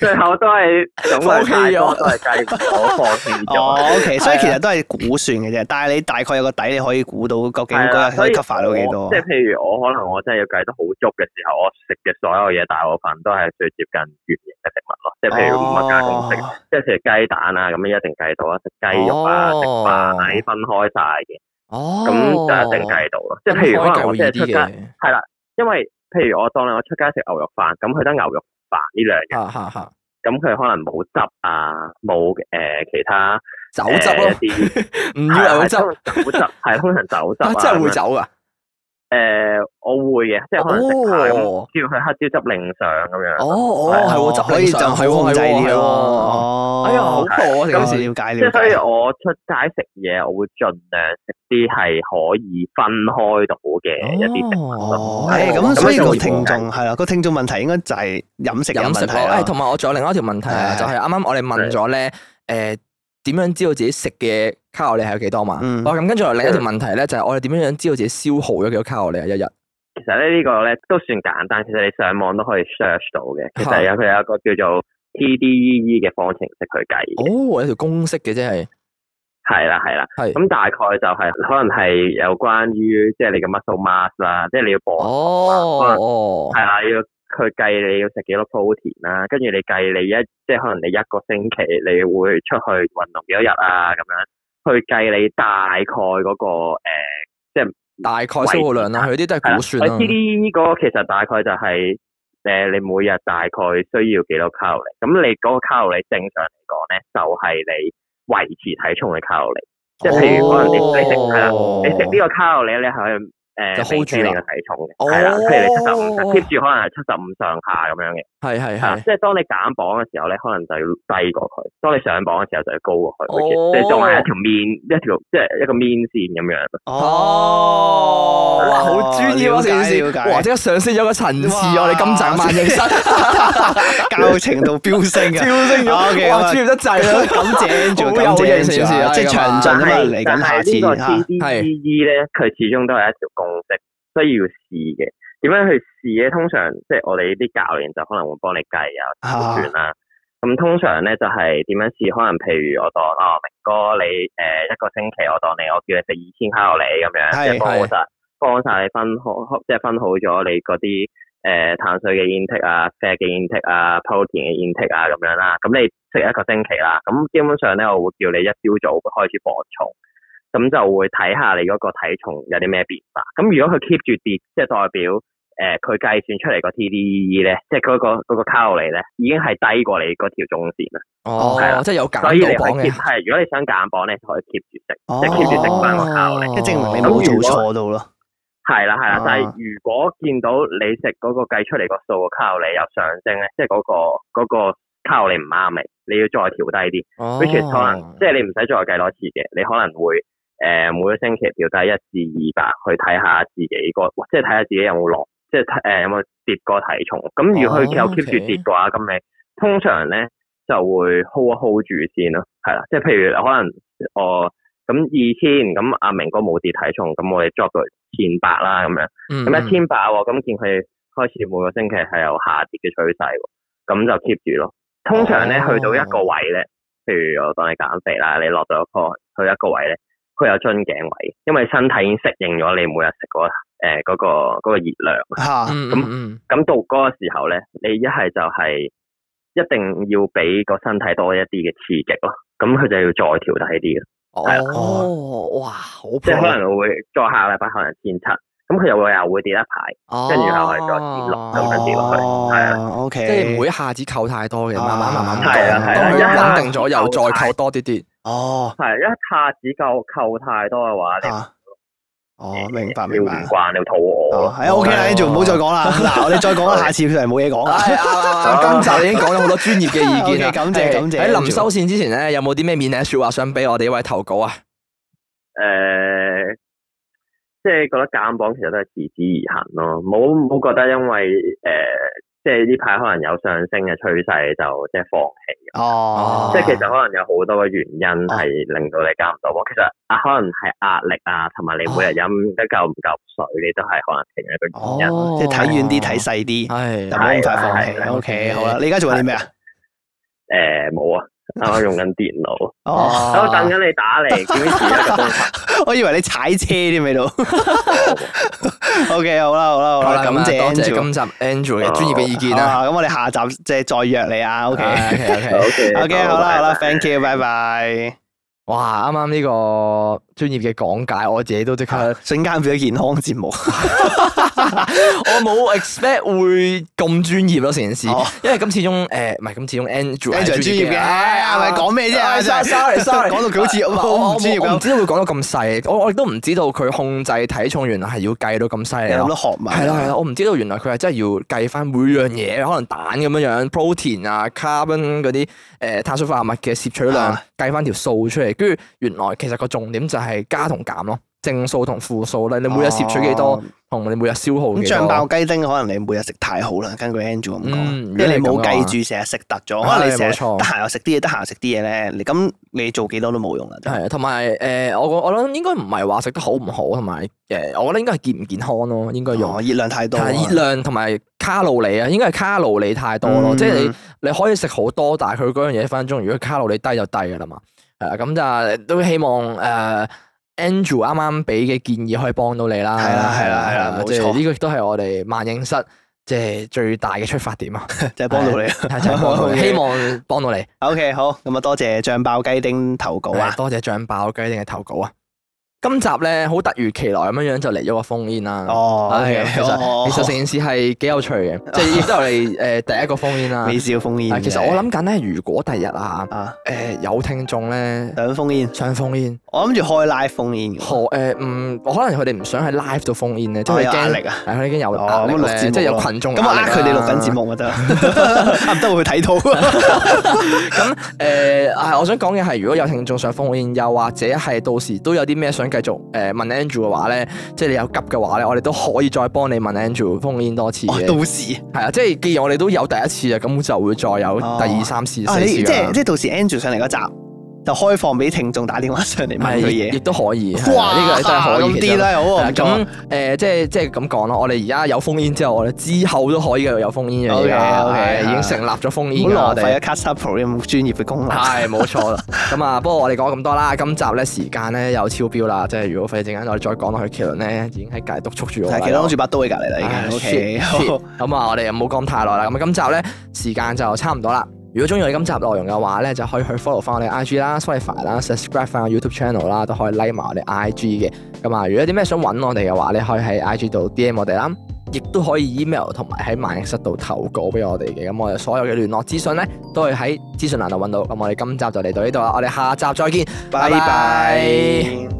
Speaker 4: 最後都係總量太多，
Speaker 1: 放棄咗
Speaker 4: 都係計唔到，放棄咗。
Speaker 3: 哦，OK，所以其實都係估算嘅啫，但係你大概有個底，你可以估到究竟
Speaker 4: 係
Speaker 3: 嗰
Speaker 4: 啦
Speaker 3: 日可以
Speaker 4: 所
Speaker 3: cover 到幾
Speaker 4: 我
Speaker 3: 多
Speaker 4: 即係。譬如我可能我真係要計得好足嘅時候，我食嘅所有嘢大部分都係最接近原形嘅食物咯。即係
Speaker 1: 哦
Speaker 4: 譬如唔係加啊工食，
Speaker 3: 哦
Speaker 4: 即係食雞蛋啊，咁一定計到啊，食雞肉啊，
Speaker 1: 哦
Speaker 4: 食飯分開晒嘅，
Speaker 1: 哦，
Speaker 4: 咁就一定計到咯。即係譬如可能我即係出
Speaker 1: 啲
Speaker 4: 街，
Speaker 1: 嘅，
Speaker 4: 係啦，因為譬如我當你我出街食牛肉飯，咁佢得牛肉飯呢兩樣，
Speaker 1: 嚇嚇嚇，
Speaker 4: 咁佢可能冇汁啊，冇誒其他
Speaker 1: 酒
Speaker 4: 誒
Speaker 1: 汁咯，
Speaker 4: 一啲
Speaker 1: 唔要牛汁，
Speaker 4: 係 係通常酒汁
Speaker 1: 啊
Speaker 4: 係通常酒汁啊，
Speaker 1: 真係
Speaker 4: 咁
Speaker 1: 會
Speaker 4: 樣
Speaker 1: 走噶。
Speaker 4: 誒，我會嘅，即係可能食蟹
Speaker 1: 哦
Speaker 4: 咁，叫佢黑椒汁淋上咁樣。
Speaker 1: 哦哦，
Speaker 4: 係
Speaker 1: 係喎，汁
Speaker 3: 可以就
Speaker 1: 係喎，
Speaker 3: 控制
Speaker 1: 係
Speaker 3: 啲
Speaker 1: 喎，係喎
Speaker 3: 咯。
Speaker 1: 哎呀，好
Speaker 3: 哦
Speaker 1: 破啊！成件
Speaker 3: 咁
Speaker 1: 事
Speaker 3: 了解
Speaker 4: 即係
Speaker 3: 了
Speaker 4: 所以
Speaker 3: 解。
Speaker 4: 我出街食嘢，我會盡量食啲係可以分開到嘅一啲食物
Speaker 1: 哦
Speaker 4: 咯。
Speaker 3: 係
Speaker 4: 係
Speaker 3: 哎
Speaker 4: 啊
Speaker 3: 咁，所以
Speaker 4: 就
Speaker 3: 個
Speaker 4: 會
Speaker 3: 聽眾係啦，個聽眾問題應該就係飲食有哦哎
Speaker 1: 飲
Speaker 3: 問
Speaker 1: 食
Speaker 3: 題
Speaker 1: 咯。誒，
Speaker 3: 啦。
Speaker 1: 同埋我仲有另外一條問題啊，
Speaker 3: 係
Speaker 1: 就係啱啱我哋問咗咧，誒點樣知道自己食嘅卡路里係有幾多嘛？
Speaker 3: 嗯
Speaker 1: 哦，咁跟住另一條問題咧，就係我哋點樣樣知道自己消耗咗幾多卡路里啊？一日
Speaker 4: 其實咧呢個咧都算簡單，其實你上網都可以 search 到嘅。其實有佢有一個叫做 TDEE E 嘅方程式去計嘅，
Speaker 1: 哦，有條公式嘅啫係。
Speaker 4: 係啦係啦。
Speaker 1: 係
Speaker 4: 咁大概就係可能係有關於即係你嘅 muscle mass 啦，即係你要磅
Speaker 1: 哦哦
Speaker 4: 係啊，要佢計你要食幾多 protein 啦，跟住你計你一即係可能你一個星期你會出去運動幾多日啊咁樣，去計你大概嗰、個、呃、
Speaker 1: 大概消耗量啦，佢啲都係估
Speaker 4: 係
Speaker 1: 算
Speaker 4: 啦，
Speaker 1: 啦
Speaker 4: 我。知呢個其實大概就係、誒、你每日大概需要幾多卡路里？咁你嗰個卡路里正常嚟講咧，就係、你維持體重嘅卡路里。即係
Speaker 1: 哦
Speaker 4: 譬如可能你你食係啦，你食呢個卡路里咧係去
Speaker 1: 就
Speaker 4: 誒
Speaker 1: hold 住啦
Speaker 4: maintain 你嘅體重嘅，係啦，譬如你七十五
Speaker 1: 哦
Speaker 4: keep 住可能係七十五上下咁樣嘅。
Speaker 1: 係係
Speaker 4: 係啦啊
Speaker 1: 係。
Speaker 4: 即係當你減磅嘅時候咧，可能就要低過佢；當你上磅嘅時候就要高過佢，
Speaker 1: 哦
Speaker 4: 好似即係當係一條面一條即係一個面線咁樣。
Speaker 1: 哦，哇，好專業啊！
Speaker 3: 了解
Speaker 1: 成件事，
Speaker 3: 了解
Speaker 1: 哇，即刻上升咗個層次，
Speaker 3: 哇
Speaker 1: 我哋今集萬應室
Speaker 3: 教育程度飆升嘅，
Speaker 1: 超升咗，
Speaker 3: 啊，OK，
Speaker 1: 哇，
Speaker 3: 好啊
Speaker 1: 專業得滯啦！
Speaker 3: 感謝 Angel，
Speaker 1: 好有
Speaker 3: 感謝
Speaker 1: 型成件事
Speaker 3: Angel，
Speaker 1: 啊
Speaker 3: 啊即係
Speaker 1: 咁啊
Speaker 3: 詳盡
Speaker 4: 但
Speaker 3: 啊嘛，
Speaker 4: 係
Speaker 3: 嚟
Speaker 4: 但
Speaker 3: 緊下次啊
Speaker 4: 係呢個
Speaker 3: 嚇。
Speaker 4: TDEE 咧，佢始終都係一條公式，所以要試嘅。點樣去試咧？通常即係我哋啲教練就可能會幫你計啊、
Speaker 3: 啊
Speaker 4: 算啦。咁通常咧就係點樣試？可能譬如我當哦，明哥你誒、呃一個星期，我當你我叫你食二千卡路里咁樣，
Speaker 3: 係
Speaker 4: 即係幫
Speaker 1: 係
Speaker 4: 晒幫晒你分好，即係分好咗你嗰啲誒碳水嘅 intake 啊、fat 嘅 intake 啊、protein 嘅 intake 啊咁樣啦。咁你食一個星期啦，咁基本上咧我會叫你一朝早開始磅重。咁就會睇下你嗰個體重有啲咩變化。咁如果佢 keep 住跌，即係代表誒、誒呃佢計算出嚟個 TDEE 咧，即係嗰、個嗰、個卡路里咧，已經係低過你嗰條中線啦。
Speaker 1: 哦
Speaker 4: 係，啦
Speaker 1: 即係有減
Speaker 4: 所以你
Speaker 1: 到磅
Speaker 4: 可以 keep
Speaker 1: 嘅。
Speaker 4: 係，如果你想減磅咧，就可以 keep 住食，即係 keep 住食
Speaker 1: 哦
Speaker 4: 翻個卡路里。
Speaker 3: 即係證明你
Speaker 4: 咁
Speaker 3: 冇做
Speaker 4: 如果
Speaker 3: 錯到咯。
Speaker 4: 係啦係
Speaker 3: 啊
Speaker 4: 啦，但係如果見到你食嗰個計出嚟個數個卡路里有上升咧，即係嗰、個嗰、個卡路里唔啱你，你要再調低啲。
Speaker 1: 哦
Speaker 4: which is 可能即係你唔使再計多次嘅，你可能會誒、呃每個星期調低一至二百去睇下自己個，即係睇下自己有冇落，即係睇誒有冇跌過體重。咁如果佢
Speaker 1: 哦
Speaker 4: 有 keep 住
Speaker 1: OK
Speaker 4: 跌嘅話，咁你通常咧就會 hold 一 hold 住先咯，係啦，即係譬如可能我咁二千，咁阿明哥冇跌體重，咁我哋 drop 到千八啦咁樣。
Speaker 1: 嗯
Speaker 4: 咁一千八喎，咁見佢開始每個星期係有下跌嘅趨勢喎，咁就 keep 住咯。通常咧
Speaker 1: 哦
Speaker 4: 去到一個位咧，譬如我當你減肥啦，你落到一個去一個位咧，佢有樽頸位，因為身體已經適應咗你每日食嗰誒嗰個嗰個熱量。
Speaker 3: 吓，
Speaker 1: 嗯
Speaker 4: 咁
Speaker 1: 嗯
Speaker 4: 咁到嗰個時候咧，你一係就係一定要俾個身體多一啲嘅刺激咯，咁佢就要再調低啲嘅。係
Speaker 1: 嗯，
Speaker 4: 啦
Speaker 1: 哦，哇，好
Speaker 4: 即係可
Speaker 1: 平
Speaker 4: 能我會再下個禮拜可能千七，咁佢又會又會跌一排。跟住後嚟再跌落咁樣跌落去係啊
Speaker 3: 哦
Speaker 1: 即
Speaker 3: ，OK，
Speaker 1: 係唔會一下子扣太多嘅，
Speaker 3: 啊
Speaker 1: 慢慢慢慢
Speaker 4: 係啦
Speaker 1: 降，當
Speaker 4: 係啦一
Speaker 1: 佢
Speaker 4: 下
Speaker 1: 穩定咗又再扣多啲啲。
Speaker 3: 哦
Speaker 4: 係一下子夠扣太多嘅話，你
Speaker 3: 啊，哦，明白
Speaker 4: 你
Speaker 3: 明
Speaker 4: 會
Speaker 3: 白
Speaker 4: 唔。慣，你會肚餓
Speaker 3: 哦，
Speaker 4: 咯。
Speaker 3: 係 OK 啦，
Speaker 1: 哦
Speaker 3: 呢度唔好再講啦。嗱，我哋再 講啦，下次佢係冇嘢講啦。
Speaker 1: 唉啱啱啱今集已經講咗好多專業嘅意見啦
Speaker 3: OK，，感謝
Speaker 1: 係
Speaker 3: 感謝
Speaker 1: 喺臨收線之前咧，有冇啲咩勉勵説話想俾我哋一位投稿啊？
Speaker 4: 誒，即係覺得減磅其實都係持之以恒咯，冇冇覺得因為誒，即係呢排可能有上升嘅趨勢就即係放棄。
Speaker 3: 哦，
Speaker 4: 即係其實可能有好多嘅原因係令到你減唔到磅，其實啊可能係壓力啊，
Speaker 3: 哦
Speaker 4: 同埋你每日飲得夠唔夠水，你都係可能其中一個原因。
Speaker 3: 哦，即係睇遠啲，睇細啲，
Speaker 1: 係
Speaker 3: 就唔好咁快放
Speaker 4: 係
Speaker 3: 棄。
Speaker 4: 係
Speaker 3: OK，好啦，你而家做緊啲咩啊？
Speaker 4: 誒冇啊，啱啱用緊電腦，
Speaker 3: 哦，
Speaker 4: 我等緊你打嚟，點知遲一個鐘 頭。
Speaker 3: 我以為你踩車添喺度。OK，好啦好啦好
Speaker 1: 好啦，
Speaker 3: 啦，
Speaker 1: 咁
Speaker 3: 感
Speaker 1: 啊，
Speaker 3: 謝
Speaker 1: 多謝
Speaker 3: Andrew。
Speaker 1: 今集 Andrew 嘅專業嘅意見啦。
Speaker 3: 好啊啦咁我哋下集即係再約你啊。OK。
Speaker 1: OK OK。
Speaker 4: OK，
Speaker 3: OK，好啦好啦
Speaker 4: 拜拜
Speaker 3: ，Thank you，拜拜。
Speaker 1: 哇！啱啱呢個專業嘅講解，我自己都即刻，
Speaker 3: 瞬間變咗健康節 目。
Speaker 1: 我冇 expect 會咁專業咯，成件事
Speaker 3: 哦，
Speaker 1: 因為咁始終誒，唔係咁始終 Andrew 係
Speaker 3: Andrew 專業嘅，
Speaker 1: 唉
Speaker 3: 係咪講咩啫
Speaker 1: 唉
Speaker 3: 真係
Speaker 1: ？sorry sorry，
Speaker 3: 講到佢好似
Speaker 1: 我
Speaker 3: 好
Speaker 1: 我
Speaker 3: 唔專業咁
Speaker 1: 我哎唔知道會講到咁細，我我亦都唔知道佢控制體重原來係要計到咁啊犀利
Speaker 3: 有咁
Speaker 1: 咯。
Speaker 3: 多學問。
Speaker 1: 係啦係啦，我唔知道原來佢係真係要計翻每樣嘢，可能蛋咁樣樣、protein 啊、carbon 嗰啲誒碳水化合物嘅攝取量
Speaker 3: 啊，
Speaker 1: 計翻條數出嚟，跟住原來其實個重點就係加同減咯，正數同負數咧，你每日攝取幾多
Speaker 3: 哦，
Speaker 1: 同你每日消耗
Speaker 3: 咁
Speaker 1: 幾
Speaker 3: 醬爆
Speaker 1: 多。
Speaker 3: 雞丁可能你每日食太好啦，根據 Andrew 咁講，
Speaker 1: 嗯
Speaker 3: 即係你
Speaker 1: 如
Speaker 3: 冇
Speaker 1: 果係咁嘅話
Speaker 3: 計住成日食突咗，可能你
Speaker 1: 係
Speaker 3: 成日
Speaker 1: 冇錯
Speaker 3: 得閒又食啲嘢，得閒又食啲嘢咧，你咁你做幾多都冇用啊啦。真係
Speaker 1: 係，啊同埋誒，我我諗應該唔係話食得好唔好，同埋誒，我覺得應該係健唔健康咯，應該用
Speaker 3: 哦，熱量太多啊，
Speaker 1: 係熱量同埋卡路里啊，應該係卡路里太多咯，
Speaker 3: 嗯
Speaker 1: 即係你你可以食好多，但係佢嗰樣嘢一分鐘，如果卡路里低就低噶啦嘛，係啦，咁就都希望誒、呃 Andrew 啱啱俾嘅建議可以幫到你啦，
Speaker 3: 係啦係啦係啦冇錯
Speaker 1: 即係呢個都係我哋萬應室即係最大嘅出發 點啊，
Speaker 3: 就係幫到你。
Speaker 1: 係真係幫到你
Speaker 3: Okay
Speaker 1: 希望幫到你，
Speaker 3: OK，好，咁啊多謝醬爆雞丁投稿啊
Speaker 1: 係，多謝醬爆雞定係投稿啊！今集咧好突如其來咁樣樣就嚟咗個封煙啦，
Speaker 3: 哦
Speaker 1: 係
Speaker 3: OK，
Speaker 1: 其實
Speaker 3: 哦
Speaker 1: 其實成件事係幾有 趣嘅，即係亦都係我哋誒第一個封煙啦
Speaker 3: 美。少封煙
Speaker 1: 但
Speaker 3: 嘅。
Speaker 1: 啊其實我諗緊咧，如果第日啊，
Speaker 3: 啊，
Speaker 1: 誒有聽眾咧
Speaker 3: 兩封煙，
Speaker 1: 想封煙，
Speaker 3: 我諗住開 live 封煙嘅，
Speaker 1: 何誒唔，可能佢哋唔想喺 live 度封煙咧，即
Speaker 3: 我
Speaker 1: 係
Speaker 3: 有壓
Speaker 1: 驚
Speaker 3: 力啊。
Speaker 1: 係佢哋已經有
Speaker 3: 哦，
Speaker 1: 壓力
Speaker 3: 咁錄節
Speaker 1: 咧，
Speaker 3: 目
Speaker 1: 即係有
Speaker 3: 咯
Speaker 1: 群眾啊
Speaker 3: 咁我呃佢哋錄緊節
Speaker 1: 目。
Speaker 3: 目咪得，啊唔得會睇 到。
Speaker 1: 誒啊，我想講嘅係，如果有聽眾想封煙，又或者係到時都有啲咩想繼續誒問 Andrew 嘅話咧，即係你有急嘅話咧，我哋都可以再幫你問 Andrew 封煙多次
Speaker 3: 哦
Speaker 1: 嘅。
Speaker 3: 到時
Speaker 1: 係啊，即係既然我哋都有第一次啊，咁就會再有第二、三次、
Speaker 3: 啊，
Speaker 1: 四
Speaker 3: 你
Speaker 1: 次
Speaker 3: 即
Speaker 1: 㗎
Speaker 3: 係
Speaker 1: 啦
Speaker 3: 即係到時 Andrew 上嚟嗰集就開放俾聽眾打電話上嚟問佢
Speaker 1: 係亦亦
Speaker 3: 嘢。
Speaker 1: 都可以。係啊呢個真係可以
Speaker 3: 咁
Speaker 1: 其實
Speaker 3: 啲啦，好啊，
Speaker 1: 係咁誒，即係即係咁講咯。我哋而家有封煙之後，我哋之後都可以繼續有封煙嘅嘢㗎。
Speaker 3: OK，OK，
Speaker 1: 係已經
Speaker 3: 啊
Speaker 1: 成立咗封煙
Speaker 3: 好
Speaker 1: 㗎啦。
Speaker 3: 浪
Speaker 1: 我哋啊
Speaker 3: 費啊 c a s t u p l e 咁專業嘅功能。
Speaker 1: 係冇錯 啦。咁啊，不過我哋講咁多啦，今集咧時間咧又超標啦，即係如果費事陣間我哋再講落去，麒麟咧已經喺隔離督促住我啦。啊
Speaker 3: 係，其實攞住把刀喺隔離啦，
Speaker 1: 唉
Speaker 3: 已經。
Speaker 1: shit，
Speaker 3: OK，
Speaker 1: shit
Speaker 3: 好
Speaker 1: 咁啊，我哋又唔好講太耐啦。咁啊，今集咧時間就差唔多啦。如果中意我哋今集內容嘅話咧，就可以去 follow 翻我哋 IG 啦、Spotify 啦、subscribe 翻我 YouTube channel 啦，都可以 like 埋我哋 IG 嘅。咁啊，如果有啲咩想揾我哋嘅話咧，可以喺 IG 度 DM 我哋啦。亦都可以 email 同埋喺萬應室度投稿俾我哋嘅。咁我哋所有嘅聯絡資訊咧，都係喺資訊欄度揾到。咁我哋今集就嚟到呢度啦，我哋下集再見，
Speaker 3: 拜
Speaker 1: 拜拜
Speaker 3: 拜。